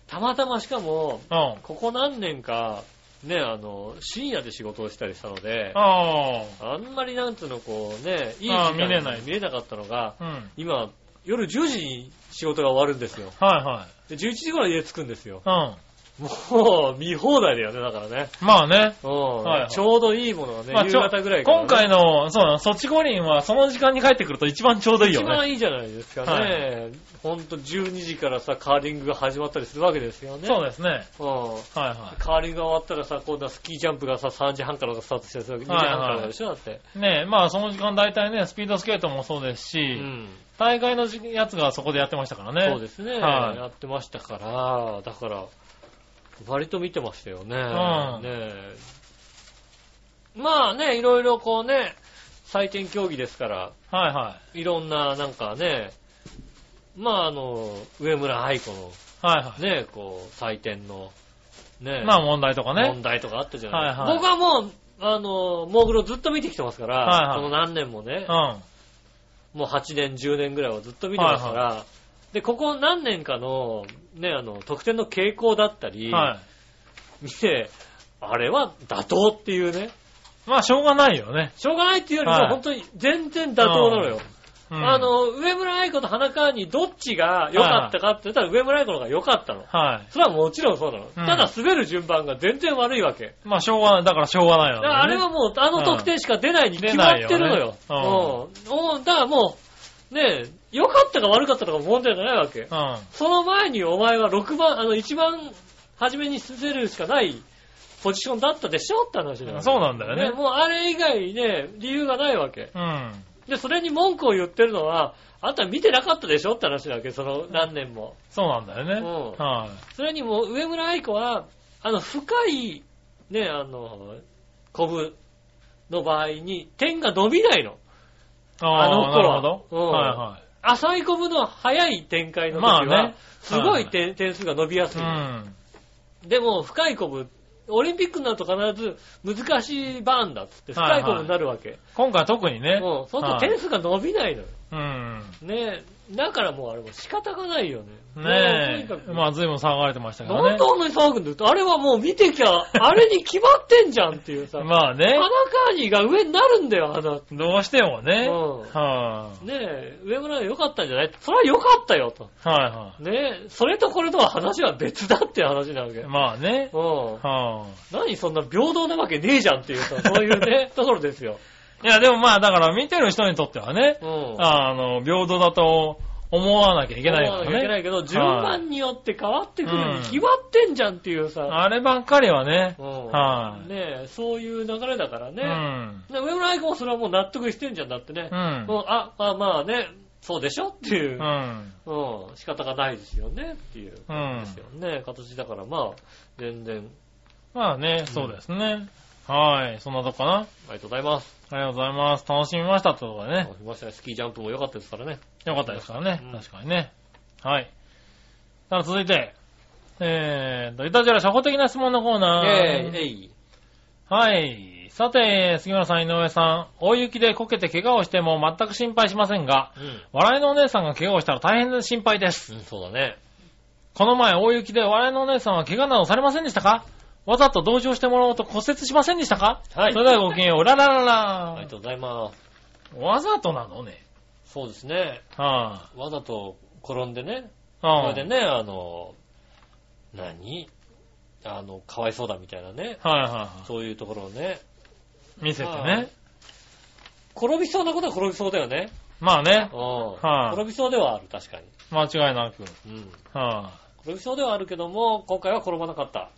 B: たまたましかも、
C: うん。
B: ここ何年か、ね、あの、深夜で仕事をしたりしたので、
C: あ
B: あんまりなんつうのこうね、いい時
C: あ
B: 間
C: ー
B: に
C: 見れない
B: 見れなかったのが、
C: あ。うん。
B: 今、夜10時に仕事が終わるんですよ。
C: はいはい。
B: で、11時頃家着くんですよ。
C: うん。
B: もう、見放題だよね、だからね。
C: まあね。
B: うん、
C: はいはい
B: ちょうどいいものがね、
C: まあ
B: 夕
C: ちょ
B: 方ぐらいから、ね。
C: 今回の、そうだな、ソチ五輪はその時間に帰ってくると一番ちょうどいいよ
B: 一
C: ね。
B: 番いいじゃないですかね。
C: は
B: ほんと12時からさ、カーリングが始まったりするわけですよね。
C: そうですね。
B: うん。
C: はいは
B: カーリングが終わったらさ、今度はスキージャンプがさ、3時半からがスタートしてるわけ、2時
C: はいはい
B: 半からでしょ、だって。
C: い。ねえ、まあその時間大体ね、スピードスケートもそうですし、
B: うん。
C: 大会のやつがそこでやってましたからね。
B: そうですね、
C: はい
B: やってましたから、だから、割と見てましたよね。
C: ん
B: ねえまあね、いろいろこうね、採点競技ですから、
C: はいはい
B: ろんな、なんかね、まああの、上村愛子の
C: い。はいはい。
B: ね、こう、採点の、ね、
C: まあ問題とかね
B: 問。題とかあったじゃないですか。
C: はいはい
B: 僕はもう、あの、モーグルをずっと見てきてますから、
C: はいはい
B: この何年もね
C: う、ん。
B: もう8年、10年ぐらいはずっと見てますから、で、ここ何年かの、ね、あの、得点の傾向だったり、
C: は
B: 見て、あれは妥当っていうね、
C: い。まあしょうがないよね。
B: しょうがないっていうよりも、
C: はい
B: 本当に全然妥当なのよ。
C: うん
B: あ、の、上村愛子と花川にどっちが良かったかって言ったら、上村愛子の方が良かったの。
C: はい。
B: それはもちろんそうなの。
C: うん
B: ただ滑る順番が全然悪いわけ。
C: まあしょうがない、だからしょうがない
B: だ
C: よね。
B: からあれはもう、あの得点しか出ないに決まってるのよ。
C: 出ないよ
B: うんうんだからもう、ねえ、良かったか悪かったか問題じゃないわけ。
C: うん。
B: その前にお前は6番、あの、一番初めに滑るしかないポジションだったでしょって話だよ。
C: そうなんだよね
B: もうあれ以外ね、理由がないわけ。
C: うん。
B: で、それに文句を言ってるのは、あんた見てなかったでしょって話なわけ、その何年も。
C: そうなんだよね。
B: うん
C: はい。
B: それにもう上村愛子は、あの、深い、ね、あの、コブの場合に点が伸びないの。
C: あ
B: あの
C: ー
B: 頃は
C: なるほど。
B: うん
C: はいは
B: 浅いコブの早い展開の時
C: ま
B: は、
C: あね
B: すごい点点数が伸びやすい。
C: い。
B: でも、深いコブ、オリンピックになると必ず難しいバーンだっつって、
C: はい
B: 深
C: はい
B: いコブになるわけ。
C: 今回特にね。
B: もう、その時
C: はい
B: 点数が伸びないのよ。
C: うん。
B: ねえ、だからもうあれも仕方がないよね。も
C: ね
B: うとに
C: え。
B: かく
C: まあ、随分騒がれてましたか
B: な
C: ら
B: ん
C: ね
B: で。あんなに騒ぐんだよってあれはもう見てきゃ、あれに決まってんじゃんっていうさ。あ、
C: まあね
B: 鼻。カーニーが上になるんだよ、鼻。
C: どうしてもね。
B: うん
C: はい
B: ねえ、上村良かったんじゃないそれは良かったよ、と。
C: はいは
B: ねえ、それとこれとは話は別だっていう話なわけ。
C: い。まあね。
B: うん。
C: は
B: 何そんな平等なわけねえじゃんっていう さ、そういうね、ところですよ。
C: い。いや、でもまあ、だから見てる人にとってはね、
B: うん。
C: あの、平等だと思わなきゃいけない
B: そう
C: か
B: いけ
C: ら
B: な
C: ね。
B: いけど、順番によって変わってくるに決まってんじゃんっていうさ。
C: あればっかりはね
B: う。ん。
C: はい
B: ねえ、そういう流れだから
C: う
B: ね。
C: ん。
B: で、上村愛子もそれはもう納得してんじゃんだってね。
C: う。
B: うんんあ、まあまあね、そうでしょっていうう、
C: ん。
B: うん、仕方がないですよねっていう
C: う
B: で
C: ん。
B: すよね、形だからまあ、全然、
C: まあね、そうですね。はい。そんなとこかな。
B: ありがとうございます。
C: ありがとうございます。楽しみましたってことでね。
B: 楽しみましたねスキージャンプも良かったですからね。
C: よかったですからね。
B: うん
C: 確かにね。はい。さあ、続いて。えーと、いたじら初歩的な質問のコーナー。
B: えええい。
C: はい。さて、杉村さん、井上さん、大雪でこけて怪我をしても全く心配しませんが、
B: う
C: 笑いのお姉さんが怪我をしたら大変な心配です。
B: ん。うん、そうだね。
C: この前、大雪で笑いのお姉さんは怪我などされませんでしたかわざと同情してもらおうと骨折しませんでしたか
B: はい
C: それではごきげんよう、ララララ
B: ありがとうございます。
C: わざとなのね。
B: そうですね。
C: は
B: わざと転んでね、
C: あ。は
B: こ
C: あ
B: れでね、あの、何あの、かわいそうだみたいなね、
C: はいはいはい。
B: そういうところをね、
C: 見せて
B: は
C: ね
B: い。転びそうなことは転びそうだよね。
C: まあね
B: う、ん。
C: はい
B: 転びそうではある、確かに。
C: 間違いなく。
B: うん。
C: はあ、
B: 転びそうではあるけども、今回は転ばなかった。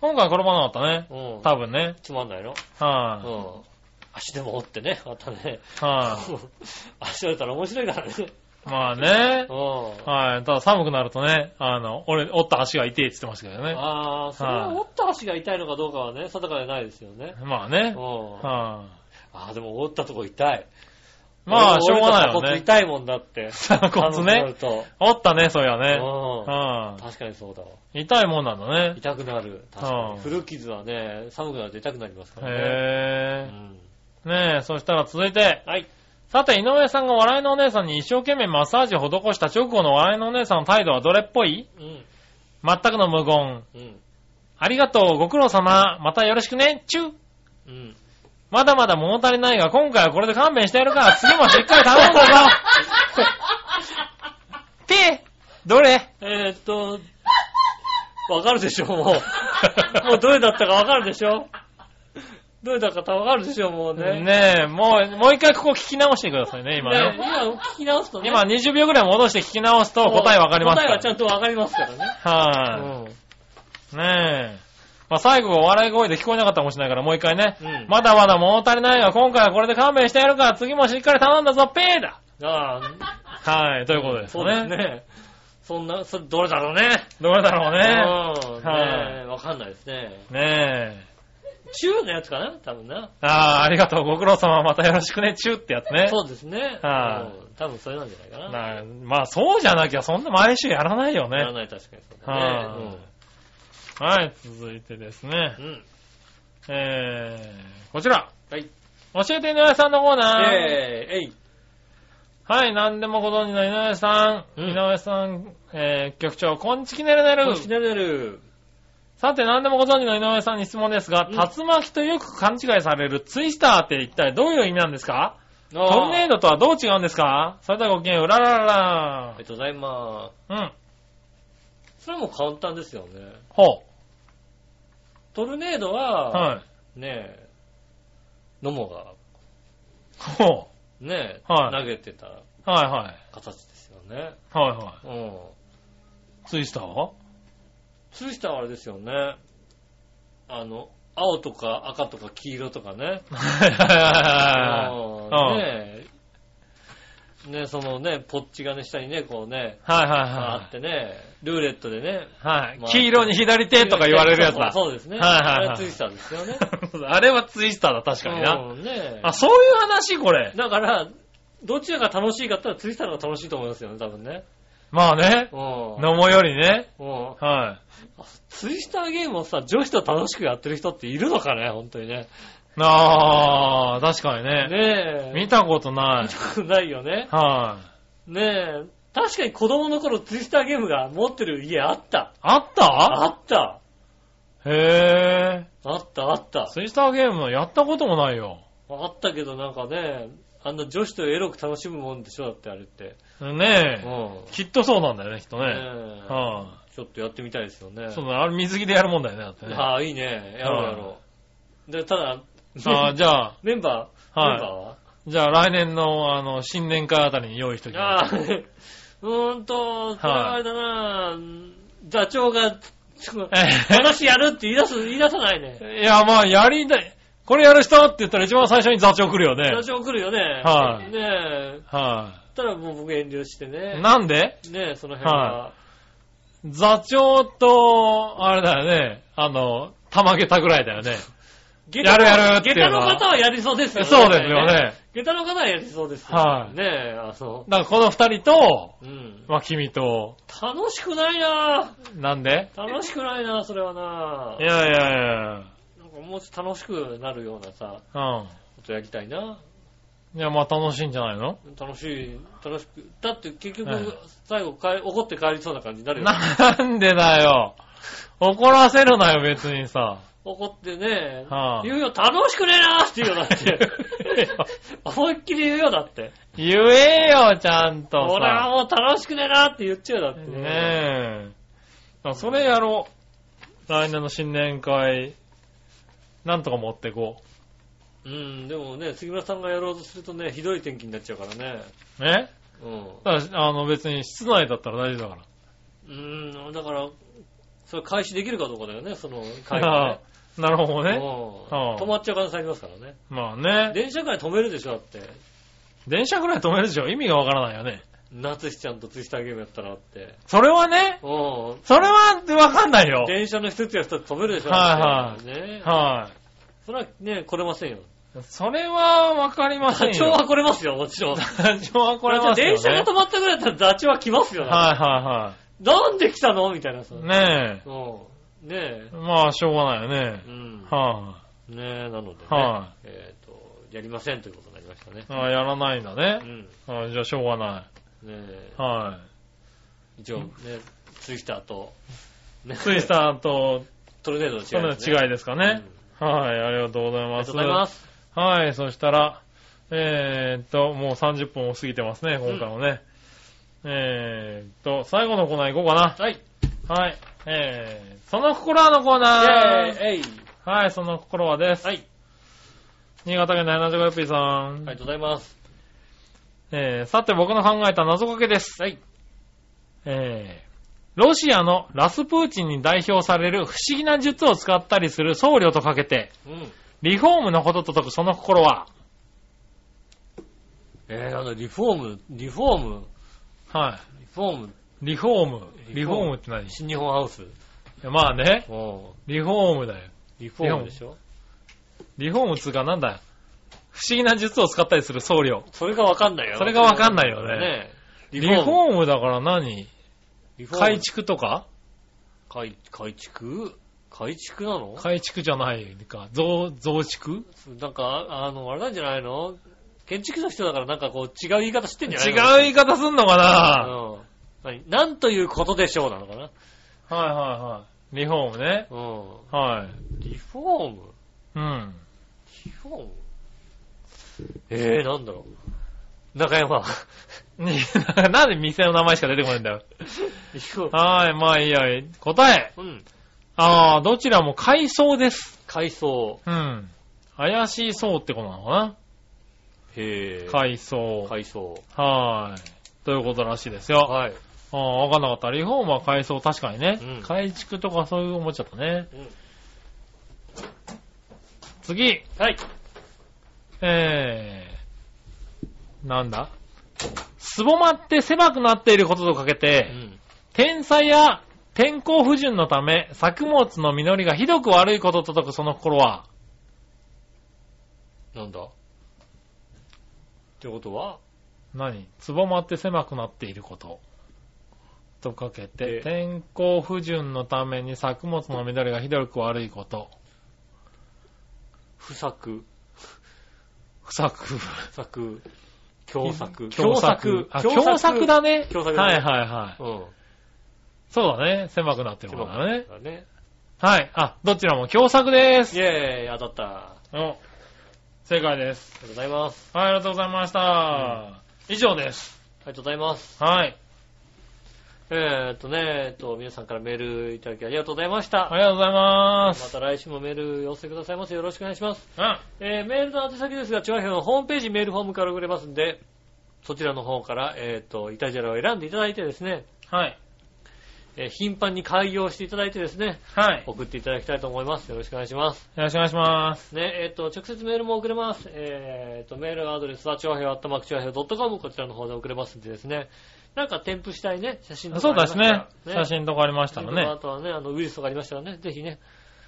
C: 今回転ばなかったね。
B: うん。
C: 多分ね。
B: つまんないのう
C: は
B: ん。足でも折ってね、ま たね。
C: い、は
B: 足折れたら面白いからね。
C: い、まあね
B: う。ん。
C: はい、ただ寒くなるとね、あの、俺、折った足が痛いって言ってましたけどね。
B: ああ、それは折った足が痛いのかどうかはね、定かでないですよね。
C: まあ
B: う
C: ね。
B: ん。あ
C: は
B: あー、でも折ったとこ痛い。
C: い、まあ、しょうがな
B: よ
C: いよ
B: ね。
C: ね。
B: 痛いもんだって。
C: 鎖骨
B: 寒くなる
C: ね。
B: と。
C: 折ったね、そういやね。
B: う
C: は
B: ん。確かにそうだわ。
C: い、痛いもんなんだね。
B: 痛くなる。確か
C: うん
B: に。古傷はね、寒くなると痛くなりますからね。う
C: へ
B: ん。
C: え。ねえ、そしたら続いて。
B: はい。
C: さて、井上さんが笑いのお姉さんに一生懸命マッサージを施した直後の笑いのお姉さんの態度はどれっぽい
B: うん。
C: 全くの無言。
B: うん。
C: ありがとう、ご苦労様。またよろしくね、チュー
B: うん。
C: まだまだ物足りないが、今回はこれで勘弁してや るから、次もしっかり頼むんだぞピーどれ
B: えーっと、わかるでしょ、もう。 もうどれだったかわかるでしょどれだったかわかるでしょ、もうね。
C: ねえ、もう、もう一回ここ聞き直してくださいね、今
B: ね
C: ね。
B: 今聞き直すとね。
C: 今20秒ぐらい戻して聞き直すと答えわかりますか
B: 答え
C: ら
B: はちゃんとわかりますからね。
C: はい、ねえ。まあ、最後は笑い声で聞こえなかったかもしれないから、もう一回ね。
B: うん
C: まだまだ物足りないが、今回はこれで勘弁してやるから、次もしっかり頼んだぞ、ピーだ
B: うん。あ
C: はい、ということ
B: あ、
C: です
B: そ
C: ね。
B: うですね。そんな、それどれだろうね。
C: どれだろうね。
B: うん。ねえわかんないですね。
C: ねえ。
B: 中のやつかな多分な。
C: ああ、ありがとう。ご苦労様。またよろしくね。チューってやつね。
B: そうですね。
C: はい
B: うん多分それなんじゃないかな。
C: なまあ、そうじゃなきゃそんな毎週やらないよ
B: なら
C: ね。
B: ない、確かにそうだ
C: は
B: ね
C: はい、続いてですね
B: う。ん。うん。
C: えー、こちら。
B: はい。
C: 教えて井上さんのコーナー。
B: えー、えい。
C: はい、何でもご存知の井上さん。
B: うん
C: 井上さん、えー、局長、こんちきねるねる
B: こ。ちらでる。
C: さて、何でもご存知の井上さんに質問ですが、
B: うん
C: 竜巻とよく勘違いされるツイスターって一体どういう意味なんですか
B: ト
C: トルネー
B: ド。
C: ドとはどう違うんですかそれではごきげんよう、うららら
B: あ
C: ら
B: りがとうございます。
C: うん。
B: それはもう簡単ですよね。
C: ほ
B: トルネード
C: う。
B: は、
C: はい。
B: ねえ、ノモが、
C: ほ
B: ねえ、
C: はい
B: 投げてた
C: う。はいはい。
B: 形ですよね。
C: はいは
B: うん。
C: い。ツイスタ ーは
B: ツイスターはあれですよね。あの、青とか赤とか黄色とかね。
C: はい は
B: うん
C: うん
B: ねえ、ねえそのね、ポッチがね、下にね、こうね、
C: いはい。はい
B: あ
C: は
B: ってね、ルーレットでね、
C: いはい。
B: まあ
C: 黄色に左手とか言われるやつだ。
B: そうそうですね。
C: はいはいはい
B: あれツイスターですよね。
C: あれはツイスターだ、確かにな。
B: うんねえ
C: あ、そういう話これ。
B: だから、どちらが楽しいかって言ったらツイスターの方が楽しいと思いますよね、多分ね。
C: まあね。
B: う
C: 飲もうよりね。
B: ん。うん。
C: は
B: ツイスターゲームをさ、女子と楽しくやってる人っているのかね、本当にね。
C: い。ああ、確かにね。
B: ねえ。
C: 見たことない。
B: たくないよね。
C: はい。
B: ねえ。確かに子供の頃ツイスターゲームが持ってる家あった。
C: あった
B: あった。
C: へえ。
B: あった、あった。
C: ツイスターゲームやったこともないよ。
B: あったけどなんかね、あんな女子とエロく楽しむもんでしょだってあれって。う
C: ね
B: ん。
C: え。きっとそうなんだよね、きっとね。
B: ねえ
C: は
B: ちょっとやってみたいですよね
C: い。。そうだね、あれ水着でやるもんだよね、だってね。
B: ああ、いいね。やろうやろう。で、ただ、
C: あーじゃあ、
B: メンバー、
C: は
B: メ
C: い
B: ンバーは
C: じゃあ来年の、あの、新年会あたりに用意しときま
B: あ
C: す。
B: あ、うー んと、それはあれだな、座長が、ちょっと話やるって言い出す、言い出さないね。
C: いや、まあ、やりたい。これやる人って言ったら一番最初に座長来るよね。
B: 座長来るよね。
C: はい
B: ねえ。
C: は
B: たらもう僕遠慮して
C: い。
B: ね。
C: なんで
B: ねえ、その辺は
C: は。座長と、あれだよね、あの、玉下ぐらいだよ ね。
B: 下
C: やるやるって
B: 下
C: い
B: 駄
C: うの
B: の
C: は
B: 方はやりそうですよね。
C: そうですよね。
B: 下駄の方はやりそうですよ
C: はい
B: ねえ、あ、そ
C: だからこの二人と、
B: う。うん。
C: まあ、君と、
B: 楽しくないな
C: なんで
B: 楽しくないなそれはない
C: やいやいやい
B: なんかもうちょっと楽しくなるようなさ、
C: や、
B: ことやりたいな。
C: うん。いや、まあ、楽しいんじゃないの
B: 楽しい、楽しく。だって結局、
C: はい
B: 最後かえ怒って帰りそうな感じになるよ。
C: なんでだよ。怒らせるなよ、別にさ。
B: 怒ってね、
C: はい
B: 言うよ、楽しくねえなって言うよ、だ って。思いっきり言うよ、だって。
C: 言えよ、ちゃんとさ。
B: 俺はもう楽しくねえなって言っちゃうよ、だってね。
C: ねえ。あそれやろう。来年の新年会、なんとか持ってこ
B: うん、でもね、杉村さんがやろうとするとね、ひどい天気になっちゃうからね。
C: う。ね
B: うん。
C: だからあの別に室内だったら大丈夫だか
B: うん、だから、それ開始できるかどうかだよね、その会
C: ら。
B: 話
C: なるほど
B: ね。
C: ね。
B: うん
C: はあ
B: 止まっちゃう可能性ありますからね。
C: まあね。
B: 電車から止めるでしょ、だって。
C: 電車ぐらい止めるでしょ。意味がわからないよね。
B: 夏日ちゃんとツイスターゲームやったらって。
C: それはね、
B: う
C: それはわかんないよ
B: ん。。電車の一つや二つ止めるでしょ、だ
C: は
B: ってね
C: は
B: それはね、来れませんよ。
C: い。それはわかりま
B: 座
C: せん
B: 長
C: よ。
B: は来れますよ、も ちろん。
C: 座長はこれは、ね。
B: 電車が止まったぐらいだったら座長は来ますよ。
C: はいは
B: なんで来たのみたいなさ。
C: いはい。ね
B: うん。ね
C: え。まあ、しょうがないよね
B: え。う。ん。
C: は
B: ねえ、なのでね。
C: い。は
B: えっ、と、やりませんということになりましたね
C: い。。ああやらないんだね
B: う。ん。
C: はい、じゃあしょうがな
B: ねえ
C: い。は
B: 一応ね、ツイスターと、ね
C: い。ツイスターと、
B: トルネードの違いです、
C: そ
B: ね。
C: の違いですかね。はい、ありがとうござい
B: うんあり
C: ま
B: がと
C: す。
B: うございます。
C: はい、そしたら、えー、っと、もう30分を過ぎてますね、今回もね。えー、っと、最後のコーナー行こうか
B: はい。
C: な。はい。えー、その心はのコーナー。
B: イェーイえい
C: はい、その心はです。
B: はい。
C: 新潟県の柳田ピーさ
B: あ
C: ん。
B: りがとうございます。
C: えー、さて僕の考えた謎かけです。
B: はい。
C: えーロシアのラスプーチンに代表される不思議な術を使ったりする僧侶とかけて、
B: うん。
C: リフォームのことと解くその心は、
B: えー、なんだ、リフォーム、リフォーム、
C: は
B: リフォーム、
C: い。リフォーム。リ
B: リ
C: フ
B: フ
C: ォ
B: ォ
C: ー
B: ー
C: ム
B: ム
C: って何い
B: 新日本ハウス。
C: やまあね、
B: うん。
C: リフォームだよ。
B: リフォームでしょ
C: リフォームっつうかなんだよ。不思議な術を使ったりする僧侶。
B: それがわかんないよ。
C: それがわかんないよね
B: ねえ
C: リ
B: リフ
C: フ
B: ォーム。
C: ォームだから何
B: リフォーム
C: 改。築とか
B: 改改築改築なの
C: 改築じゃないか。増、増築
B: なんか、あの、あれなんじゃないの建築の人だからなんかこう違う言い方知ってん
C: 違
B: じ
C: う
B: ゃない
C: 言い方すんのかな
B: うん。何なんということでしょうなのかな
C: はいはいはい。リフォームね。
B: う
C: はい。
B: ん。リフォーム
C: うん。
B: リフォームえー、なんだろう。中山。
C: ね なんで店の名前しか出てこないんだよ。
B: リフォーム。
C: はい、まあいいや。答え。
B: うん。
C: ああ、どちらも階層です。
B: 改装。
C: うん。怪しい層ってことなのか
B: へー。
C: な階層。
B: 改装。
C: はーい。ということらしいですよ。
B: はい。
C: ああ、わかんなかった。リフォームは階層、確かにね。
B: うん
C: 改築とかそういう思っちゃったね。
B: うん
C: 次。
B: はい。
C: えー。なんだすぼまって狭くなっていることとかけて、
B: うん。
C: 天才や天候不順のため、作物の実りがひどく悪いことと解くその心は、
B: なんだってことは
C: 何つぼまって狭くなっていること。とかけて、
B: え
C: 天候不順のために作物の実りがひどく悪いこと。
B: 不作、
C: 不作。
B: 作、共作、
C: 共作。あ、共作だね。
B: 共作だ
C: は
B: ね
C: いはいはい。
B: うん。
C: そうだね。狭くなってるからね。
B: だね。
C: はい。あ、どちらも共作で
B: イ
C: す。
B: ェーイ、当たった。あ
C: お正解です。
B: りがとうございます。
C: はい、ありがとうございました。以上です。
B: ありがとうございます。
C: はい。
B: えーっとね、えっと、皆さんからメールいただきありがとうございました。
C: ありがとうございま。
B: ますた来週もメール寄せてくださいませ。よろしくお願いします。
C: うん。
B: えーメールの宛先ですが、チョアヘのホームページメールフォームから送れますんで、そちらの方から、えーっと、イタジェラを選んでいただいてですね、
C: はい。
B: えー頻繁に開業していただいてですね、
C: はい。よ
B: 送っていただきたいと思います。よろしくお願いします。
C: ろしくお願いします。
B: ね、えっ、と、直接メールも送れます。えっ、と、メールアドレスは、超平あったまく超平 .com、こちらの方で送れますんでですね。なんか添付したいね、写真とか
C: そう
B: ありま
C: で
B: し
C: す
B: たら
C: ね。写真とかありましたら
B: 写真とかあ
C: ね。
B: とはね、あの、ウイルスとかありましたらね、ぜひね、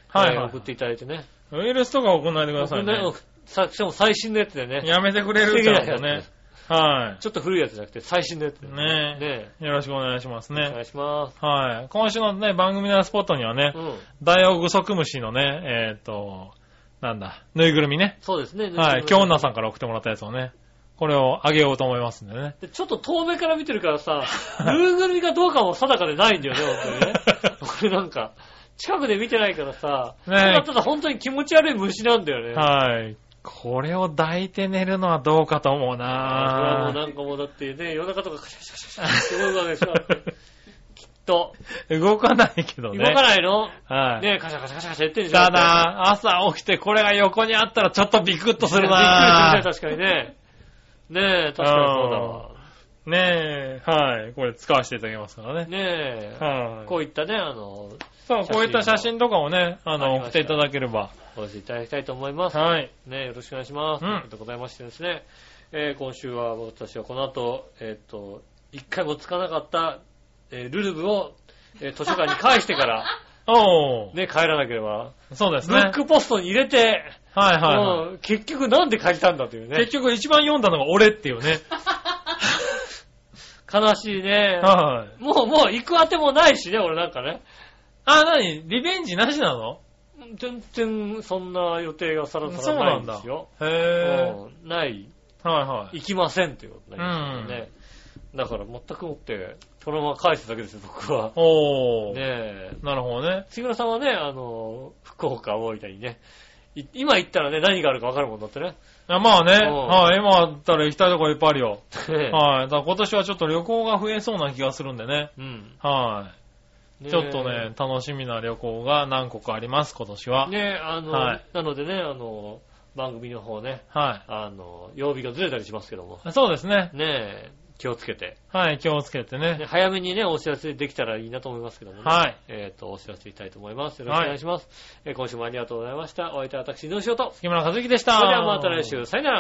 C: はい
B: えー
C: はい
B: 送っていただいてね。
C: ウイルスとか送んないでくださいね。
B: 送んさしかも最新のやつでね、
C: やめてくれる
B: 防げ
C: って
B: ないやつ
C: ね。は
B: ちょっと古いやつじゃなくて、最新のやつで
C: ねえ
B: ね
C: い。よろしくお願いします
B: えお願
C: ね。
B: いします。
C: はい。今週のね、番組のスポットにはね
B: う、ん。
C: ダイオウグソクムシのね、えっと、なんだ、ぬいぐるみね。
B: そうですね。
C: はい。京
B: の
C: 奈さんから送ってもらったやつをね、これをあげようと思いますんでね。
B: でちょっと遠目から見てるからさ、ぬいぐるみかどうかも定かでないんだよね、本当に ね。俺なんか、近くで見てないからさ、
C: ねえ
B: ただただ本当に気持ち悪い虫なんだよね。
C: はい。これを抱いて寝るのはどうかと思う
B: あもうな
C: なん
B: かもうだってね、夜中とかカシャカシャカシャカシャって動くわけで しょ。きっと。
C: 動かないけど
B: 動
C: ね。
B: かないの
C: はい。
B: ねえ、カシャカシャカシャカシャ言ってんじゃん。
C: ただ、朝起きてこれが横にあったらちょっとビクッとするな
B: びっくりするね、確かにね。ねえ、確かにそうだわ。
C: ねえ、はい。これ使わせていただきますからね。
B: ねえ、
C: はい。
B: こういったね、あの、
C: そう、こういった写真とかをね、あ
B: あ
C: の、
B: り
C: 送
B: ました
C: っていただければ。
B: お寄せいただきたいと思います。
C: はい。
B: ね、よろしくお願いします。
C: うん
B: ということでございましてですね、えー今週は私はこの後、えっ、と、一回もつかなかった、えールルブを、えー図書館に返して から、
C: おー。
B: ね、帰らなければ、
C: そうです
B: ブッ
C: ね。
B: クポストに入れて、
C: はいはいはい。
B: うん結局なんで借りたんだというね
C: 結、局一番読んだのが俺っていうね。
B: 悲しいね。
C: はい。
B: もう、もう行くあてもないしね、俺なんかね。
C: あ、なにリベンジなしなの
B: 全然そんな予定がさらさ
C: そう
B: ら
C: な
B: ない
C: ん
B: ん
C: だ
B: ですよ。。
C: へ
B: うんない、
C: ぇー。はいはい。
B: 行きませんということになりますよね。だから全くもって、そのまま返すだけですよ、僕は。
C: おー。
B: ねえ。
C: なるほどね。
B: 杉村さんはね、あの、福岡、大分にね、い今行ったらね、何があるか分かるもんだってね。
C: あまあね、
B: うん
C: はい、今あったら行きたいとこいっぱいあるよ。
B: ね
C: はい、だから今年はちょっと旅行が増えそうな気がするんでね。
B: うん。
C: は
B: ね
C: い、
B: え
C: ちょっとね、。楽しみな旅行が何個かあります、今年は。
B: ねえ、あの、
C: はい
B: なのでね、あの、番組の方ね、
C: は
B: あの、曜日がずれたりしますけども、
C: い。そうですね。
B: ねえ、気をつけて、
C: はい、気をつけて
B: ね
C: ね。
B: 早めにね、お知らせできたらいいなと思いますけどもね。
C: はい。
B: えっ、と、お知らせいきたいと思います。よろしくお願いします。えー今週もありがとうございました。お相手は私、どうしようと。
C: 木村和之でした。
B: それではまた来週。さよなら。